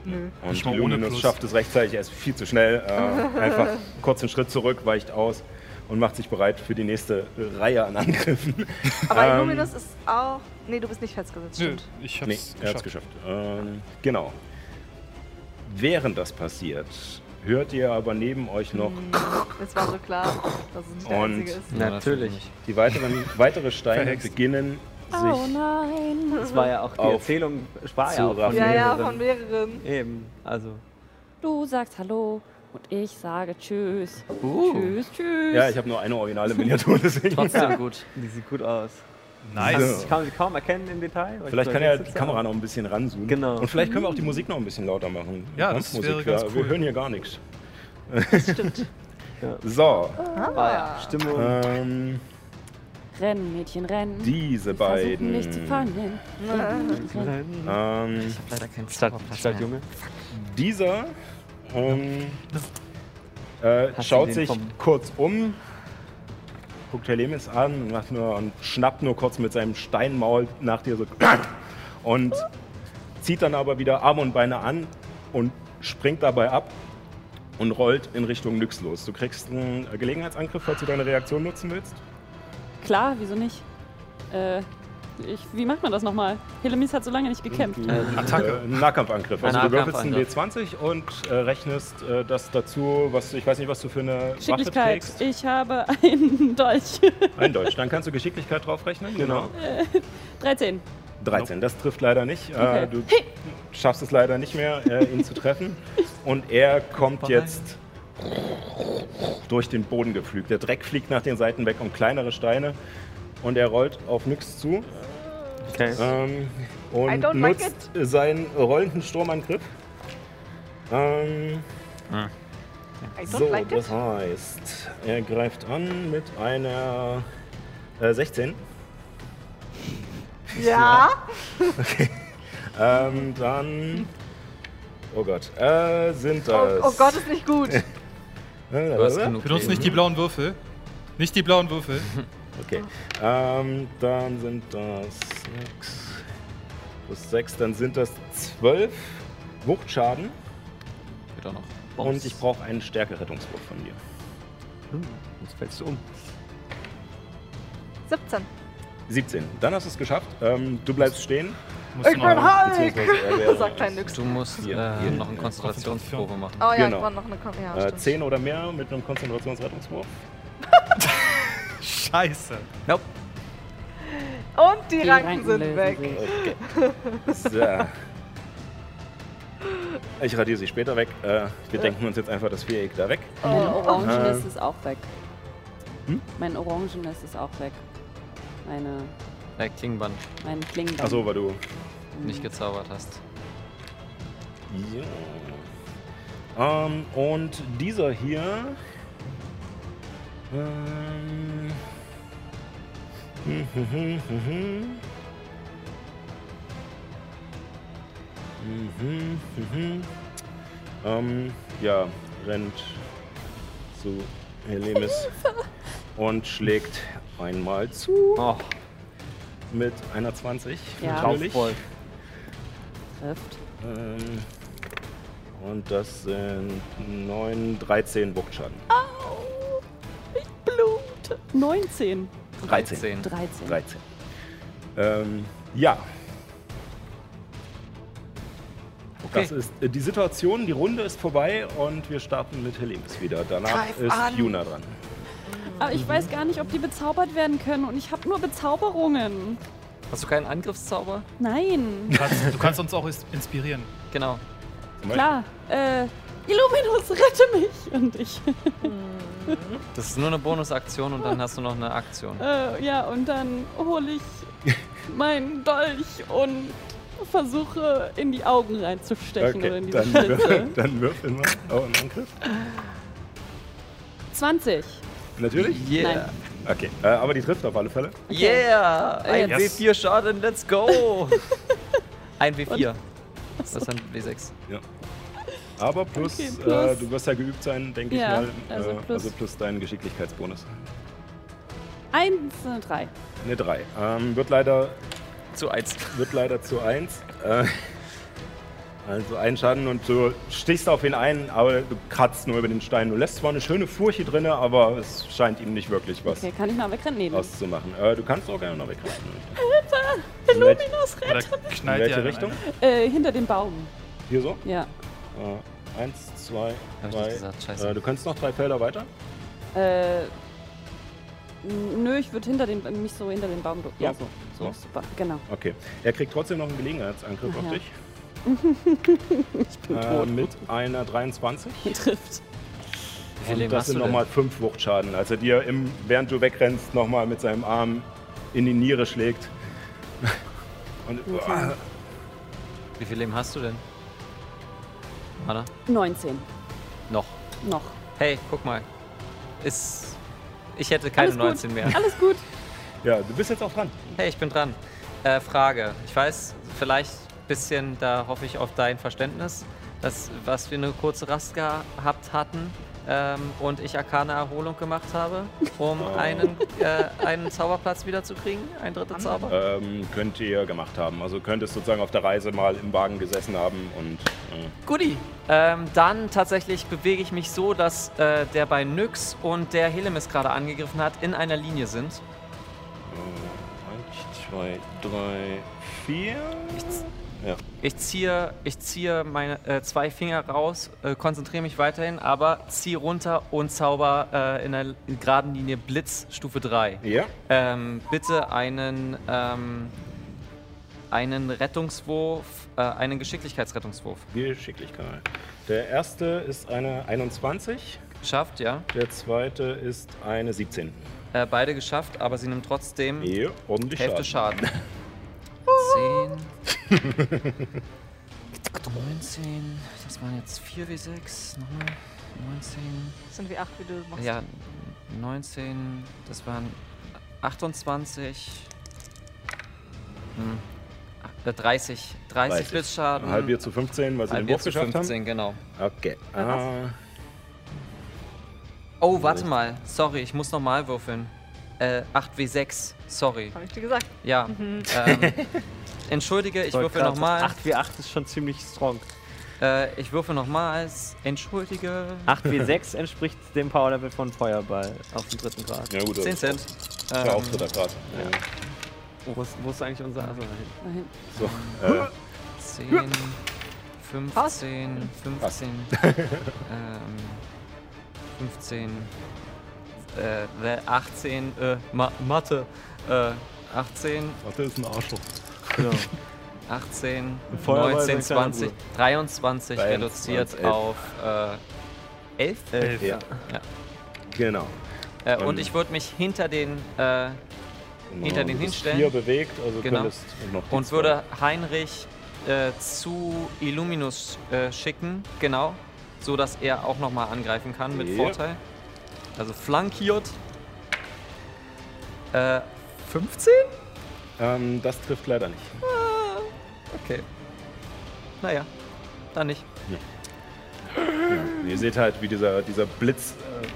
S6: Nö.
S1: Und
S7: Nicht mal ohne
S1: Illuminus
S7: Plus.
S1: schafft es rechtzeitig, er ist viel zu schnell.
S6: [LAUGHS]
S1: Äh, einfach kurzen Schritt zurück, weicht aus und macht sich bereit für die nächste Reihe an Angriffen.
S6: Aber
S1: Ähm,
S6: Illuminus ist auch. Nee, du bist nicht festgesetzt,
S7: Nö,
S6: stimmt.
S7: ich
S1: Nee,
S7: hab's
S1: er hat es geschafft. Ähm, genau. Während das passiert, hört ihr aber neben euch noch
S6: Das war so klar, dass es nicht Hm, der
S1: Und-
S6: einzige ist.
S10: Ja. Natürlich.
S1: die weiteren, weitere Steine
S7: Verhext.
S1: beginnen sich
S8: Oh nein.
S10: Das war ja auch die
S1: Auf
S10: Erzählung, war
S1: zu
S10: ja auch von
S1: raffen.
S6: Ja, ja,
S10: mehreren.
S6: von mehreren.
S10: Eben, also.
S8: Du sagst Hallo und ich sage Tschüss.
S4: Uh.
S8: Tschüss, tschüss.
S1: Ja, ich habe nur eine originale
S10: [LAUGHS]
S1: Miniatur, deswegen.
S4: Trotzdem gut.
S10: Die sieht gut aus.
S7: Nice.
S10: Ich kann sie kaum erkennen im Detail. weil ich
S1: Vielleicht
S10: so
S1: kann ja
S10: sitze,
S1: die Kamera
S10: aber-
S1: noch ein bisschen ranzoomen.
S10: Genau.
S1: Und vielleicht können wir auch die Musik noch ein bisschen lauter machen.
S7: Ja, das
S1: Kampfmusik,
S7: wäre ganz
S1: ja,
S7: cool.
S1: Wir hören hier gar nichts.
S10: [LAUGHS]
S6: Stimmt.
S1: So,
S10: Ah, ja. Stimme und.
S1: ähm,
S8: Rennen, Mädchen, rennen.
S1: diese
S8: Versuchen
S1: beiden.
S8: mich zu fangen.
S1: Ähm,
S4: Leider kein
S10: Statt,
S4: Zauberplatz
S10: statt
S4: mehr.
S10: Junge.
S1: dieser ähm, äh,
S10: Hast du
S1: schaut
S10: den
S1: sich
S10: vom-
S1: kurz um, guckt Herr Lemis an und, macht nur, und schnappt nur kurz mit seinem Steinmaul nach dir so [COUGHS] und zieht dann aber wieder Arme und Beine an und springt dabei ab und rollt in Richtung Nyx los. Du kriegst einen Gelegenheitsangriff, falls du deine Reaktion nutzen willst.
S8: Klar, wieso nicht? Äh,
S2: Ich, wie macht man das nochmal? Helemis hat so lange nicht gekämpft.
S1: Attacke. Äh, Nahkampfangriff. Also
S4: Ein
S1: du würfelst einen
S4: Nahkampfangriff.
S1: D20 und äh, rechnest äh, das dazu, was ich weiß nicht, was du für eine Waffe
S2: Geschicklichkeit.
S1: trägst.
S2: Ich habe einen [LAUGHS] Dolch.
S1: Ein Deutsch. Dann kannst du Geschicklichkeit draufrechnen. Genau.
S2: Äh, 13.
S1: 13. Das trifft leider nicht. Äh,
S2: Okay.
S1: du schaffst es leider nicht mehr, äh, ihn zu treffen. Und er kommt jetzt durch den Boden geflügt. Der Dreck fliegt nach den Seiten weg um kleinere Steine. Und er rollt auf Nyx zu.
S11: Okay.
S1: Ähm,
S11: I
S1: und
S11: don't like
S1: nutzt seinen rollenden Sturmangriff. Ähm,
S6: I don't
S1: so,
S6: like it.
S1: das heißt, er greift an mit einer äh, 16.
S6: Ja.
S1: Okay. Ähm, dann. Oh Gott. Äh, sind das. Äh,
S6: Oh Gott, ist nicht
S1: [LAUGHS]
S6: gut.
S1: Du
S7: Benutzt nicht die blauen Würfel. Nicht die
S1: [LAUGHS]
S7: blauen Würfel.
S1: Okay. Ähm, dann sind das 6 plus 6, dann sind das 12 Wuchtschaden.
S4: Geht auch noch.
S1: Und ich brauche einen Stärkerettungswurf von dir.
S4: Hm.
S11: Jetzt fällst du um.
S6: 17.
S1: 17. Dann hast du es geschafft. Ähm, du bleibst stehen.
S6: Ich bin Hulk!
S1: [LAUGHS] Beziehungsweise er wäre-
S6: Sagt kein Nix.
S4: Du musst
S1: Hier,
S4: äh,
S1: hier.
S4: noch eine Konzentrationsprobe machen.
S6: Oh ja, ich brauche noch eine Kon ja,
S1: äh,
S6: stimmt.
S1: 10 oder mehr mit einem Konzentrationsrettungswurf.
S7: Scheiße.
S4: Nope.
S6: Und die,
S2: Die
S6: Ranken,
S2: Ranken
S6: sind
S2: lösen
S6: weg.
S1: So. Ich radiere sie später weg. Äh, wir denken uns jetzt einfach das Viereck da weg.
S2: Mein
S6: Oh,
S2: Orangenes
S1: Äh,
S2: ist auch weg.
S1: Hm?
S2: Mein Orangenes ist auch weg. Meine,
S4: Der Klingband
S2: mein Klingband.
S1: Achso, weil du.
S4: Hm. nicht gezaubert hast.
S1: Ja. Ähm, und dieser hier. Ähm, hm, hm, hm, hm, hm. Mhm, mhm. Ähm, ja, rennt zu Helemis und schlägt einmal zu. Mit einer 20
S2: Ja.
S1: natürlich.
S2: Trifft.
S1: Ähm, und das sind 9, 13 Wuchtschaden.
S2: Ich blute. 19.
S1: 13.
S2: 13.
S1: 13. Ähm, ja.
S4: Okay.
S1: Das ist äh, die Situation, die Runde ist vorbei und wir starten mit Helemis wieder. Danach
S2: Greif
S1: ist
S2: an.
S1: Juna dran.
S2: Aber ich weiß gar nicht, ob die bezaubert werden können und ich habe nur Bezauberungen.
S4: Hast du keinen Angriffszauber?
S2: Nein.
S7: [LAUGHS] Du kannst, du kannst uns auch ins- inspirieren.
S4: Genau.
S2: Klar. Äh, Illuminus, rette mich! Und ich.
S4: Das ist nur eine Bonusaktion und
S10: [LAUGHS]
S4: dann hast du noch eine Aktion.
S2: Äh, ja, und dann hole ich meinen Dolch und versuche in die Augen reinzustechen oder in die
S1: dann,
S2: Schlitze. [LAUGHS]
S1: wür- [LAUGHS] dann Oh, würfeln wir auch einen Angriff.
S2: 20.
S1: Natürlich?
S2: Yeah.
S1: Okay, äh, aber die trifft auf alle Fälle.
S4: Yeah! Ein
S1: Yes.
S4: W4 Schaden, let's go! Ein W4.
S1: Und-
S4: Das ist ein W6.
S1: Ja. Aber plus,
S2: Okay,
S1: Äh,
S2: plus-
S1: du wirst ja geübt sein, denke
S2: Ja,
S1: ich mal.
S2: also
S1: äh,
S2: plus-
S1: also plus deinen Geschicklichkeitsbonus.
S2: 1, 3.
S1: Eine 3. Ähm, wird leider
S4: zu 1.
S1: Wird leider zu 1. Äh, also ein Schaden und du stichst auf ihn ein, aber du kratzt nur über den Stein. Du lässt zwar eine schöne Furche drin, aber es scheint ihm nicht wirklich was
S2: Okay, kann ich mal wegrennen? Nee, ne?
S1: auszumachen. Äh, du kannst auch gerne noch wegkratzen.
S2: Hilfe! Illuminus,
S1: Oder
S2: rette mich!
S1: In welche Richtung?
S2: Äh, hinter dem Baum.
S1: Hier so?
S2: Ja.
S1: Äh, eins, zwei,
S4: Hab ich nicht gesagt,
S1: drei.
S4: scheiße.
S1: Äh, du kannst noch drei Felder weiter.
S2: Äh, n- nö, ich würde hinter den, mich so hinter den Baum. dr- Ja, so. So, super. Genau.
S1: Okay. Er kriegt trotzdem noch einen Gelegenheitsangriff
S2: Ach
S1: auf
S2: ja.
S1: dich.
S2: Ich [LAUGHS] bin
S1: Äh,
S2: tot.
S1: mit einer 23.
S2: [LAUGHS] Trifft.
S4: Wie viel
S1: Und
S4: Leben
S1: das
S4: hast
S1: sind
S4: du denn?
S1: nochmal fünf Wuchtschaden. Als er dir, im, während du wegrennst, nochmal mit seinem Arm in die Niere schlägt. [LAUGHS] Und äh,
S2: Okay.
S4: Wie viel Leben hast du denn? Anna?
S2: 19.
S4: Noch.
S2: Noch.
S4: Hey, guck mal. Ist. Ich hätte keine
S2: Alles gut.
S4: 19 mehr.
S2: Alles gut.
S1: ja, du bist jetzt auch dran.
S4: Hey, ich bin dran. Äh, Frage. Ich weiß, vielleicht ein bisschen, da hoffe ich auf dein Verständnis, dass, was wir eine kurze Rast gehabt hatten ähm, und ich Arkane Erholung gemacht habe, um
S1: Oh.
S4: einen, äh, einen Zauberplatz wiederzukriegen, einen dritten Zauber.
S1: Ähm, könnt ihr gemacht haben. Also könntest sozusagen auf der Reise mal im Wagen gesessen haben und. Äh,
S4: Goodie. Ähm, dann tatsächlich bewege ich mich so, dass äh, der bei Nyx und der Helemis gerade angegriffen hat, in einer Linie sind.
S1: eins,
S14: Äh, zwei, drei, vier. Ja.
S4: Ich ziehe, ich ziehe meine äh, zwei Finger raus, äh, konzentriere mich weiterhin, aber ziehe runter und zauber äh, in der in geraden Linie Blitz Stufe 3.
S1: Ja.
S4: Ähm, bitte einen, ähm, einen Rettungswurf, äh, einen Geschicklichkeitsrettungswurf.
S1: Geschicklichkeit. Der erste ist eine 21.
S4: Geschafft, ja.
S1: Der zweite ist eine 17.
S4: Äh, beide geschafft, aber sie nimmt trotzdem
S1: Ja, ordentlich
S4: Hälfte Schaden. [LAUGHS] 10. 19. Das waren jetzt 4 wie 6. Nochmal. 19.
S6: [LAUGHS] Das sind wie acht, wie du machst.
S4: Ja, 19. Das waren 28. Hm. Ach, äh, 30. 30,
S1: 30.
S4: Blitzschaden.
S1: Halbiert zu 15, weil sie den
S4: Halbiert
S1: Wurf
S4: zu
S1: geschafft haben.
S4: 15, genau.
S1: [LAUGHS] Okay.
S4: Ah. Oh, warte mal. Sorry, ich muss nochmal würfeln. Äh, 8W6. Sorry.
S6: Hab ich dir gesagt.
S4: Ja.
S6: Mhm.
S4: Ähm, entschuldige, ich
S10: Wollte
S4: würfel
S10: gerade
S4: nochmal.
S10: sagen, 8W8 ist schon ziemlich strong.
S4: Äh, ich würfel nochmals. Entschuldige.
S1: [LAUGHS]
S4: [LAUGHS]
S10: 8W6 entspricht dem Powerlevel von Feuerball auf dem dritten Grad.
S14: Ja,
S1: also
S14: gut,
S4: 10 Cent. Ähm,
S14: Ja, auf dritter Grad. Ja.
S10: Wo ist, wo ist eigentlich unser Asa hin?
S14: So,
S4: Ähm,
S14: äh.
S4: 10, 15, 15, ähm, 15, äh, äh, 18, äh, Ma Mathe, äh, 18.
S1: Mathe ist ein Arschloch.
S10: Genau.
S1: [LAUGHS]
S4: 18,
S10: Ein Feuerball ist ein
S4: 19,
S10: kleiner Bruder.
S4: 20, 23 reduziert
S1: 23, elf.
S4: auf äh, 11.
S1: Elf, ja.
S4: ja.
S1: Genau.
S4: Äh,
S1: Ähm,
S4: und ich würde mich hinter den, äh,
S1: Genau,
S4: hinter
S1: du
S4: den
S1: bist
S4: hinstellen.
S1: vier bewegt, also
S4: genau.
S1: könntest noch die
S4: Und würde Heinrich äh, zu Illuminus äh, schicken, genau, so dass er auch nochmal angreifen kann mit
S1: Ja.
S4: Vorteil. Also flankiert. Äh, 15?
S1: Ähm, das trifft leider nicht.
S4: Okay. Naja, dann nicht.
S1: Ja. Und Ihr seht halt, wie dieser, dieser Blitz äh,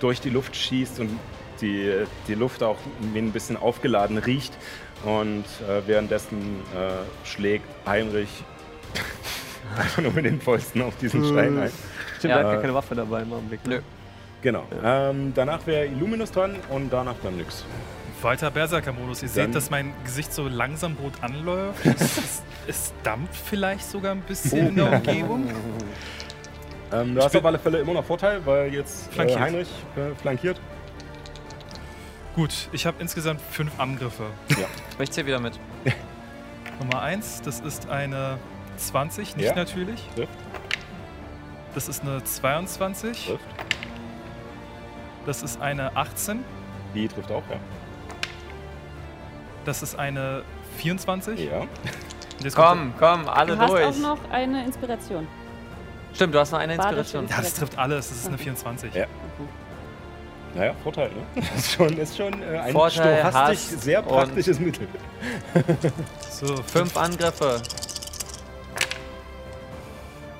S1: durch die Luft schießt und die, die Luft auch irgendwie ein bisschen aufgeladen riecht. Und äh, währenddessen äh, schlägt Heinrich [LAUGHS] einfach nur mit den Fäusten auf diesen Stein ein.
S10: Stimmt, er hat
S1: Äh,
S10: gar keine Waffe dabei im Augenblick. ne?
S1: Genau. Ähm, danach wäre Illuminus dran und danach dann nix.
S7: Weiter Berserker-Modus. Ihr
S1: Dann-
S7: seht, dass mein Gesicht so langsam rot
S1: [LAUGHS]
S7: anläuft. es, es, es dampft vielleicht sogar ein bisschen in der Umgebung.
S1: Oh. Ähm, du hast auf alle Fälle immer noch Vorteil, weil jetzt äh,
S7: Flankiert.
S1: Heinrich äh, flankiert.
S7: Gut, ich habe insgesamt fünf Angriffe.
S4: Aber ich zähl wieder mit.
S7: [LAUGHS] Nummer eins, das ist eine 20, nicht
S1: Ja.
S7: natürlich.
S1: Trifft.
S7: Das ist eine 22.
S1: Trifft.
S7: Das ist eine 18.
S1: Die trifft auch, ja.
S7: Das ist eine 24.
S1: Ja.
S7: Und jetzt
S4: Komm,
S7: kommt-
S4: komm, alle
S8: Du hast
S4: durch.
S8: auch noch eine Inspiration.
S4: Stimmt, du hast noch eine Inspiration.
S7: Ja, das trifft alles, das ist eine 24.
S1: Ja. Naja, Vorteil, ne? [LAUGHS] Das ist schon, ist schon äh, ein
S4: Vorteil,
S1: stochastisch
S4: Hass
S1: sehr
S4: und-
S1: praktisches
S4: [LAUGHS]
S1: Mittel.
S7: So,
S4: Fünf Angriffe.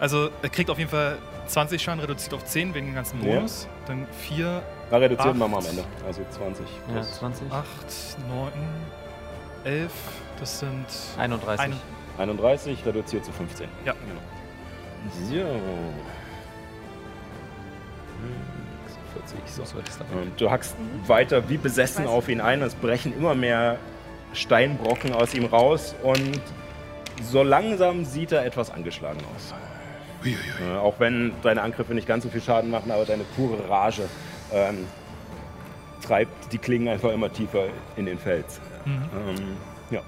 S7: Also er kriegt auf jeden Fall 20 Schaden reduziert auf 10 wegen dem ganzen
S1: Ja.
S7: Bonus. Dann 4,
S1: Na, reduzieren
S7: Acht.
S1: wir mal am Ende. Also 20.
S4: Ja, 20.
S7: 8, 9, 11. Das sind
S4: 31.
S7: ein-
S1: 31 reduziert zu 15.
S7: Ja.
S1: So. Hm, 46, so. Und du hackst weiter wie besessen
S6: Weiß.
S1: auf ihn ein. Es brechen immer mehr Steinbrocken aus ihm raus. Und so langsam sieht er etwas angeschlagen aus. Äh, auch wenn deine Angriffe nicht ganz so viel Schaden machen, aber deine pure Rage ähm, treibt die Klingen einfach immer tiefer in den Fels.
S7: Mhm.
S1: Ähm, ja.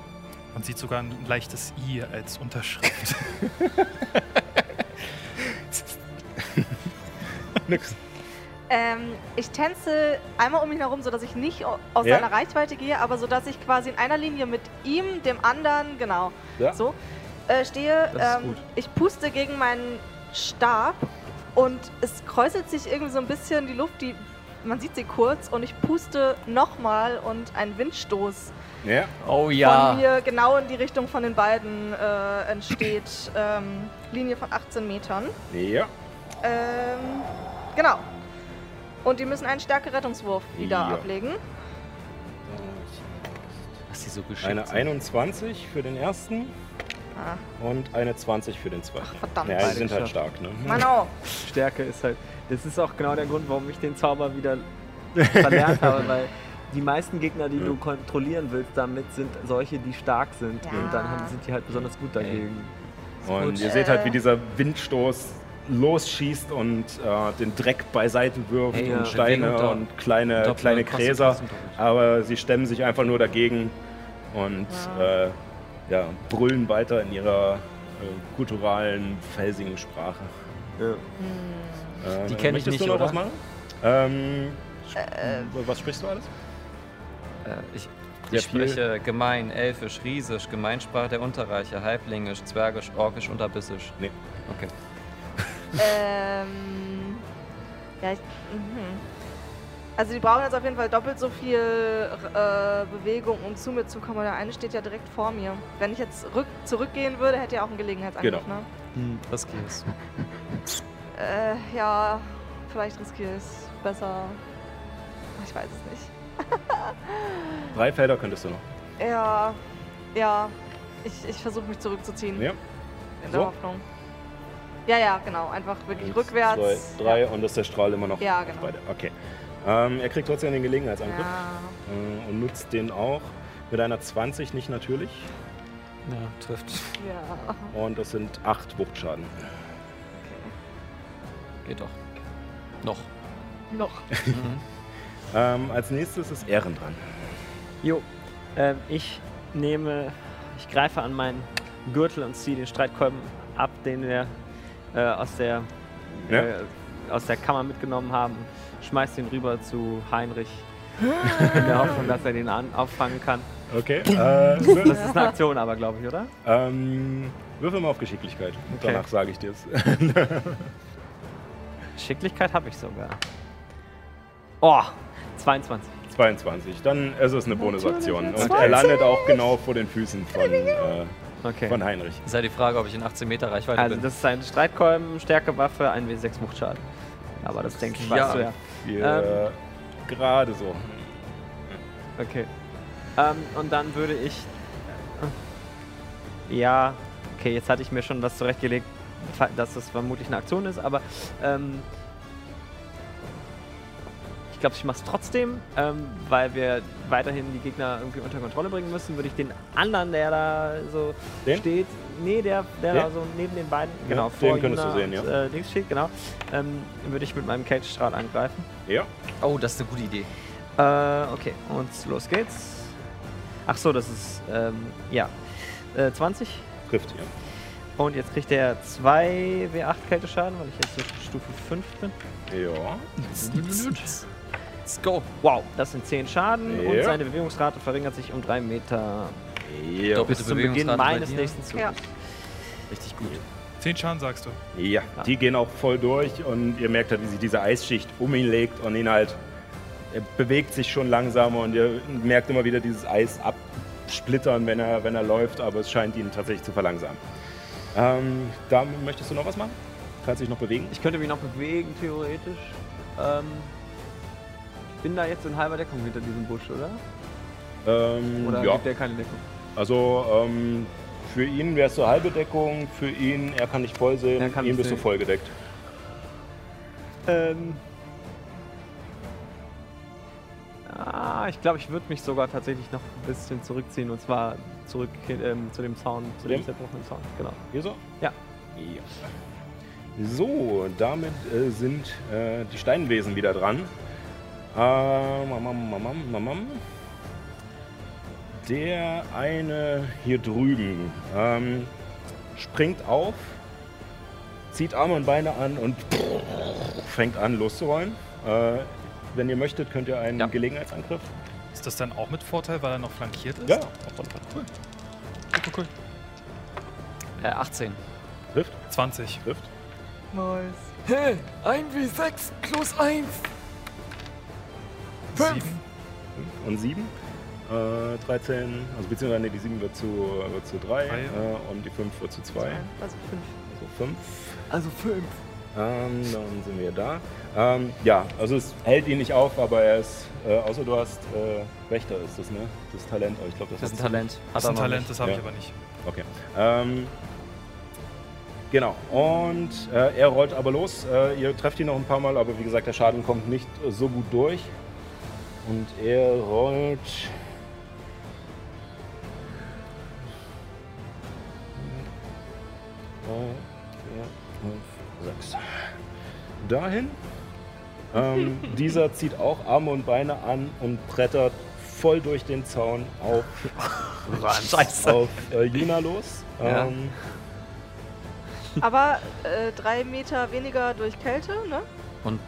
S7: Man sieht sogar ein leichtes I als Unterschrift.
S1: [LAUGHS] Nix.
S6: Ähm, ich tänze einmal um ihn herum, sodass ich nicht au- aus
S1: Ja.
S6: seiner Reichweite gehe, aber sodass ich quasi in einer Linie mit ihm, dem anderen, genau,
S1: Ja.
S6: so äh, stehe.
S4: Das ist
S6: ähm,
S4: gut.
S6: ich puste gegen meinen Stab und es kräuselt sich irgendwie so ein bisschen die Luft, die man sieht sie kurz und ich puste nochmal und ein Windstoß
S1: Ja.
S4: Oh
S6: von mir genau in die Richtung von den beiden äh, entsteht. ähm, Linie von 18 Metern.
S1: Ja.
S6: Ähm, genau. Und die müssen einen stärkeren Rettungswurf wieder
S1: Ja.
S6: ablegen.
S4: Was die so geschickt
S1: Eine
S4: sind.
S1: 21 für den ersten
S6: Ah,
S1: und eine 20 für den zweiten.
S6: verdammt.
S1: ja, die
S10: Beide
S1: sind halt
S10: geschafft.
S1: stark, ne?
S6: Mann, oh.
S1: [LAUGHS]
S10: Stärke ist halt. Das ist auch genau der Grund, warum ich den Zauber wieder verlernt habe, weil die meisten Gegner, die du kontrollieren willst damit, sind solche, die stark sind. Und dann haben, sind die halt besonders gut
S4: Hm.
S10: dagegen.
S1: Und
S10: Gut.
S1: ihr seht halt, wie dieser Windstoß losschießt und äh, den Dreck beiseite wirft
S10: Ey, ja.
S1: und Steine
S10: Bewegung da.
S1: und kleine,
S10: Doppel-
S1: kleine
S10: Kosten-
S1: Gräser.
S10: Kosten-
S1: Aber sie stemmen sich einfach nur dagegen und äh, ja, brüllen weiter in ihrer äh, kulturalen, felsigen Sprache. Äh,
S4: Die kenn ich
S1: möchtest
S4: nicht,
S1: du noch
S4: oder?
S1: was machen? Ähm, was sprichst du alles?
S4: Äh, ich
S1: Sehr
S4: ich
S1: viel.
S4: spreche gemein, elfisch, riesisch, Gemeinsprache der Unterreiche, halblingisch, zwergisch, orkisch und abyssisch.
S1: Nee.
S4: Okay.
S6: ähm. Ja, ich, mhm. Also die brauchen jetzt auf jeden Fall doppelt so viel äh, Bewegung, um zu mir zu kommen. Der eine steht ja direkt vor mir. Wenn ich jetzt rück zurückgehen würde, hätte er auch einen Gelegenheitsangriff,
S1: Genau.
S6: ne?
S10: Hm,
S4: Das geht's.
S6: Äh, ja, vielleicht riskiere ich es besser. Ich weiß es nicht. [LAUGHS]
S1: Drei Felder könntest du noch.
S6: Ja, ja. Ich, ich versuche mich zurückzuziehen.
S1: Ja.
S6: In der
S1: So.
S6: Hoffnung. Ja, ja, genau. Einfach wirklich
S1: Eins,
S6: rückwärts.
S1: Zwei, drei und dass der Strahl immer noch.
S6: Ja,
S1: auf
S6: genau.
S1: Beide. Okay. Ähm, er kriegt trotzdem den Gelegenheitsangriff
S6: Ja.
S1: äh, und nutzt den auch mit einer 20 nicht natürlich.
S4: Ja, trifft.
S6: Ja.
S1: Und das sind 8 Wuchtschaden.
S4: Geht doch.
S1: [LAUGHS]
S4: Noch. Mhm.
S6: Noch.
S1: Ähm, als nächstes ist Ehren dran.
S10: Jo, ähm, ich nehme, ich greife an meinen Gürtel und ziehe den Streitkolben ab, den wir äh, aus, der, äh, aus der Kammer mitgenommen haben. Schmeiß den rüber zu Heinrich. In der Hoffnung, dass er den an auffangen kann.
S1: Okay. Äh,
S10: das ist eine Aktion, aber glaube ich, oder?
S1: Ähm, würfel mal auf Geschicklichkeit.
S10: Okay.
S1: Danach sage ich dir
S4: [LAUGHS]
S1: es.
S10: Schicklichkeit habe ich sogar. Oh, 22.
S1: 22. Dann ist es eine Bonusaktion. Und er
S10: 20.
S1: landet auch genau vor den Füßen von, äh,
S10: Okay.
S1: von Heinrich.
S4: [LAUGHS] Ist ja die Frage, ob ich in 18 Meter Reichweite
S10: Also
S4: bin.
S10: das ist ein Streitkolben, Stärkewaffe, ein W6 Wuchtschaden. Aber das denke ich, weißt du ja.
S1: Wir-
S10: Ähm,
S1: gerade so.
S10: Okay. Ähm, und dann würde ich. Ja, okay, jetzt hatte ich mir schon was zurechtgelegt, fa- dass das vermutlich eine Aktion ist, aber ähm, ich glaube, ich mache es trotzdem, ähm, weil wir weiterhin die Gegner irgendwie unter Kontrolle bringen müssen. Würde ich den anderen, der da so steht, nee, der, der
S1: Den?
S10: da so neben den beiden,
S1: Ja,
S10: genau,
S1: den
S10: vor
S1: könntest du
S10: Juna
S1: sehen,
S10: und,
S1: ja.
S10: äh, Dings steht, genau, ähm, würde ich mit meinem Cage-Strahl angreifen.
S1: Ja.
S4: Oh, das ist eine gute Idee.
S10: Äh, okay, und los geht's. Ach so, das ist, ähm, ja. Äh, 20.
S1: Trifft, ja.
S10: Und jetzt kriegt er 2 W8 Kälteschaden, weil ich jetzt auf Stufe 5 bin.
S1: Ja.
S10: Let's go. Wow, das sind 10 Schaden und
S1: Ja.
S10: seine Bewegungsrate verringert sich um 3 Meter.
S1: Ja.
S10: Bis zum Beginn
S4: Bewegungsrate bei
S10: meines
S4: dir.
S10: nächsten Zuges.
S6: Ja.
S4: Richtig gut.
S7: 10 Schaden sagst du.
S1: Ja, die gehen auch voll durch und ihr merkt halt, wie sich diese Eisschicht um ihn legt und ihn halt, er bewegt sich schon langsamer und ihr merkt immer wieder dieses Eis absplittern, wenn er, wenn er läuft, aber es scheint ihn tatsächlich zu verlangsamen. Ähm, da möchtest du noch was machen? Kannst dich noch bewegen?
S10: Ich könnte mich noch bewegen, theoretisch. Ähm, ich bin da jetzt in halber Deckung hinter diesem Busch, oder?
S1: Ähm,
S10: Oder
S1: ja.
S10: gibt der keine Deckung?
S1: Also ähm, für ihn wärst du halbe Deckung, für ihn, er kann dich voll sehen,
S10: kann
S1: ihm
S10: mich
S1: bist
S10: sehen.
S1: du voll gedeckt.
S10: Ähm. Ah, ich glaube, ich würde mich sogar tatsächlich noch ein bisschen zurückziehen und zwar zurück hin- ähm, zu dem Zaun, zu dem
S1: Dem?
S10: zerbrochenen Zaun. Genau.
S1: Hier so?
S10: Ja.
S1: Ja. So, damit äh, sind äh, die Steinwesen wieder dran. Äh, mam, mam, mam, mam, mam, mam. Der eine hier drüben ähm, springt auf, zieht Arme und Beine an und fängt an loszurollen. Äh, wenn ihr möchtet, könnt ihr einen Gelegenheitsangriff.
S7: Ist das dann auch mit Vorteil, weil er noch flankiert ist?
S1: Ja.
S7: Cool. Cool, cool,
S4: Äh, 18.
S1: Trifft?
S7: 20.
S1: Trifft.
S6: Nice.
S15: Hä? 1W6 plus 1.
S7: 5.
S1: und 7. Äh, 13, also beziehungsweise nee, die 7 wird zu, wird zu 3
S7: Drei.
S1: äh, und die 5 wird zu 2.
S6: Also fünf.
S1: Also
S15: Also
S1: 5.
S15: 5.
S1: Ähm, dann sind wir da. Ähm, ja, also es hält ihn nicht auf, aber er ist, äh, außer du hast äh, Wächter ist das, ne? Das Talent, aber ich glaube, das,
S4: Das ist
S1: hast
S4: ein
S1: du.
S4: Talent. Hat
S7: Das ist
S4: er
S7: ein
S4: noch
S7: Talent,
S4: nicht.
S7: das habe ich
S1: Ja.
S7: aber nicht.
S1: Okay. Ähm, genau. Und äh, er rollt aber los. Äh, ihr trefft ihn noch ein paar Mal, aber wie gesagt, der Schaden kommt nicht äh, so gut durch. Und er rollt. Drei, vier, fünf, sechs. Dahin.
S2: [LAUGHS]
S1: Ähm, dieser zieht auch Arme und Beine an und brettert voll durch den Zaun auf,
S4: [LAUGHS] Scheiße.
S1: auf äh, Juna los.
S4: Ja.
S1: Ähm,
S6: Aber äh, drei Meter weniger durch Kälte, ne?
S4: Und,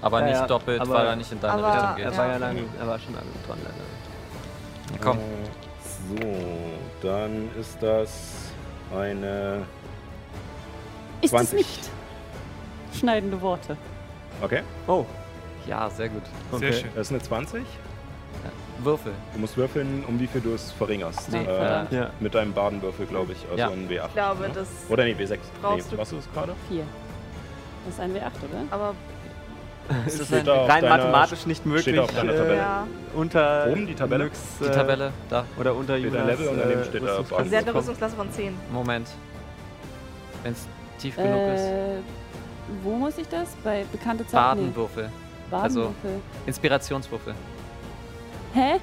S4: Aber nicht doppelt, weil er nicht in deine
S6: aber-
S4: Richtung geht.
S6: er war ja lang-
S4: er war schon lange dran, leider. Komm.
S1: Äh, So, dann ist das eine.
S2: Ist es
S1: 20.
S2: nicht? Schneidende Worte.
S1: Okay.
S10: Oh.
S4: Ja, sehr gut.
S1: Okay. Das ist eine 20.
S4: Würfel.
S1: Du musst würfeln, um wie viel du es verringerst.
S6: Nee, verdammt.
S1: äh, mit deinem Badenwürfel, glaube ich. Also
S6: Ja.
S1: ein W8.
S6: Ich glaube,
S1: ne?
S6: das
S1: Oder nee, W6. Nee,
S6: brauchst du.
S1: was ist es gerade?
S2: Vier. Das ist ein W8, oder?
S6: Aber
S1: Es
S10: Das ist
S1: steht
S10: ein-
S1: da auf
S10: rein
S1: deiner-
S10: mathematisch nicht möglich.
S1: Steht da auf deiner
S10: äh,
S1: Tabelle.
S10: Unter
S1: Oben die Tabelle?
S10: Lux,
S1: Die
S10: äh,
S1: Tabelle, da.
S10: Oder unter
S1: Steht da
S10: Jonas,
S1: Level und daneben
S10: äh,
S1: steht da
S10: Rüstungsklasse.
S1: Baden.
S6: sie hat eine Rüstungsklasse von 10.
S4: Moment. Wenn es tief genug ist.
S2: Äh, wo muss ich das? Bei bekannte Zahlen?
S4: Badenwürfel.
S2: Nee.
S4: Also
S2: Badenwürfel.
S4: Inspirationswürfel.
S2: Hä?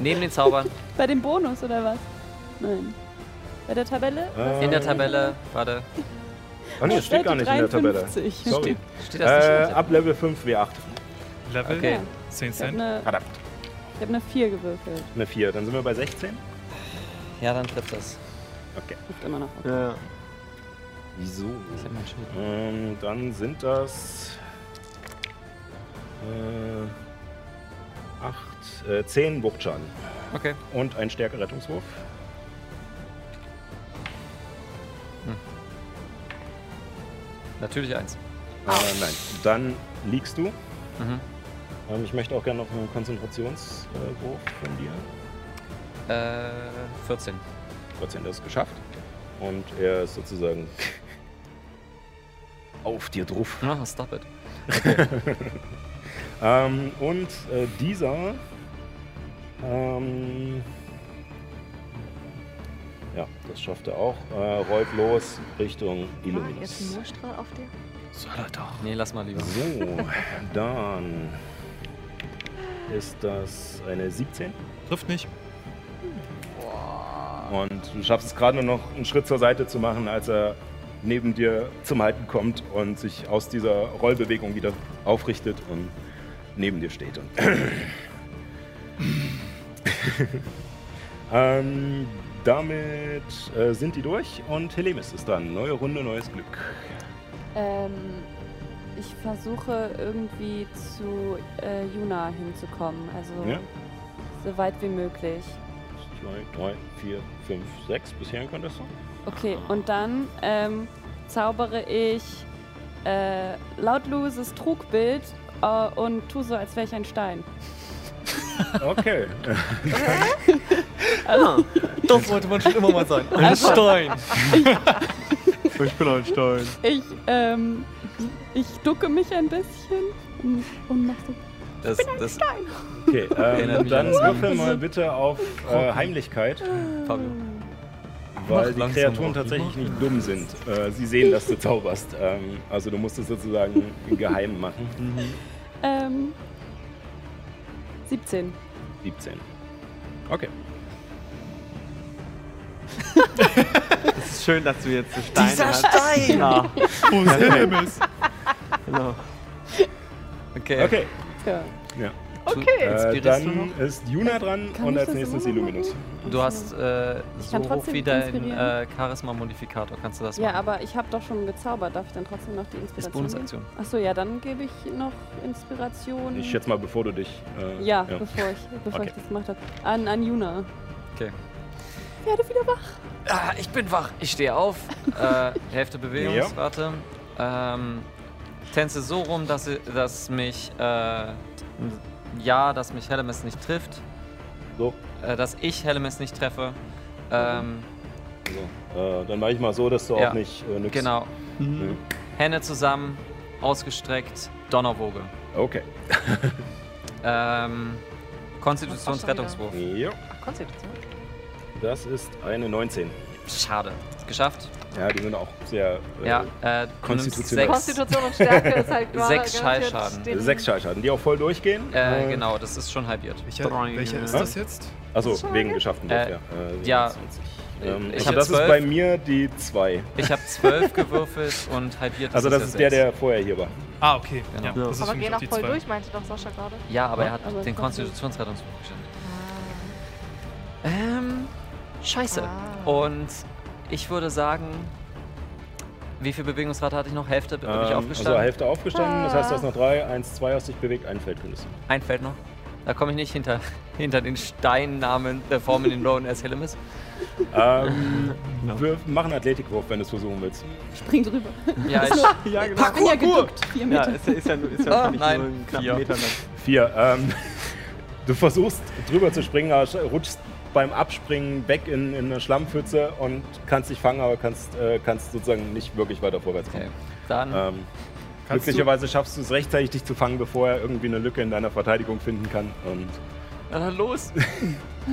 S4: Neben den Zaubern.
S2: Bei dem Bonus oder was? Nein. Bei der Tabelle?
S1: Äh,
S4: In der Tabelle. Warte.
S1: Oh nee, es steht gar nicht in der Tabelle.
S2: 53.
S1: Sorry.
S4: Steht das nicht in der
S1: äh,
S4: Tabelle?
S1: ab Level 5 W8.
S8: Level
S2: Okay.
S8: 10
S2: Ich hab eine-
S1: Verdammt.
S2: Ich habe eine 4 gewürfelt.
S1: Eine 4. Dann sind wir bei 16.
S4: Ja, dann trifft das.
S1: Okay.
S2: Trifft immer noch.
S10: Ja.
S1: Wieso? Ähm, dann sind das. Äh, acht, äh, zehn Wuchtschaden.
S4: Okay.
S1: Und ein stärker Rettungswurf.
S4: Hm. Natürlich eins.
S1: Äh, nein. Dann liegst du.
S4: Mhm.
S1: Ähm, ich möchte auch gerne noch einen Konzentrationswurf von dir.
S4: Äh, 14.
S1: 14, das ist geschafft. Und er ist sozusagen [LAUGHS] auf dir drauf.
S4: Ah, stop it.
S1: [LAUGHS] ähm, und äh, dieser. Ähm, ja, das schafft er auch. Äh, rollt los
S6: Ah,
S1: Richtung
S6: jetzt ein
S1: Illuminus.
S6: Mondstrahl auf dir.
S1: Soll er doch.
S4: Nee, lass mal lieber.
S1: So, dann ist das eine 17. [LAUGHS]
S8: Trifft nicht.
S1: Und du schaffst es gerade nur noch einen Schritt zur Seite zu machen, als er neben dir zum Halten kommt und sich aus dieser Rollbewegung wieder aufrichtet und neben dir steht. Und ähm, damit äh, sind die durch und Helemis ist dran. Neue Runde, neues Glück.
S2: Ähm, ich versuche irgendwie zu äh, Juna hinzukommen. Also
S1: Ja.
S2: so weit wie möglich.
S1: 2, 3, 4, 5, 6 bisher könntest du.
S2: [LAUGHS] Okay,
S10: Ah.
S2: und dann ähm, zaubere ich äh, lautloses Trugbild äh, und tu so, als wäre ich ein Stein.
S1: Okay.
S4: Ah. [LAUGHS]
S2: Also,
S8: Das wollte man schon immer mal sein. Ein
S2: Also-
S8: Stein.
S10: Ich bin ein Stein.
S2: ich, ähm, ich ducke mich ein bisschen und, und mach so.
S4: Das, das,
S1: Okay,
S4: Erinnert
S1: ähm,
S4: mich
S1: dann
S4: an das
S1: würfel
S4: Buch.
S1: mal bitte auf äh, Heimlichkeit,
S4: Fabio.
S1: weil
S4: Mach
S1: die
S4: langsam
S1: Kreaturen
S4: auf,
S1: tatsächlich nicht dumm sind. Äh, sie sehen, dass du zauberst. Ähm, also du musst es sozusagen geheim machen.
S4: Mhm.
S2: Ähm, 17.
S1: 17. Okay.
S10: Es ist schön, dass du jetzt so Steine
S16: Dieser
S10: hast.
S16: Stein!
S10: Genau.
S16: Wo ist
S10: Perfekt.
S16: Hermes?
S10: Genau.
S4: Okay.
S1: Okay.
S2: Ja.
S1: Ja.
S4: Okay.
S1: Äh,
S4: Inspirierst du
S1: dann ist Juna dran und als nächstes Illuminus.
S4: Du hast äh, so
S2: kann
S4: hoch
S2: trotzdem
S4: wie dein
S2: inspirieren.
S4: äh, Charisma-Modifikator. Kannst du das
S2: Ja,
S4: machen?
S2: aber ich habe doch schon gezaubert. Darf ich dann trotzdem noch die Inspiration?
S4: Bonusaktion.
S2: Achso, ja, dann gebe ich noch Inspiration.
S1: Ich schätze mal, bevor du dich. Äh,
S2: Ja, bevor, ich, bevor
S1: okay.
S2: ich das gemacht habe. An, an Juna.
S4: Okay.
S2: Werde wieder wach.
S4: Ah, ich bin wach. Ich stehe
S2: [LAUGHS]
S4: auf. äh, Hälfte Bewegungsrate. Ähm, tänze so rum, dass, sie- dass mich. Äh, ja, dass mich Hellemis nicht trifft.
S1: So.
S4: Äh, dass ich Hellemis nicht treffe. Ähm,
S1: So. Äh, dann mache ich mal so, dass du
S4: Ja.
S1: auch nicht äh, nix-
S4: Genau.
S1: Mhm.
S4: Hände zusammen, ausgestreckt, Donnerwoge.
S1: Okay.
S4: [LAUGHS] ähm, Konstitutionsrettungswurf.
S1: Äh, Ja.
S6: Ach, Konstitution.
S1: Das ist eine 19.
S4: Schade. Geschafft.
S1: Ja, die sind auch sehr. äh,
S4: Ja, äh, du nimmst
S1: konstitutionell.
S4: sechs-
S6: Konstitution und Stärke ist halt gar-
S4: [LAUGHS] Sechs
S6: garantiert
S4: Schallschaden.
S6: den-
S1: Sechs Schallschaden, die auch voll durchgehen.
S4: Äh, genau, das ist schon halbiert.
S7: Welcher- welcher ist das jetzt?
S1: Achso,
S4: Schade.
S1: wegen geschafften Wurf,
S4: Äh,
S1: ja. Äh,
S4: ja,
S1: 27. Ähm,
S4: ich
S1: also
S4: hab
S1: das ist
S4: 12.
S1: bei mir die 2.
S4: Ich habe zwölf gewürfelt und halbiert.
S1: Also das
S4: ja
S1: ist der,
S4: sechs.
S1: der vorher hier war.
S7: Ah, okay.
S4: Genau.
S7: Ja, das ist
S6: Aber
S7: für mich
S6: geh
S7: auch
S6: noch
S7: die
S6: voll
S7: zwei.
S6: durch, meinte doch Sascha gerade.
S4: Ja, aber er hat
S6: Aber
S4: den
S6: es war
S4: Konstitutionsrettungswurf geschafft.
S6: Ah,
S4: Ähm, scheiße. Und ich würde sagen, wie viel Bewegungsrate hatte ich noch? Hälfte bin ich
S1: Ähm,
S4: aufgestanden.
S1: Also Hälfte aufgestanden, das heißt, du hast
S4: Ah.
S1: noch 3, 1, 2 hast dich bewegt, ein Feldkündnis.
S4: Ein Feld noch. Da komme ich nicht hinter, [LAUGHS] hinter den Steinnamen der Formen in Rowan as Helimus.
S1: Ähm, Wir machen einen Athletikwurf, wenn du es versuchen willst.
S8: Spring drüber.
S2: [LAUGHS]
S4: Ja,
S8: Ist
S4: ich-
S8: nur-
S4: Ja, genau.
S8: Ich bin ja
S4: Parkour.
S8: geduckt. Vier Meter.
S1: Ah,
S8: nein.
S1: Vier. Vier. Ähm, du versuchst drüber zu springen, aber sch- rutschst beim Abspringen weg in, in eine Schlammpfütze und kannst dich fangen, aber kannst, äh, kannst sozusagen nicht wirklich weiter vorwärts kommen.
S4: Dann
S1: Ähm,
S4: Kannst
S1: glücklicherweise schaffst du es rechtzeitig, dich zu fangen, bevor er irgendwie eine Lücke in deiner Verteidigung finden kann. Und
S4: Na dann los.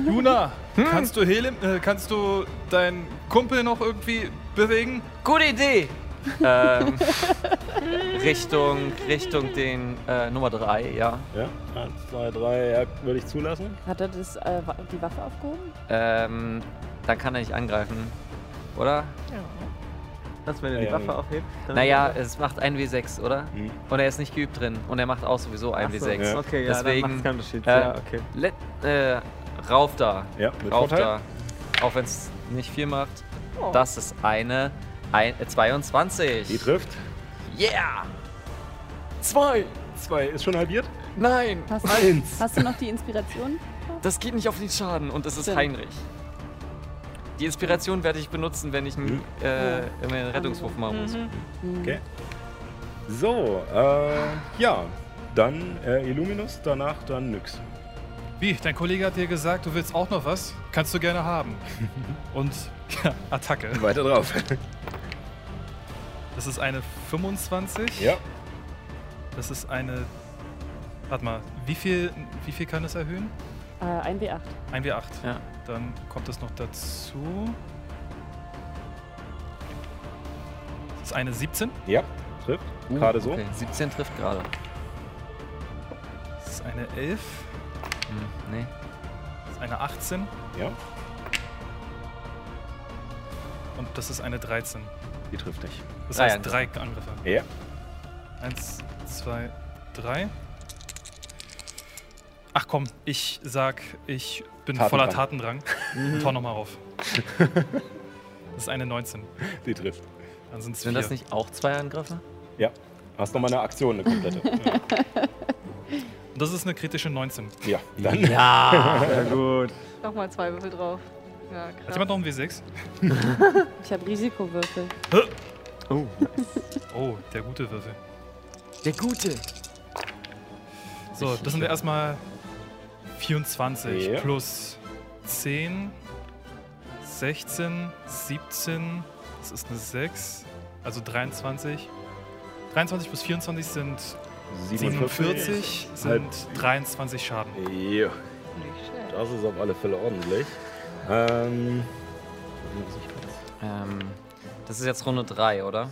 S7: Luna,
S1: Hm.
S7: kannst du Helim, äh, kannst du deinen Kumpel noch irgendwie bewegen?
S4: Gute Idee! ähm, Richtung, Richtung den äh, Nummer 3, ja.
S1: Ja, 1, 2, 3, ja, würde ich zulassen.
S8: Hat er das, äh, wa- die Waffe aufgehoben?
S4: Ähm, dann kann er nicht angreifen, oder?
S10: Was, wenn er die
S4: Ähm,
S10: Waffe aufhebt? dann-
S4: Naja, es macht 1W6, oder?
S1: Hm.
S4: Und er ist nicht geübt drin. Und er macht auch sowieso 1W6.
S10: Ach so, okay, ja, dann
S4: Deswegen,
S10: macht's keinen Unterschied.
S4: Äh,
S10: Ja, okay.
S4: let, äh, rauf da.
S1: Ja, mit
S4: rauf
S1: Vorteil.
S4: da. Auch wenn es nicht viel macht.
S10: Oh.
S4: Das ist eine ein, äh, 22. Die
S1: trifft.
S4: Yeah!
S15: Zwei.
S1: Zwei. Ist schon halbiert?
S15: Nein.
S8: Hast du,
S15: Eins.
S8: hast du noch die Inspiration?
S4: Das geht nicht auf den Schaden und es ist
S8: Stimmt.
S4: Heinrich. Die Inspiration werde ich benutzen, wenn ich einen,
S1: Hm.
S4: äh, einen Rettungswurf machen muss. Hm,
S7: Uh.
S1: Okay. So, äh, ja, dann äh, Illuminus, danach dann nix.
S7: Wie, dein Kollege hat dir gesagt, du willst auch noch was? Kannst du
S1: [LAUGHS]
S7: gerne haben. Und ja, Attacke.
S1: Weiter drauf.
S7: Das ist eine 25.
S1: Ja.
S7: Das ist eine. Warte mal, wie viel, wie viel kann es erhöhen?
S8: Äh, 1W8.
S7: 1W8.
S4: Ja.
S7: Dann kommt das noch dazu. Das ist eine 17.
S1: Ja, trifft.
S4: Uh,
S1: Gerade so.
S4: okay. 17 trifft gerade.
S7: Das ist eine 11.
S4: Hm, nee.
S7: Das ist eine 18.
S1: Ja.
S7: Und das ist eine 13.
S1: Die trifft nicht.
S7: Das
S4: Ah,
S1: Drei
S7: heißt drei
S1: Angriffe.
S7: Angriffe.
S1: Ja.
S7: Eins, zwei, drei. Ach komm, ich sag, ich bin
S1: Tatendrang.
S7: voller Tatendrang.
S1: Mhm.
S7: [LAUGHS] Mhm. Tau nochmal
S1: [LAUGHS]
S7: auf. Das ist eine 19.
S1: Die trifft.
S7: Dann sind's
S4: Sind das
S7: vier.
S4: nicht auch zwei Angriffe?
S1: Ja. Hast nochmal eine Aktion, eine
S7: [LAUGHS]
S1: komplette.
S7: Und das ist eine kritische 19.
S1: ja, dann. [LAUGHS]
S7: Ja, sehr
S10: gut.
S6: Nochmal zwei Würfel drauf. Ja,
S7: Hat
S6: krass.
S7: jemand noch ein W6?
S6: [LAUGHS]
S8: Ich habe Risikowürfel.
S10: Oh,
S7: Oh, der gute Würfel.
S15: Der Gute.
S7: So, das sind wir erstmal 24
S1: Ja.
S7: plus 10, 16, 17, das ist eine 6, also 23. 23 plus 24 sind
S1: 47,
S7: 47,
S1: halb-
S7: sind 23 Schaden.
S1: Halt. Ja. Das ist auf alle Fälle ordentlich. Ähm. was ich weiß.
S4: Ähm, das ist jetzt Runde 3, oder?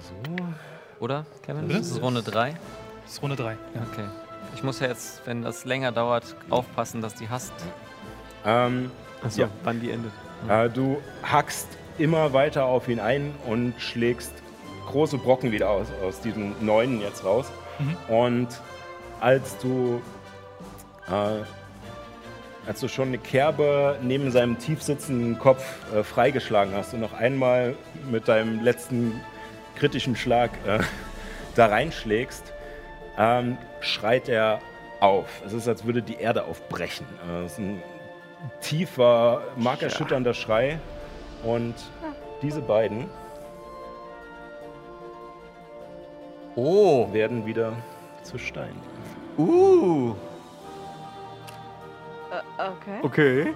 S1: So.
S4: Oder, Kevin?
S7: Ja.
S4: Das ist Runde 3.
S7: Das ist Runde 3.
S4: Okay. Ich muss ja jetzt, wenn das länger dauert, aufpassen, dass die hast.
S1: Ähm,
S10: Achso, wann die endet.
S1: Äh, du hackst immer weiter auf ihn ein und schlägst große Brocken wieder aus, aus diesen Neunen jetzt raus.
S10: Mhm.
S1: Und als du, äh, als du schon eine Kerbe neben seinem tief sitzenden Kopf äh, freigeschlagen hast und noch einmal mit deinem letzten kritischen Schlag äh, [LAUGHS] da reinschlägst, ähm, schreit er auf. Es ist, als würde die Erde aufbrechen. Äh, es ist ein tiefer, markerschütternder Schrei. Und diese beiden
S4: oh.
S1: werden wieder zu Stein.
S10: Uh.
S6: Äh, okay.
S10: Okay.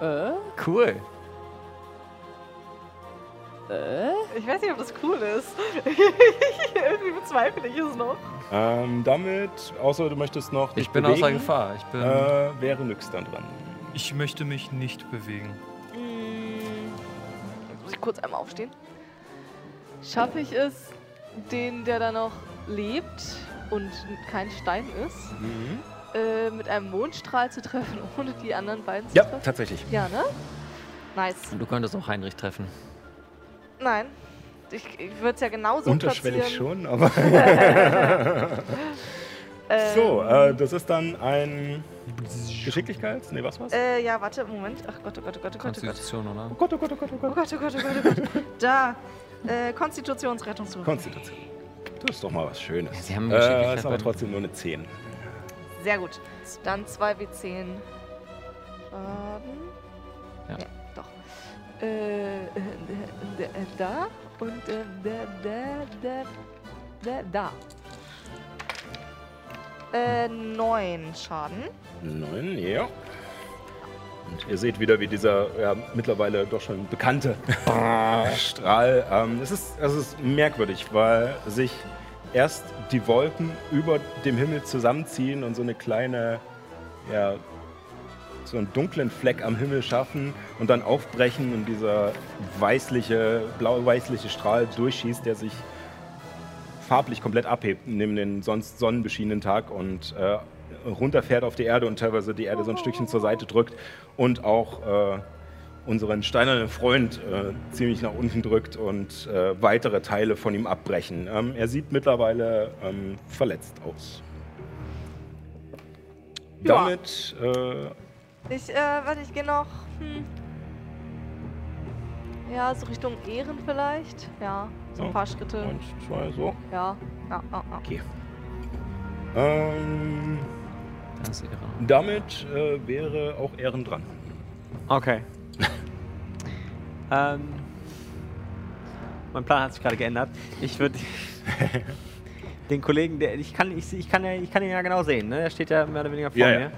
S4: Okay.
S8: Äh?
S4: Cool.
S8: Äh?
S6: Ich weiß nicht, ob das cool ist. [LAUGHS] Irgendwie wird es Verzweifle ich es noch.
S1: Ähm, damit, außer du möchtest noch.
S4: Ich
S1: dich
S4: bin
S1: bewegen,
S4: außer Gefahr, ich bin-
S1: Äh, wäre nix dann dran.
S7: Ich möchte mich nicht bewegen.
S6: Jetzt muss ich kurz einmal aufstehen. Schaffe ich es, den, der da noch lebt und kein Stein ist,
S1: Mhm.
S6: äh, mit einem Mondstrahl zu treffen, [LAUGHS] ohne die anderen beiden zu
S4: Ja,
S6: treffen?
S4: tatsächlich.
S6: Ja, ne? Nice.
S4: Du könntest auch Heinrich treffen.
S6: Nein. Ich, ich würde es ja genauso
S1: Unterschwellig
S6: platzieren.
S1: schon, aber.
S6: [LAUGHS] Ähm,
S1: so, äh, das ist dann ein. Geschicklichkeits? Nee, was war's?
S6: Äh, ja, warte, Moment. Ach Gott, oh Gott, oh Gott, oh Gott, oh Gott.
S4: Konstitution, oder?
S1: Oh Gott, oh Gott, oh Gott, oh Gott.
S6: Oh Gott, oh Gott, oh Gott, oh Gott. Da. Äh, Konstitutionsrettungswurf.
S1: Konstitution. Das ist doch mal was Schönes.
S4: Sie haben
S1: äh,
S4: Geschicklichkeit
S1: ist aber
S4: beim-
S1: trotzdem nur eine 10.
S6: Sehr gut. Dann 2W10 Schaden.
S4: Ja.
S6: doch. Äh, äh, äh, äh, da und äh, da, da, da, da, da. Äh, 9 Schaden.
S1: Neun, ja. Und ihr seht wieder, wie dieser ja, mittlerweile doch schon bekannte Strahl. Ähm, es, ist, es ist merkwürdig, weil sich erst die Wolken über dem Himmel zusammenziehen und so eine kleine, ja, so einen dunklen Fleck am Himmel schaffen und dann aufbrechen und dieser weißliche, blau-weißliche Strahl durchschießt, der sich farblich komplett abhebt, neben den sonst sonnenbeschienenen Tag und äh, runterfährt auf die Erde und teilweise die Erde so ein Stückchen zur Seite drückt und auch äh, unseren steinernen Freund äh, ziemlich nach unten drückt und äh, weitere Teile von ihm abbrechen. Ähm, er sieht mittlerweile ähm, verletzt aus.
S6: Ja.
S1: Damit äh,
S6: Ich, äh, warte, ich gehe noch. Hm. Ja, so Richtung Ehren vielleicht. Ja, so ein
S1: So,
S6: paar Schritte.
S1: eins, zwei, so.
S6: Ja, ja, ja. ja.
S1: Okay. Ähm,
S4: Das ist irre.
S1: damit äh, wäre auch Ehren dran.
S10: Okay. ähm, mein Plan hat sich gerade geändert. Ich
S1: [LAUGHS]
S10: würde den Kollegen, der ich kann, ich, ich kann ja, ich kann ihn ja genau sehen. Ne? Er steht ja mehr oder weniger vor
S1: Ja, ja.
S10: mir.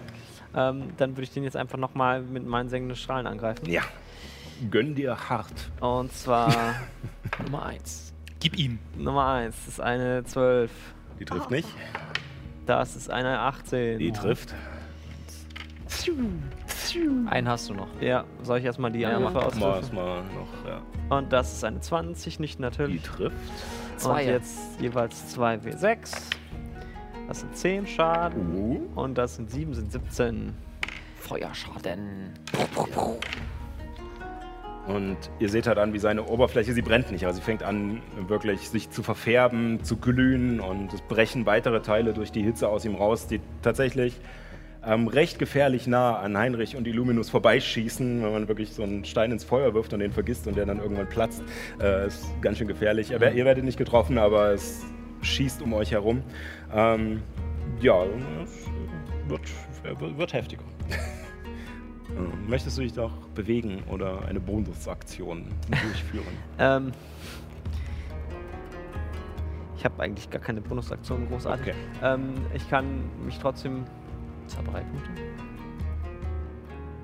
S10: Ähm, dann würde ich den jetzt einfach nochmal mit meinen sengenden Strahlen angreifen.
S1: Ja. Gönn dir hart. [LAUGHS]
S10: Und zwar
S4: Nummer 1.
S7: Gib ihm.
S10: Nummer 1 ist eine 12.
S1: Die trifft nicht.
S10: Das ist eine 18.
S1: Die trifft.
S4: Einen hast du noch.
S10: Ja, soll ich erstmal die
S4: Ja,
S10: Angriffe
S4: mach das
S1: Mal
S10: auswürfeln?
S1: erstmal noch, ja.
S10: Und das ist eine 20, nicht
S1: Die
S10: natürlich.
S1: trifft.
S10: Und
S4: Zweier.
S10: jetzt jeweils 2 W6. Das sind 10 Schaden.
S1: Uh.
S10: Und das sind 7, sind 17.
S4: Feuerschaden.
S1: Und ihr seht halt an, wie seine Oberfläche, sie brennt nicht, aber sie fängt an, wirklich sich zu verfärben, zu glühen und es brechen weitere Teile durch die Hitze aus ihm raus, die tatsächlich ähm, recht gefährlich nah an Heinrich und Illuminus vorbeischießen, wenn man wirklich so einen Stein ins Feuer wirft und den vergisst und der dann irgendwann platzt. Äh, ist ganz schön gefährlich. Aber ihr werdet nicht getroffen, aber es schießt um euch herum. Ähm, ja, es wird, wird heftiger. Ähm, Möchtest du dich doch bewegen oder eine Bonusaktion durchführen?
S10: [LAUGHS] Ähm, ich habe eigentlich gar keine Bonusaktion großartig.
S1: Okay.
S10: Ähm, ich kann mich trotzdem.
S4: Zaubereipunkte.
S10: Äh,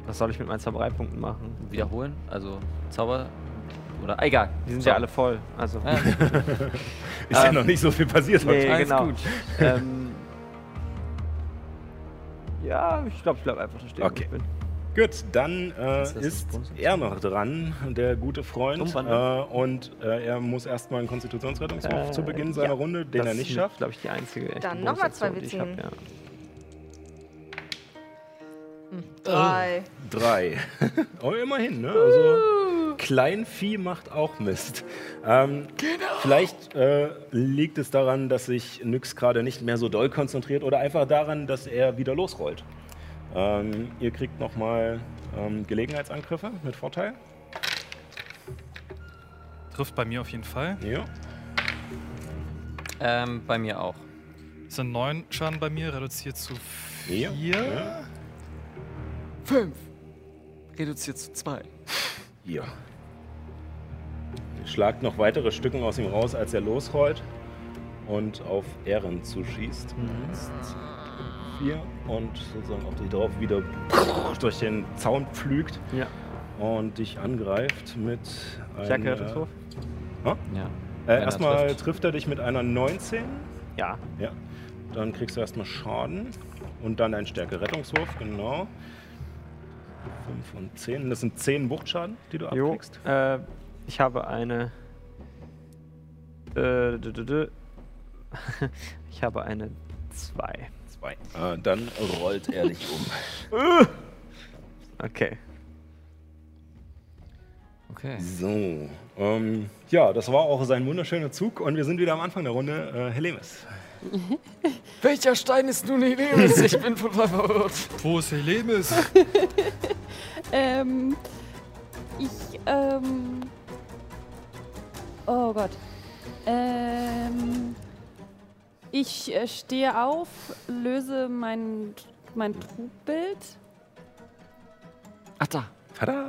S10: Was soll ich mit meinen Zaubereipunkten machen?
S4: Wiederholen. Also Zauber. Oder egal.
S10: Die sind
S4: So.
S10: ja alle voll. Also. [LAUGHS]
S4: Ja. [LAUGHS]
S1: Ist ja
S10: Ähm,
S1: noch nicht so viel passiert
S10: Nee,
S4: Alles
S10: genau.
S4: gut.
S10: [LAUGHS] ähm, ja, ich glaube, ich bleib einfach da stehen,
S1: Okay.
S10: wo ich bin.
S1: Gut, dann äh,
S10: das
S1: ist
S10: nicht Bonusaktion?
S1: er noch dran, der gute Freund. Äh,
S10: Umwandeln.
S1: und äh, er muss erstmal einen Konstitutionsrettungswurf
S10: Äh,
S1: zu Beginn
S10: ja.
S1: seiner Runde, den
S10: das
S1: er nicht
S10: ist,
S1: schafft.
S10: glaube ich, die einzige echte
S6: Dann nochmal zwei
S10: Bonusaktion, die ich hab,
S6: W10.
S10: ja.
S6: Hm, Drei.
S1: Drei. [LAUGHS] Aber immerhin, ne? Also, Kleinvieh macht auch Mist. Ähm, Vielleicht äh, liegt es daran, dass sich Nyx gerade nicht mehr so doll konzentriert oder einfach daran, dass er wieder losrollt. Ähm, ihr kriegt nochmal ähm, Gelegenheitsangriffe mit Vorteil.
S7: Trifft bei mir auf jeden Fall.
S1: Ja.
S4: Ähm, bei mir auch.
S7: Sind 9 Schaden bei mir, reduziert zu 4.
S1: Ja. Ja.
S15: Fünf. Reduziert zu zwei.
S1: Ja. Ihr Schlagt noch weitere Stücken aus ihm raus, als er losrollt und auf Ehren zuschießt. Vier und sozusagen auf dich drauf wieder [LAUGHS] durch den Zaun pflügt
S10: Ja.
S1: und dich angreift mit einer
S10: Stärke Rettungswurf?
S1: Hä?
S4: Ja.
S1: Äh, erstmal trifft. er dich mit einer 19.
S10: Ja.
S1: Ja. Dann kriegst du erstmal Schaden und dann einen Stärke-Rettungswurf, genau. 5 und 10. Das sind 10 Wuchtschaden, die du
S10: Jo,
S1: abkriegst.
S10: äh, ich habe eine. Äh, dü- dü- dü. [LAUGHS] ich habe eine 2.
S1: Zwei. Äh, dann rollt er dich
S10: [LAUGHS]
S1: um.
S10: Okay.
S4: Okay.
S1: So. Ähm, ja, das war auch sein wunderschöner Zug und wir sind wieder am Anfang der Runde. Äh, Helemis.
S15: [LAUGHS] Welcher Stein ist nun Helemis? Ich bin total verwirrt.
S7: Wo ist
S4: [LAUGHS]
S7: Helemis?
S8: Ähm, ich, ähm. Oh Gott. Ähm. Ich äh, stehe auf, löse mein, mein Trugbild. [LAUGHS]
S3: Ach da.
S1: Tada!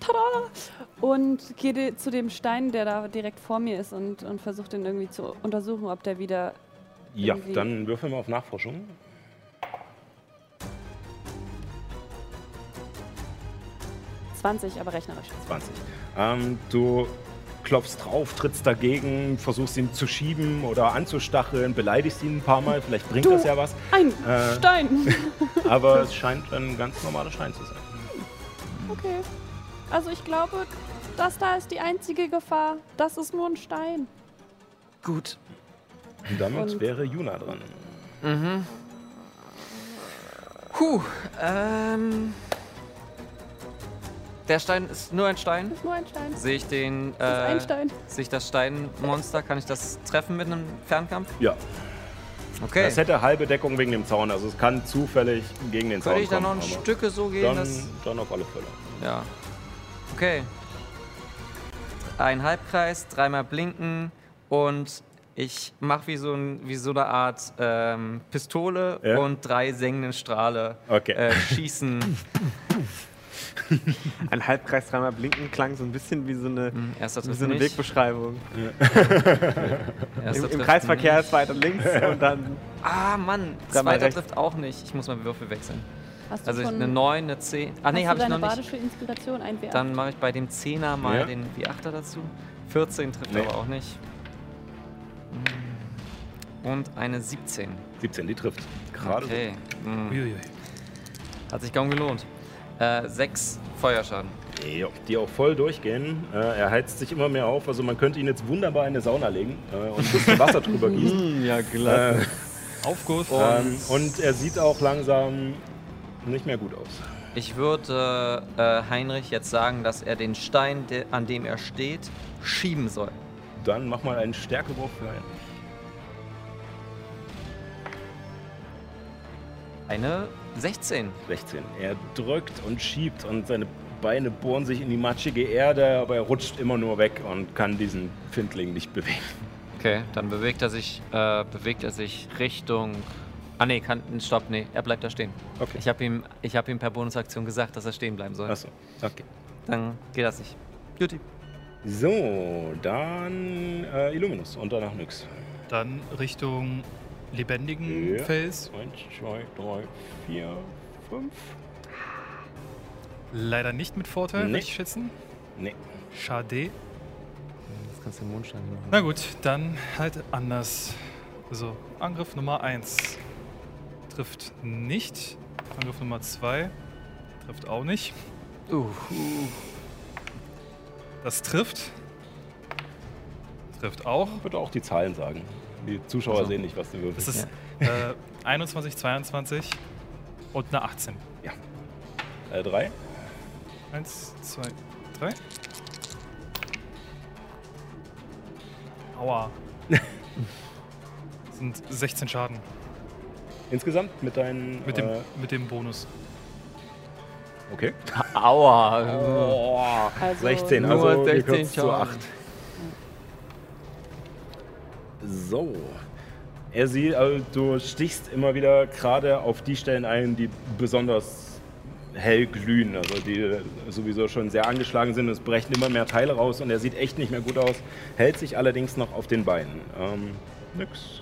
S8: Tada! Und gehe de- zu dem Stein, der da direkt vor mir ist, und, und versuche den irgendwie zu untersuchen, ob der wieder.
S1: Ja,
S8: irgendwie-
S1: dann würfeln wir auf Nachforschung.
S8: Äh, 20, aber rechnerisch.
S1: 20. Ähm, du klopfst drauf, trittst dagegen, versuchst ihn zu schieben oder anzustacheln, beleidigst ihn ein paar Mal, vielleicht bringt
S8: Du,
S1: das ja was.
S8: Ein
S1: Äh,
S8: Stein!
S1: Aber es scheint ein ganz normaler Stein zu sein.
S8: Okay. Also ich glaube, das da ist die einzige Gefahr. Das ist nur ein Stein.
S1: Gut. Und damit
S8: Und-
S1: wäre Juna dran.
S4: Mhm.
S3: Puh,
S4: Äh, ähm. Der Stein ist nur ein Stein.
S8: Ist nur ein Stein.
S4: Sehe ich den. Äh,
S8: Das ist ein Stein.
S4: Sehe ich das Steinmonster? Kann ich das treffen mit einem Fernkampf?
S1: Ja.
S4: Okay.
S1: Das hätte halbe Deckung wegen dem Zaun, also es kann zufällig gegen den Zaun
S4: Könnte ich dann
S1: kommen.
S4: noch ein
S1: aber
S4: Stücke so gehen?
S1: dann,
S4: dass,
S1: dann auf alle Fälle.
S4: ja. Okay. Ein Halbkreis, dreimal blinken und ich mache wie, so ein, wie so eine Art ähm, Pistole
S1: Ja.
S4: und drei sengenden Strahle
S1: Okay. [LAUGHS]
S4: äh, schießen.
S10: [LAUGHS] Ein Halbkreis dreimal blinken klang so ein bisschen wie so eine,
S4: Hm, erster
S10: wie
S4: Triff
S10: so eine
S4: nicht.
S10: Wegbeschreibung. [LAUGHS]
S4: Erster
S10: Im, Im
S4: Triff
S10: Kreisverkehr
S4: nicht.
S10: zwei und
S1: [LAUGHS]
S10: links und dann.
S4: Ah, Mann,
S10: Dann mal
S4: zweiter
S10: rechts.
S4: trifft auch nicht. Ich muss meinen Würfel wechseln.
S8: Hast du
S4: also ich,
S8: schon-
S4: eine 9, eine 10. Ah, nee,
S8: Hast
S4: habe
S8: du deine
S4: ich noch nicht.
S8: badische Inspiration einwerfen?
S4: Dann mache ich bei dem 10er mal
S1: Ja.
S4: den V8er dazu. 14 trifft
S1: Nee.
S4: aber auch nicht. Und eine 17.
S1: 17, die trifft. Gerade. so.
S4: Okay. Mm.
S7: Uiuiui.
S4: Hat sich kaum gelohnt. Äh, 6 Feuerschaden.
S1: Jo, die auch voll durchgehen. Äh, er heizt sich immer mehr auf. Also man könnte ihn jetzt wunderbar in eine Sauna legen äh, und ein bisschen Wasser drüber gießen.
S10: ja,
S1: Äh,
S7: Aufguss.
S1: ähm, und er sieht auch langsam nicht mehr gut aus.
S4: Ich würde äh, Heinrich jetzt sagen, dass er den Stein, de an dem er steht, schieben soll.
S1: Dann mach mal einen Stärkewurf für einen.
S4: Eine 16.
S1: 16. Er drückt und schiebt und seine Beine bohren sich in die matschige Erde, aber er rutscht immer nur weg und kann diesen Findling nicht bewegen.
S4: Okay, dann bewegt er sich, äh, bewegt er sich Richtung. Ah nee, kann. Stopp, nee, er bleibt da stehen.
S1: Okay.
S4: Ich habe ihm, ich hab ihm per Bonusaktion gesagt, dass er stehen bleiben soll.
S1: Achso, okay.
S4: Dann geht das nicht. Juti.
S1: So, dann äh, Illuminus und danach nix.
S7: Dann Richtung lebendigen
S1: Ja.
S7: Hm, Fels.
S1: 1, 2, 3, 4, 5.
S7: Leider nicht mit Vorteil,
S1: Nee.
S7: würde ich schätzen.
S1: Nee. Hm.
S7: Schade.
S4: Jetzt kannst du den Mondstein hier machen.
S7: Na gut, dann halt anders. So, Angriff Nummer 1 trifft nicht. Angriff Nummer 2 trifft auch nicht.
S1: Uh.
S7: Das trifft. Trifft auch.
S1: Ich würde auch die Zahlen sagen. Die Zuschauer
S4: Also.
S1: sehen nicht, was du würfelst.
S7: Das ist
S1: [LAUGHS]
S7: äh, 21, 22 und eine 18.
S1: äh, drei.
S7: 1, 2, 3.
S1: [LAUGHS]
S7: Aua. Das sind 16 Schaden
S1: Insgesamt mit deinen.
S7: mit dem,
S1: Äh,
S7: mit dem Bonus.
S1: okay. Ah,
S4: Aua.
S1: Oh,
S8: Also
S1: 16,
S4: nur
S1: also
S4: 16
S1: gekürzt zu
S4: Schaden.
S1: 8. So. Er sieht, also du stichst immer wieder gerade auf die Stellen ein, die besonders hell glühen, also die sowieso schon sehr angeschlagen sind. Es brechen immer mehr Teile raus und er sieht echt nicht mehr gut aus, hält sich allerdings noch auf den Beinen. Ähm, nix.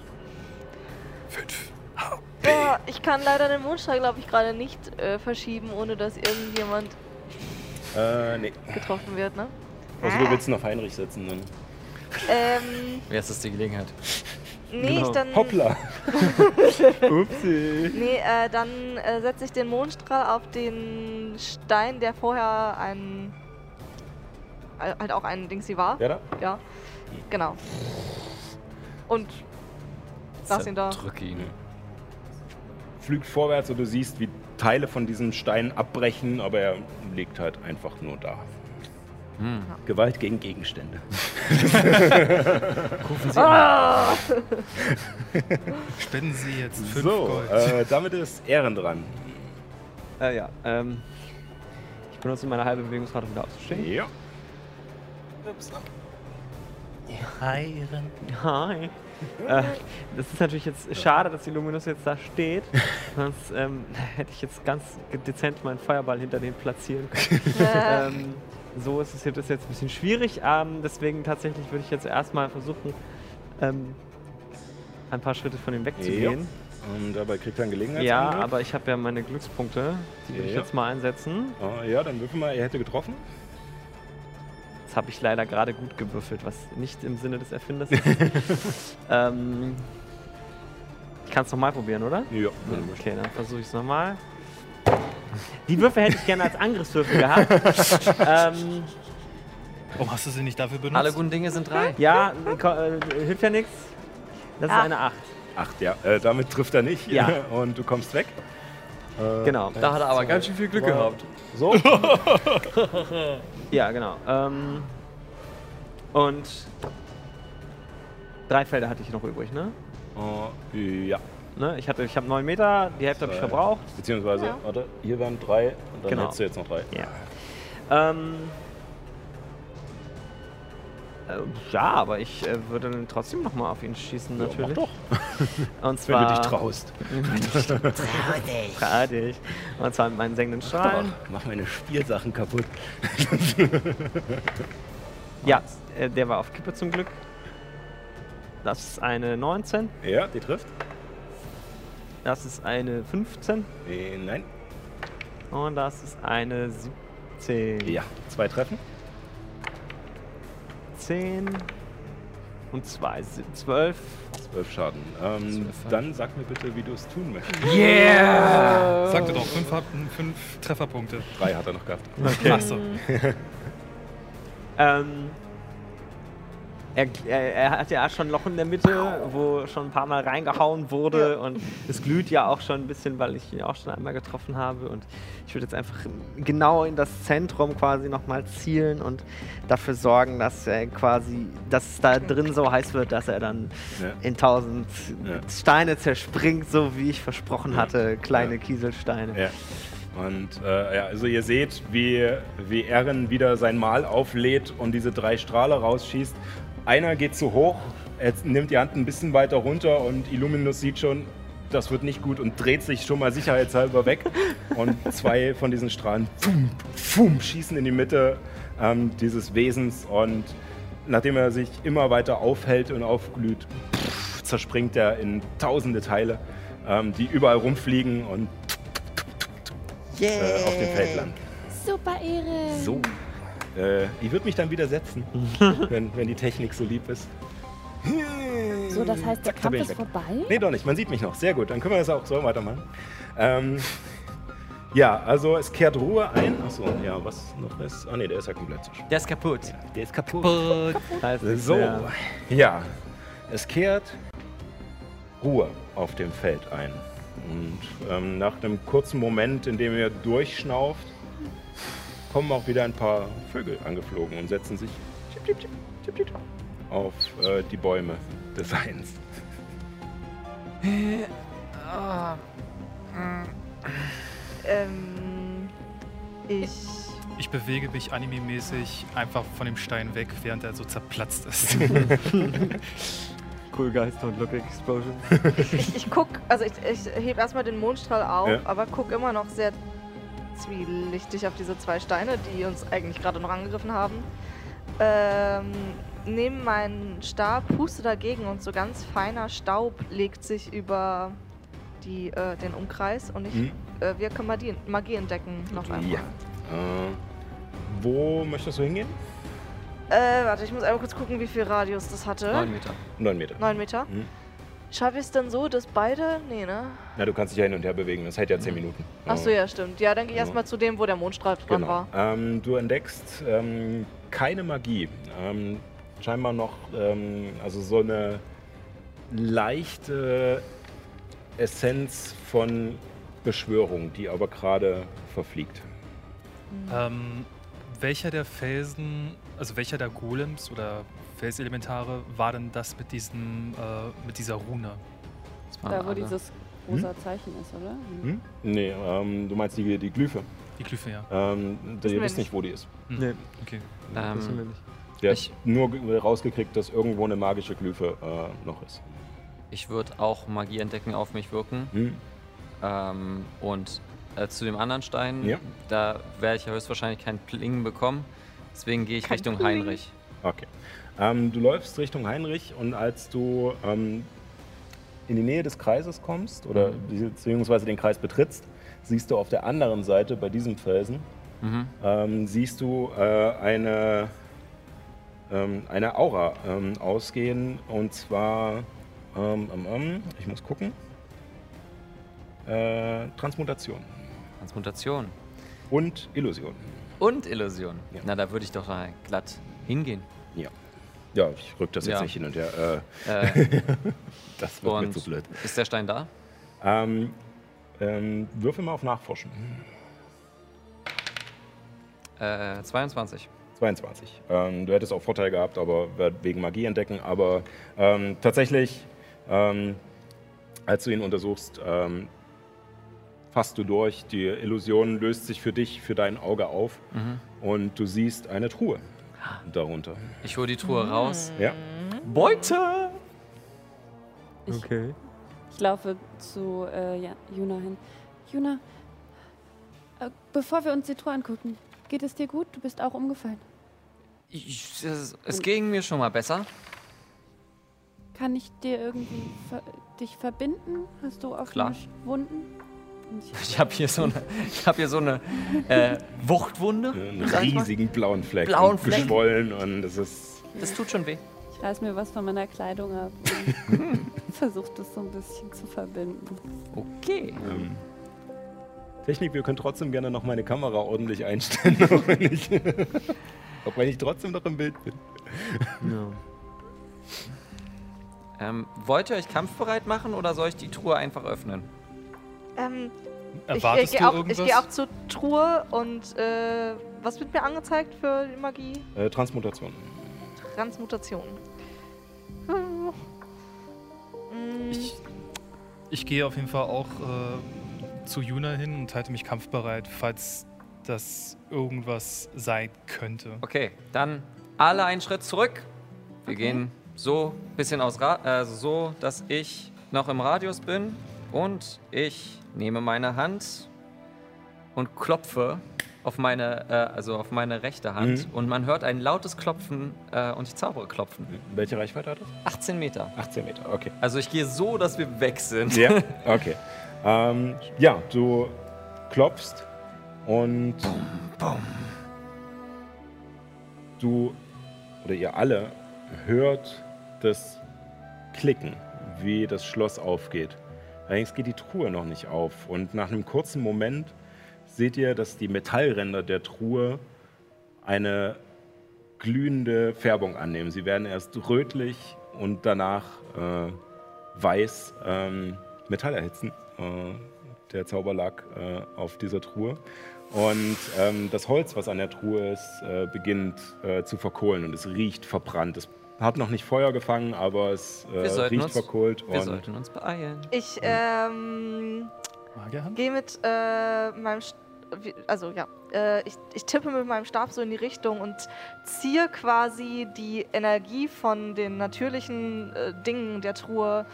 S6: Boah, ich kann leider den Mondstein, glaube ich, gerade nicht äh, verschieben, ohne dass irgendjemand
S1: Äh, nee.
S6: getroffen wird, ne?
S1: Also du willst noch Heinrich setzen dann.
S6: Ähm,
S5: Jetzt ist die Gelegenheit.
S6: nee, ich dann.
S1: Genau. Hoppla. Upsi.
S6: [LAUGHS] Nee, äh, dann äh, setze ich den Mondstrahl auf den Stein, der vorher ein. äh, halt auch ein Dingsy war.
S1: Ja, da?
S6: Ja. Genau. Und. Lass ihn da.
S5: Drücke ihn.
S1: Flügt vorwärts und du siehst, wie Teile von diesem Stein abbrechen, aber er liegt halt einfach nur da.
S5: Hm.
S1: Gewalt gegen
S5: [LAUGHS]
S1: Gegenstände.
S5: Rufen
S1: Sie
S6: Ah!
S1: [LAUGHS] an.
S7: Ah. Spenden Sie jetzt 5
S1: So,
S7: Gold.
S1: äh, damit ist Ehren dran.
S10: Äh, ja, ähm, ich benutze meine halbe Bewegungsrate, um wieder aufzustehen.
S1: Ja.
S10: Heiren. Hi. Äh, das ist natürlich jetzt schade, dass die Luminus jetzt da
S1: [LAUGHS]
S10: steht. Sonst ähm, hätte ich jetzt ganz dezent meinen Feuerball hinter den platzieren
S1: [LAUGHS]
S10: können. ähm, so ist es jetzt, ist jetzt ein bisschen schwierig. Ähm, deswegen tatsächlich würde ich jetzt erstmal versuchen, ähm, ein paar Schritte von ihm wegzugehen.
S1: Und dabei kriegt er einen
S10: Ja,
S1: Gelegenheitsangriff.
S10: aber ich habe ja meine Glückspunkte. Die würde ich
S1: Ja.
S10: jetzt mal einsetzen.
S1: Ah, ja, dann würfel mal, er hätte getroffen.
S10: Das habe ich leider gerade gut gewürfelt, was nicht im Sinne des
S1: [LAUGHS]
S10: Erfinders ist. ähm, ich kann es nochmal probieren, oder?
S1: Ja.
S10: Okay, dann versuche ich es nochmal. Die Würfel hätte ich gerne als
S1: [LAUGHS]
S10: Angriffswürfel gehabt. ähm,
S7: Warum hast du sie nicht dafür benutzt?
S5: Alle guten Dinge sind drei.
S10: ja, ko- äh, hilft ja nichts. Das ist
S5: Ah.
S10: eine 8.
S1: Acht, ja. Äh, damit trifft er nicht.
S10: Ja.
S1: [LAUGHS] Und du kommst weg. Äh,
S10: Genau.
S5: Da hat er aber ganz schön viel Glück gehabt.
S1: So.
S10: [LAUGHS] Ja, genau. Ähm, und drei Felder hatte ich noch übrig, ne?
S1: Äh, ja.
S10: ne? Ich, hatte- ich habe 9 Meter, die Hälfte habe ich
S1: Zwei.
S10: verbraucht.
S1: Beziehungsweise, warte, hier waren drei und dann
S10: Genau.
S1: hättest du jetzt noch drei.
S10: Ja. Ähm, äh, ja, aber ich äh, würde dann trotzdem nochmal auf ihn schießen,
S1: Ja,
S10: natürlich.
S1: mach
S10: doch.
S1: [LAUGHS]
S10: [LAUGHS] Und
S1: Wenn
S10: zwar.
S1: du dich
S10: [LAUGHS]
S1: traust.
S10: Trau dich. Und zwar mit meinen sengenden Strahlen.
S1: Mach meine Spielsachen kaputt.
S10: [LAUGHS] Ja, äh, der war auf Kippe zum Glück. Das ist eine 19.
S1: Ja, die trifft.
S10: Das ist eine 15.
S1: Äh, nein.
S10: Und das ist eine 17.
S1: Ja, zwei Treffen.
S10: 10 und 2. 12.
S1: Zwölf Schaden. Ähm, dann sag mir bitte, wie du es tun möchtest.
S7: Sagte doch, 5 Trefferpunkte.
S1: Drei hat er noch gehabt.
S7: Achso.
S10: Ähm, er, er, er hat ja schon ein Loch in der Mitte, wo schon ein paar Mal reingehauen wurde und es glüht ja auch schon ein bisschen, weil ich ihn auch schon einmal getroffen habe und ich würde jetzt einfach genau in das Zentrum quasi nochmal zielen und dafür sorgen, dass er quasi, dass es da drin so heiß wird, dass er dann
S1: Ja.
S10: in tausend
S1: Ja.
S10: Steine zerspringt, so wie ich versprochen hatte, kleine
S1: Ja.
S10: Kieselsteine.
S1: Ja. Und äh, ja, also ihr seht, wie, wie Erin wieder sein Mal auflädt und diese drei Strahler rausschießt. Einer geht zu hoch, er nimmt die Hand ein bisschen weiter runter und Illuminus sieht schon, das wird nicht gut und dreht sich schon mal sicherheitshalber weg. Und zwei von diesen Strahlen fum, fum, schießen in die Mitte ähm, dieses Wesens und nachdem er sich immer weiter aufhält und aufglüht, pff, zerspringt er in tausende Teile, ähm, die überall rumfliegen und äh, auf dem Feld landen.
S2: Super Ehre.
S1: So. Äh, ich würde mich dann wieder setzen, wenn, wenn die Technik so lieb ist.
S2: So, das heißt, der
S1: Zack, da
S2: Kampf
S1: bin ich
S2: ist
S1: weg.
S2: vorbei?
S1: Nee, doch nicht. Man sieht mich noch. Sehr gut. Dann können wir das auch so weitermachen. Ähm, ja, also es kehrt Ruhe ein. Achso, ja, was noch ist? Ah, nee, der ist ja komplett zerstört.
S5: Der ist kaputt.
S1: Der ist kaputt.
S10: Heißt,
S1: So,
S10: ja.
S1: ja. Es kehrt Ruhe auf dem Feld ein. Und ähm, nach einem kurzen Moment, in dem ihr durchschnauft, kommen auch wieder ein paar Vögel angeflogen und setzen sich tschip, tschip, tschip, tschip, tschip, auf äh, die Bäume des Seins.
S6: Ah. Mm. Ähm, ich.
S7: Ich bewege mich anime-mäßig einfach von dem Stein weg, während er so zerplatzt
S1: [LAUGHS]
S7: ist.
S10: Cool Guys Don't
S1: [LAUGHS]
S10: Look Explosion.
S6: Ich, ich guck, also ich, ich heb erstmal den Mondstrahl auf,
S1: Ja.
S6: aber guck immer noch sehr zwielichtig auf diese zwei Steine, die uns eigentlich gerade noch angegriffen haben. Ähm, nehme meinen Stab, puste dagegen und so ganz feiner Staub legt sich über die, äh, den Umkreis und ich
S1: Mhm.
S6: äh, wirke Magie, Magie entdecken noch einmal.
S1: Ja. Äh, wo möchtest du hingehen?
S6: Äh, warte, ich muss einmal kurz gucken, wie viel Radius das hatte.
S1: Neun Meter. Neun Meter.
S6: Neun Meter.
S1: Mhm.
S6: Schaffe ich es dann so, dass beide. Nee, ne?
S1: Na, du kannst dich ja hin und her bewegen, das hält ja zehn Minuten.
S6: Achso, Hm. ja, stimmt. Ja, dann gehe ich
S1: Ja.
S6: erstmal zu dem, wo der Mondstrahl dran
S1: Genau.
S6: war.
S1: Ähm, du entdeckst ähm, keine Magie. Ähm, scheinbar noch, ähm, also so eine leichte Essenz von Beschwörung, die aber gerade verfliegt.
S7: Ähm, welcher der Felsen, also welcher der Golems oder Felselementare war denn das mit diesem, äh, mit dieser Rune?
S4: Ah,
S2: Da, wo dieses rosa Zeichen ist, oder?
S1: Hm? Nee, ähm, du meinst die, die Glyphe.
S7: Die Glyphe, ja.
S1: Ähm,
S7: Wissen wir
S1: ihr wisst
S7: nicht.
S1: nicht, wo die ist.
S7: Hm. Nee. Okay.
S4: Ähm, Wissen wir
S7: nicht.
S1: Der hat nur ge- rausgekriegt, dass irgendwo eine magische Glyphe äh, noch ist.
S4: Ich würde auch Magie entdecken auf mich wirken.
S1: Mhm.
S4: Ähm, und äh, zu dem anderen Stein,
S1: Ja.
S4: da werde ich ja höchstwahrscheinlich kein Pling bekommen. Deswegen gehe ich Richtung Heinrich.
S1: Okay. Ähm, du läufst Richtung Heinrich und als du ähm, in die Nähe des Kreises kommst oder
S4: Mhm.
S1: beziehungsweise den Kreis betrittst, siehst du auf der anderen Seite bei diesem Felsen,
S4: Mhm.
S1: ähm, siehst du äh, eine, ähm, eine Aura ähm, ausgehen und zwar, ähm, ähm, ähm, ich muss gucken, äh, Transmutation
S4: Transmutation.
S1: und Illusion.
S4: Und Illusion. Na, da würde ich doch mal glatt hingehen.
S1: Ja. Ja, ich rück das jetzt
S4: Ja.
S1: nicht hin und her.
S4: Äh,
S1: Äh, [LAUGHS] das wird mir
S4: und
S1: zu blöd.
S4: Ist der Stein da?
S1: Ähm, ähm, würfel mal auf Nachforschen.
S4: Äh, 22.
S1: 22. Ähm, du hättest auch Vorteil gehabt, aber wegen Magie entdecken. Aber ähm, tatsächlich, ähm, als du ihn untersuchst, ähm, fasst du durch. Die Illusion löst sich für dich, für dein Auge auf.
S4: Mhm.
S1: Und du siehst eine Truhe darunter.
S4: Ich hole die Truhe raus.
S1: Ja.
S4: Beute!
S17: Okay.
S2: Ich laufe zu äh, ja, Juna hin. Juna, äh, bevor wir uns die Truhe angucken, geht es dir gut? Du bist auch umgefallen.
S4: Ich, es, es ging mir schon mal besser.
S2: Kann ich dir irgendwie ver dich verbinden? Hast du offene
S4: Klar.
S2: Sch- Wunden? Und
S4: Ich habe hier so eine, ich hab hier so eine äh, Wuchtwunde.
S1: Einen
S4: sag ich mal.
S1: riesigen blauen Fleck.
S4: Blauen
S1: und
S4: Fleck.
S1: Geschwollen und das ist.
S4: Das tut schon weh.
S2: Ich reiß mir was von meiner Kleidung ab.
S4: [LAUGHS]
S2: Versuche das so ein bisschen zu verbinden.
S4: Okay.
S1: Ähm, Technik, wir können trotzdem gerne noch meine Kamera ordentlich einstellen, [LAUGHS] auch wenn ich, auch wenn ich trotzdem noch im Bild bin.
S4: Ähm, wollt ihr euch kampfbereit machen oder soll ich die Truhe einfach öffnen?
S6: Ähm, ich äh,
S4: Erwartest
S6: gehe
S4: du
S6: auch, ich
S4: irgendwas?
S6: gehe auch zur Truhe und äh, was wird mir angezeigt für die Magie?
S1: Äh, Transmutation.
S6: Transmutation. Hm. Mm,
S7: Ich gehe auf jeden Fall auch äh, zu Juna hin und halte mich kampfbereit, falls das irgendwas sein könnte.
S4: Okay, dann alle einen Schritt zurück. Wir gehen so ein bisschen aus Ra äh, so, dass ich noch im Radius bin und ich nehme meine Hand und klopfe auf meine äh, also auf meine rechte Hand
S1: Mhm.
S4: und man hört ein lautes Klopfen äh, und ich zaubere klopfen.
S1: Welche Reichweite hat das?
S4: 18 Meter.
S1: 18 Meter, okay.
S4: Also ich gehe so, dass wir weg sind. [LAUGHS]
S1: Ja, okay. Ähm, ja, du klopfst und du oder ihr alle hört das Klicken, wie das Schloss aufgeht. Allerdings geht die Truhe noch nicht auf und nach einem kurzen Moment seht ihr, dass die Metallränder der Truhe eine glühende Färbung annehmen. Sie werden erst rötlich und danach äh, weiß ähm, Metall erhitzen. Äh, der Zauber lag äh, auf dieser Truhe. Und ähm, das Holz, was an der Truhe ist, äh, beginnt äh, zu verkohlen und es riecht verbrannt. Es hat noch nicht Feuer gefangen, aber es äh,
S4: Wir sollten
S1: riecht
S4: uns-
S1: verkohlt.
S4: wir
S1: und
S4: sollten uns beeilen.
S1: Hm.
S6: ich ähm, gehe mit äh, meinem, St wie- also ja, äh, ich, ich tippe mit meinem Stab so in die Richtung und ziehe quasi die Energie von den natürlichen äh, Dingen der Truhe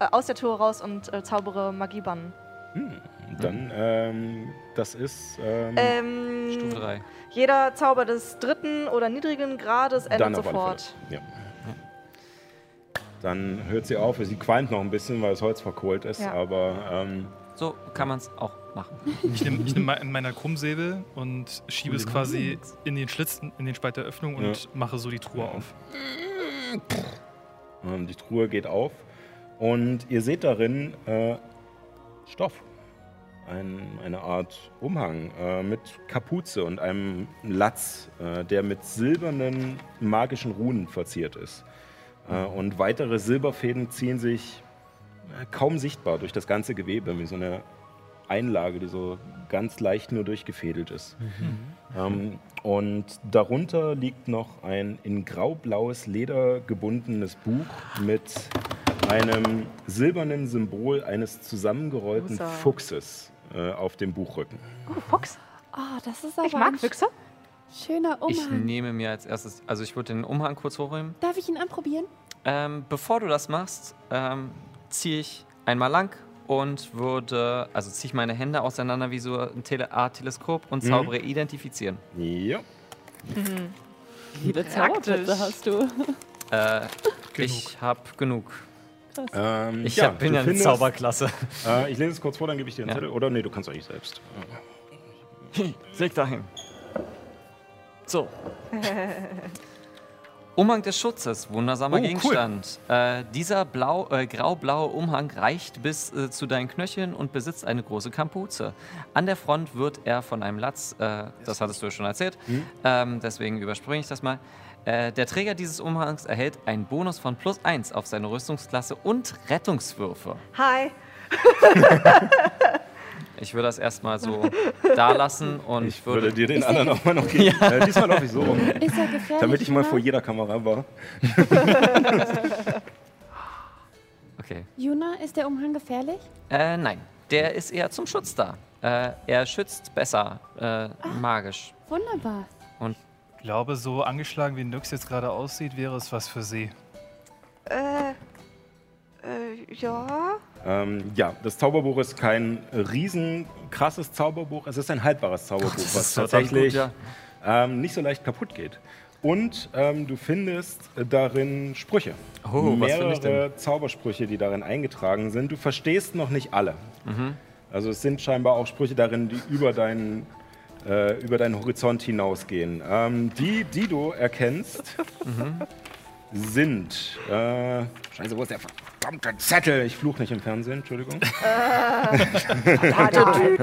S6: äh, aus der Truhe raus und äh, zaubere Magiebannen.
S1: Dann, ähm, das ist ähm,
S6: Ähm,
S4: Stufe 3.
S6: Jeder Zauber des dritten oder niedrigen Grades endet
S1: Dann auf alle
S6: sofort.
S1: Fälle. Ja. Dann hört sie auf. Sie qualmt noch ein bisschen, weil das Holz verkohlt ist,
S6: Ja.
S1: aber ähm,
S4: So kann man es auch machen.
S7: Ich nehme ich nehm me- meiner Krummsäbel und schiebe es quasi in den Schlitz, in den Spalt der Öffnung und
S1: Ja.
S7: mache so die Truhe auf.
S1: Ähm, Die Truhe geht auf und ihr seht darin äh, Stoff. Ein, eine Art Umhang äh, mit Kapuze und einem Latz, äh, der mit silbernen magischen Runen verziert ist. Äh, und weitere Silberfäden ziehen sich äh, kaum sichtbar durch das ganze Gewebe, wie so eine Einlage, die so ganz leicht nur durchgefädelt ist.
S11: Mhm.
S1: Ähm, und darunter liegt noch ein in graublaues Leder gebundenes Buch mit einem silbernen Symbol eines zusammengerollten
S6: Rosa.
S1: Fuchses äh, auf dem Buchrücken.
S2: Oh, Fuchs. Oh, das ist aber
S6: Ich mag
S2: ein
S6: Füchse.
S2: schöner
S4: Ich
S2: Umhang.
S4: nehme mir als erstes, also ich würde den Umhang kurz hochnehmen.
S2: Darf ich ihn anprobieren?
S4: Ähm, bevor du das machst, ähm, ziehe ich einmal lang und würde, also ziehe ich meine Hände auseinander wie so ein Tele Art Teleskop und
S1: Mhm.
S4: zaubere identifizieren.
S1: Ja.
S4: Mhm.
S2: Wie viele Zauberplätze hast du?
S4: Äh, ich habe genug.
S1: Ähm,
S4: Ich
S1: ja,
S4: hab- bin
S1: du
S4: ja eine
S1: findest-
S4: Zauberklasse.
S1: Äh, ich lese es kurz vor, dann gebe ich dir den
S4: Ja.
S1: Zettel. Oder nee, du kannst eigentlich selbst.
S4: Leg dahin. So. Umhang des Schutzes, wundersamer
S7: Oh, cool.
S4: Gegenstand. Äh, dieser blau, äh, graublaue Umhang reicht bis äh, zu deinen Knöcheln und besitzt eine große Kapuze. An der Front wird er von einem Latz, äh, das hattest du ja schon erzählt,
S1: Mhm.
S4: ähm, deswegen überspringe ich das mal. Äh, der Träger dieses Umhangs erhält einen Bonus von plus 1 auf seine Rüstungsklasse und Rettungswürfe.
S6: [LAUGHS] Hi.
S4: Ich würde das erstmal so
S1: [LAUGHS]
S4: da lassen und
S1: Ich würde dir
S4: [LAUGHS]
S1: den anderen auch mal noch geben. Äh, diesmal laufe ich so rum.
S2: Ist er gefährlich?
S1: Damit ich mal vor
S2: Juna?
S1: jeder
S2: [LAUGHS]
S1: Kamera war.
S4: [LAUGHS] Okay.
S2: Juna, ist der Umhang gefährlich?
S4: Äh, nein. Der ist eher zum Schutz da. Äh, er schützt besser, äh, magisch.
S2: Wunderbar.
S7: Ich glaube, so angeschlagen wie Nyx jetzt gerade aussieht, wäre es was für sie.
S6: Äh, äh, ja.
S1: Ähm, ja, das Zauberbuch ist kein riesen krasses Zauberbuch, es ist ein haltbares Zauberbuch,
S4: das
S1: was
S4: ist verdammt
S1: tatsächlich
S4: gut,
S1: ähm, nicht so leicht kaputt geht. Und ähm, du findest darin Sprüche.
S4: Oh, was
S1: Mehrere
S4: finde ich denn?
S1: Zaubersprüche, die darin eingetragen sind. Du verstehst noch nicht alle. Also es sind scheinbar auch Sprüche darin, die über deinen, äh, über deinen Horizont hinausgehen. Ähm, die, die du erkennst, sind... Äh,
S18: Scheiße, wo ist der verdammte Z?
S1: Zettel, ich fluch nicht im Fernsehen, Entschuldigung.
S6: Du,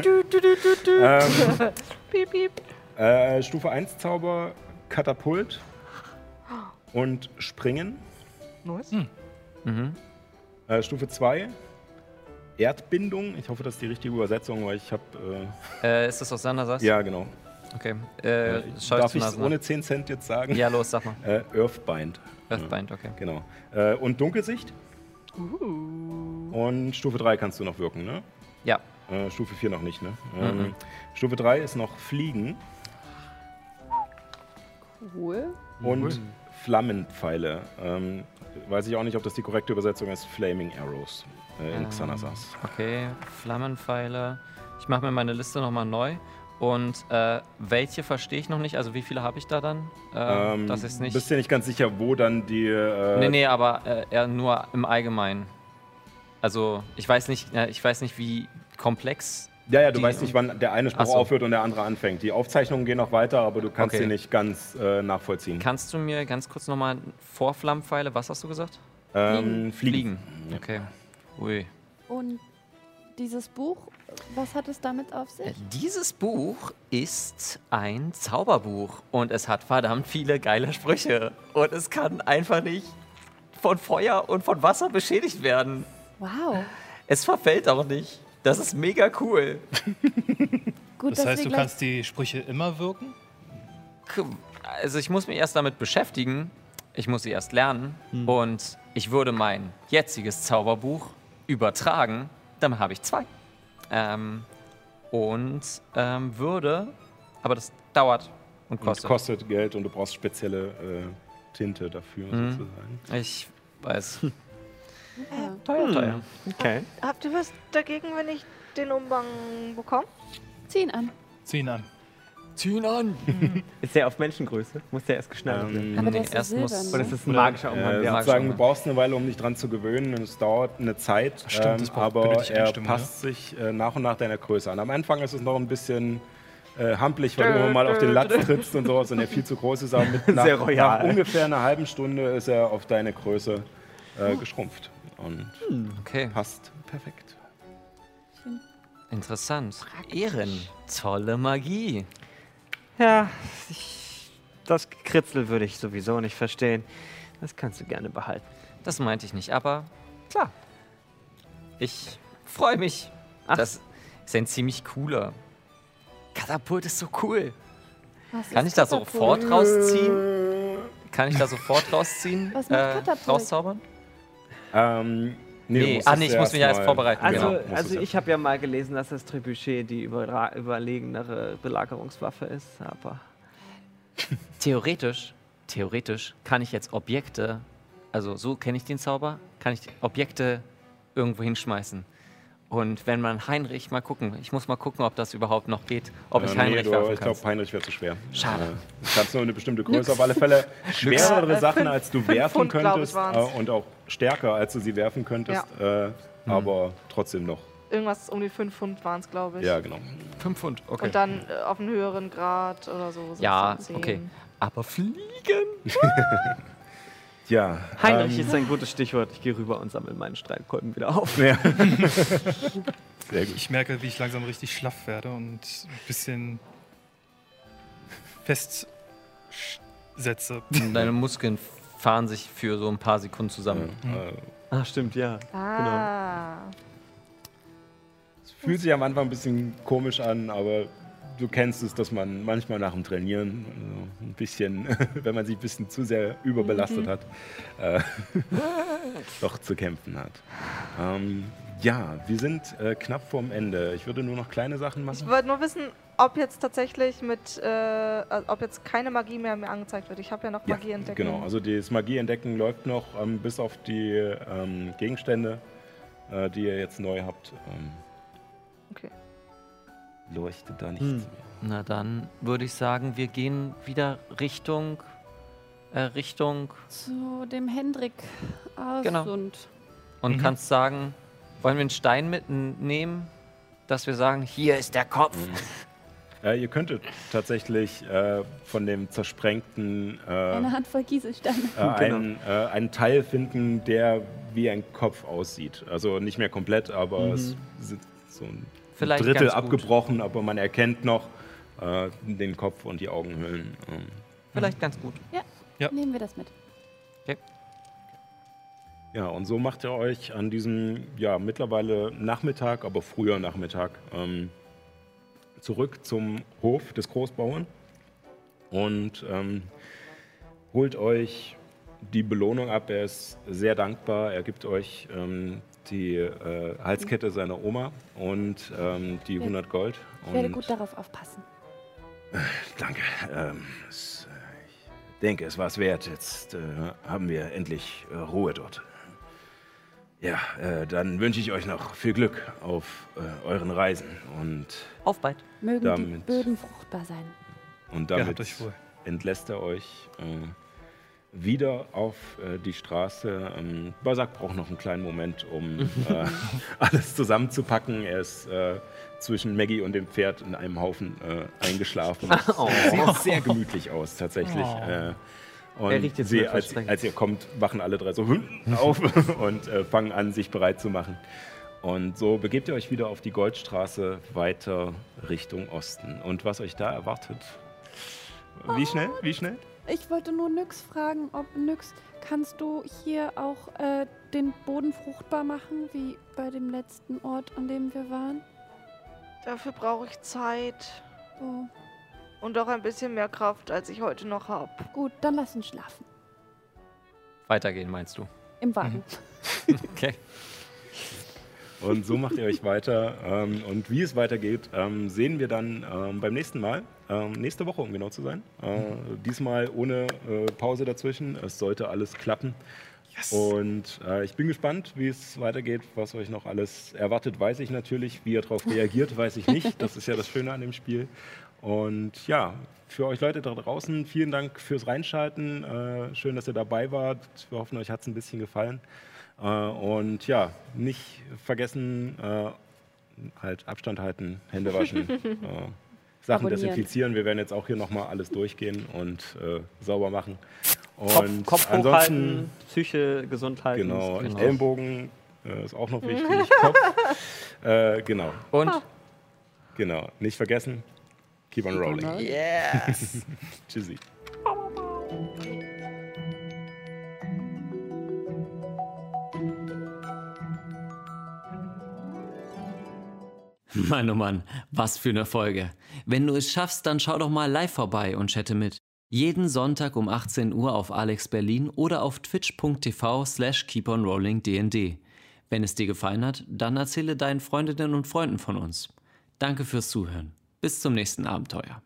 S6: du, du, du, du, du.
S1: Ähm.
S6: Piep, piep.
S1: Äh, Stufe 1 Zauber, Katapult und Springen.
S6: Nice.
S1: Äh, Stufe 2 Erdbindung. Ich hoffe, das ist die richtige Übersetzung, weil ich habe.
S4: Äh, ist das aus deiner Sache?
S1: Äh, ja, genau.
S4: Okay. Äh, schau
S1: Darf
S4: ich
S1: ich
S4: zum
S1: ohne 10 Cent jetzt sagen?
S4: Ja, los, sag mal.
S1: Äh, Earthbind.
S4: Earthbind, okay.
S1: Genau. Äh, und Dunkelsicht. Und Stufe 3 kannst du noch wirken, ne?
S4: Ja. Mhm.
S1: Äh, Stufe 4 noch nicht, ne? Ähm, Stufe 3 ist noch Fliegen
S19: Cool.
S1: und Flammenpfeile. Ähm, weiß ich auch nicht, ob das die korrekte Übersetzung ist. Flaming Arrows äh, in
S4: Ähm,
S1: Xanasas.
S4: Okay, Flammenpfeile. Ich mache mir meine Liste nochmal neu. Und äh, welche verstehe ich noch nicht? Also wie viele habe ich da dann? Äh,
S1: Ähm,
S4: das ist nicht.
S1: Bist dir nicht ganz sicher, wo dann die. Äh,
S4: Nee, nee, aber äh, eher nur im Allgemeinen. Also ich weiß nicht, äh, ich weiß nicht, wie komplex.
S1: Ja, ja, du
S4: die-
S1: weißt nicht, wann der eine Spruch
S4: Ach so.
S1: aufhört und der andere anfängt. Die Aufzeichnungen gehen noch weiter, aber du kannst
S4: Okay.
S1: sie nicht ganz äh, nachvollziehen.
S4: Kannst du mir ganz kurz nochmal vor Flammenpfeile, was hast du gesagt?
S1: ähm, fliegen.
S4: Okay. Ui.
S2: Und dieses Buch, was hat es damit auf
S7: Äh,
S2: sich?
S4: Dieses Buch ist ein Zauberbuch und es hat verdammt viele geile Sprüche. Und es kann einfach nicht von Feuer und von Wasser beschädigt werden.
S2: Wow.
S4: Es verfällt auch nicht. Das ist mega cool.
S2: Gut,
S7: Das
S2: dass
S7: heißt,
S2: wir
S7: du
S2: gleich
S7: kannst die Sprüche immer wirken?
S4: K- Also ich muss mich erst damit beschäftigen. Ich muss sie erst lernen.
S7: Hm.
S4: Und ich würde mein jetziges Zauberbuch übertragen. Dann habe ich zwei. Ähm, und ähm, würde, aber das dauert und
S1: Und
S4: kostet.
S1: kostet Geld und du brauchst spezielle äh, Tinte dafür
S4: Mhm.
S1: sozusagen.
S4: Ich
S10: [LAUGHS]
S4: weiß.
S2: Ja.
S4: Teuer, teuer.
S10: Hm. Okay.
S6: Habt ihr was dagegen, wenn ich den Umhang bekomme?
S2: ziehen an.
S7: Zieh ihn an.
S20: Zieh ihn an!
S11: Ist der auf Menschengröße? Muss der erst geschnallt werden?
S1: Ähm, Aber der
S11: Nee,
S1: ist
S11: erst
S1: silbern,
S11: muss-
S1: ne?
S11: Oder ist das ein magischer Umhang?
S1: Äh,
S11: Ja.
S1: sozusagen, du brauchst eine Weile, um dich dran zu gewöhnen. und Es dauert eine Zeit, ähm,
S7: Stimmt, das braucht
S1: aber
S7: benötigt
S1: er
S4: ne?
S7: Einstimmung,
S1: passt sich äh, nach und nach deiner Größe an. Am Anfang ist es noch ein bisschen äh, hampelig, weil du immer mal auf den Latz trittst und sowas und er viel zu groß ist. Aber
S11: [LAUGHS]
S1: mit
S11: Sehr
S1: nach,
S11: royal.
S1: nach ungefähr einer halben Stunde ist er auf deine Größe äh, geschrumpft und
S4: Okay.
S1: passt perfekt.
S4: Interessant. Ehren. Tolle Magie.
S10: Ja, ich, das Gekritzel würde ich sowieso nicht verstehen. Das kannst du gerne behalten.
S4: Das meinte ich nicht, aber
S10: Klar.
S4: ich freue mich. Das ist ein ziemlich cooler. Katapult ist so cool.
S2: Was
S4: Kann
S2: ist
S4: ich das
S2: Katapult?
S4: sofort rausziehen? Kann ich da sofort
S2: [LAUGHS]
S4: rausziehen? äh,
S2: Was macht Katapult?
S4: Rauszaubern?
S1: Ähm, nee, du
S4: Nee,
S1: musst
S4: ah,
S1: es
S4: nee, ich
S1: ja
S4: muss mich ja erst
S1: mal-
S4: vorbereiten,
S10: Also,
S1: musst es
S10: also
S1: ja
S10: ich habe ja mal gelesen, dass das Trebuchet die überra- überlegenere Belagerungswaffe ist, aber
S4: Theoretisch, theoretisch kann ich jetzt Objekte, also so kenne ich den Zauber, kann ich Objekte irgendwo hinschmeißen. Und wenn man Heinrich mal gucken, ich muss mal gucken, ob das überhaupt noch geht, ob
S1: Äh,
S4: ich Heinrich
S1: nee, du,
S4: werfen
S1: Ich glaube,
S4: kann.
S1: Heinrich wäre zu schwer.
S4: Schade.
S1: Äh, Du kannst nur eine bestimmte Größe, auf alle Fälle schwerere
S6: Ja, äh,
S1: Sachen,
S6: fünf-
S1: als du
S6: fünf
S1: werfen
S6: Pfund, glaub ich,
S1: könntest
S6: waren's.
S1: äh, und auch stärker, als du sie werfen könntest, äh, aber trotzdem noch.
S6: Irgendwas um die 5 Pfund waren es, glaube ich.
S1: Ja, genau.
S7: 5 Pfund, okay.
S6: Und dann äh, auf einen höheren Grad oder so. so
S4: Ja,
S6: 10.
S4: okay. Aber fliegen?
S6: [LAUGHS]
S1: Ja.
S10: Heinrich
S1: ähm,
S10: ist ein gutes Stichwort. Ich gehe rüber und sammle meinen Streitkolben wieder auf. [LAUGHS]
S1: Ja. Sehr gut.
S7: Ich merke, wie ich langsam richtig schlaff werde und ein bisschen festsetze.
S1: [LAUGHS]
S4: Deine Muskeln fahren sich für so ein paar Sekunden zusammen.
S1: Äh,
S10: Ah, stimmt, ja.
S1: Genau.
S6: Ah.
S7: Genau.
S1: es fühlt sich am Anfang ein bisschen komisch an, aber du kennst es, dass man manchmal nach dem Trainieren also ein bisschen, [LAUGHS] wenn man sich ein bisschen zu sehr
S6: Mhm.
S1: überbelastet hat, äh, [LAUGHS] doch zu kämpfen hat. Ähm, ja, wir sind äh, knapp vorm Ende. Ich würde nur noch kleine Sachen
S6: Ich
S1: machen.
S6: wollte nur wissen, ob jetzt tatsächlich mit, äh, also ob jetzt keine Magie mehr mir angezeigt wird. Ich habe ja noch Magie entdeckt.
S1: Genau, also das Magie-Entdecken läuft noch ähm, bis auf die ähm, Gegenstände, äh, die ihr jetzt neu habt. Ähm,
S6: Okay.
S1: leuchtet da nichts
S4: Hm.
S1: mehr.
S4: Na dann würde ich sagen, wir gehen wieder Richtung, äh, Richtung
S2: Zu dem Hendrik aus
S4: Genau.
S2: und
S4: und kannst sagen, wollen wir einen Stein mitnehmen, dass wir sagen, hier ist der Kopf. Mhm. [LAUGHS]
S1: Äh, ihr könntet tatsächlich äh, von dem zersprengten äh,
S2: eine Handvoll Gieselsteine.
S1: äh,
S4: Genau.
S1: einen, äh, einen Teil finden, der wie ein Kopf aussieht. Also nicht mehr komplett, aber es sind so ein
S4: Mhm. Vielleicht
S1: Drittel
S4: ganz gut.
S1: abgebrochen, aber man erkennt noch äh, den Kopf und die Augenhöhlen. Ähm,
S4: Vielleicht ganz gut.
S7: Ja.
S2: Nehmen wir das mit.
S1: Ja, und so macht ihr euch an diesem, ja, mittlerweile Nachmittag, aber früher Nachmittag, ähm, zurück zum Hof des Großbauern und ähm, holt euch die Belohnung ab. Er ist sehr dankbar. Er gibt euch ähm, die äh, Halskette seiner Oma und ähm, die 100 Gold.
S2: Ich werde
S1: Und
S2: gut darauf aufpassen.
S21: [LAUGHS] Danke. Ähm, es, ich denke, es war es wert. Jetzt äh, haben wir endlich äh, Ruhe dort. Ja, äh, dann wünsche ich euch noch viel Glück auf äh, euren Reisen und,
S4: Auf bald.
S2: Mögen die
S1: Damit-
S2: Böden fruchtbar sein.
S1: und
S7: Ihr
S1: damit
S7: habt euch wohl.
S1: entlässt er euch äh, wieder auf äh, die Straße. Ähm, Basak braucht noch einen kleinen Moment,
S10: [LAUGHS]
S1: um äh, alles zusammenzupacken. Er ist äh, zwischen Maggie und dem Pferd in einem Haufen äh, eingeschlafen. Es Sieht sehr gemütlich aus, tatsächlich. Äh, und
S10: Oh. Er riecht jetzt
S1: sie,
S10: wirklich
S1: als,
S10: streng.
S1: als ihr kommt, wachen alle drei so "Hm, auf [LAUGHS] und äh, fangen an, sich bereit zu machen. Und so begebt ihr euch wieder auf die Goldstraße weiter Richtung Osten. Und was euch da erwartet? Wie schnell? Wie schnell?
S2: Ich wollte nur Nyx fragen, ob Nyx, kannst du hier auch äh, den Boden fruchtbar machen, wie bei dem letzten Ort, an dem wir waren?
S6: Dafür brauche ich Zeit
S2: Oh,
S6: und auch ein bisschen mehr Kraft, als ich heute noch habe.
S2: gut, dann lass uns schlafen.
S4: Weitergehen, meinst du?
S2: Im Wagen.
S1: Mhm.
S4: Okay.
S1: Und so macht ihr euch weiter. Ähm, und wie es weitergeht, ähm, sehen wir dann ähm, beim nächsten Mal. Ähm, nächste Woche, um genau zu sein. Äh, diesmal ohne äh, Pause dazwischen. Es sollte alles klappen. Und äh, ich bin gespannt, wie es weitergeht, was euch
S11: [LAUGHS]
S1: noch alles erwartet, weiß ich natürlich. Wie ihr darauf reagiert, weiß ich nicht. Das ist ja das Schöne an dem Spiel. Und ja, für euch Leute da draußen, vielen Dank fürs Reinschalten. Äh, schön, dass ihr dabei wart. Wir hoffen, euch hat es ein bisschen gefallen. Äh, und ja, nicht vergessen, äh, halt Abstand halten,
S11: [LAUGHS]
S1: Hände waschen. äh, Sachen
S22: Abonnieren.
S1: desinfizieren. Wir werden jetzt auch hier nochmal alles durchgehen und äh, sauber machen. Und
S11: Kopf, Kopf hochhalten,
S1: ansonsten,
S11: Psyche gesund halten.
S1: genau,
S11: Das-
S1: Ellenbogen äh, ist auch noch wichtig. [LAUGHS] Kopf, äh, genau.
S8: Und?
S1: Genau, nicht vergessen, keep on rolling. [LAUGHS]
S2: Yes.
S1: Tschüssi.
S4: Mann, oh Mann, was für eine Folge. Wenn du es schaffst, dann schau doch mal live vorbei und chatte mit. Jeden Sonntag um 18 Uhr auf Alex Berlin oder auf twitch.tv slash keeponrollingdnd. Wenn es dir gefallen hat, dann erzähle deinen Freundinnen und Freunden von uns. Danke fürs Zuhören. Bis zum nächsten Abenteuer.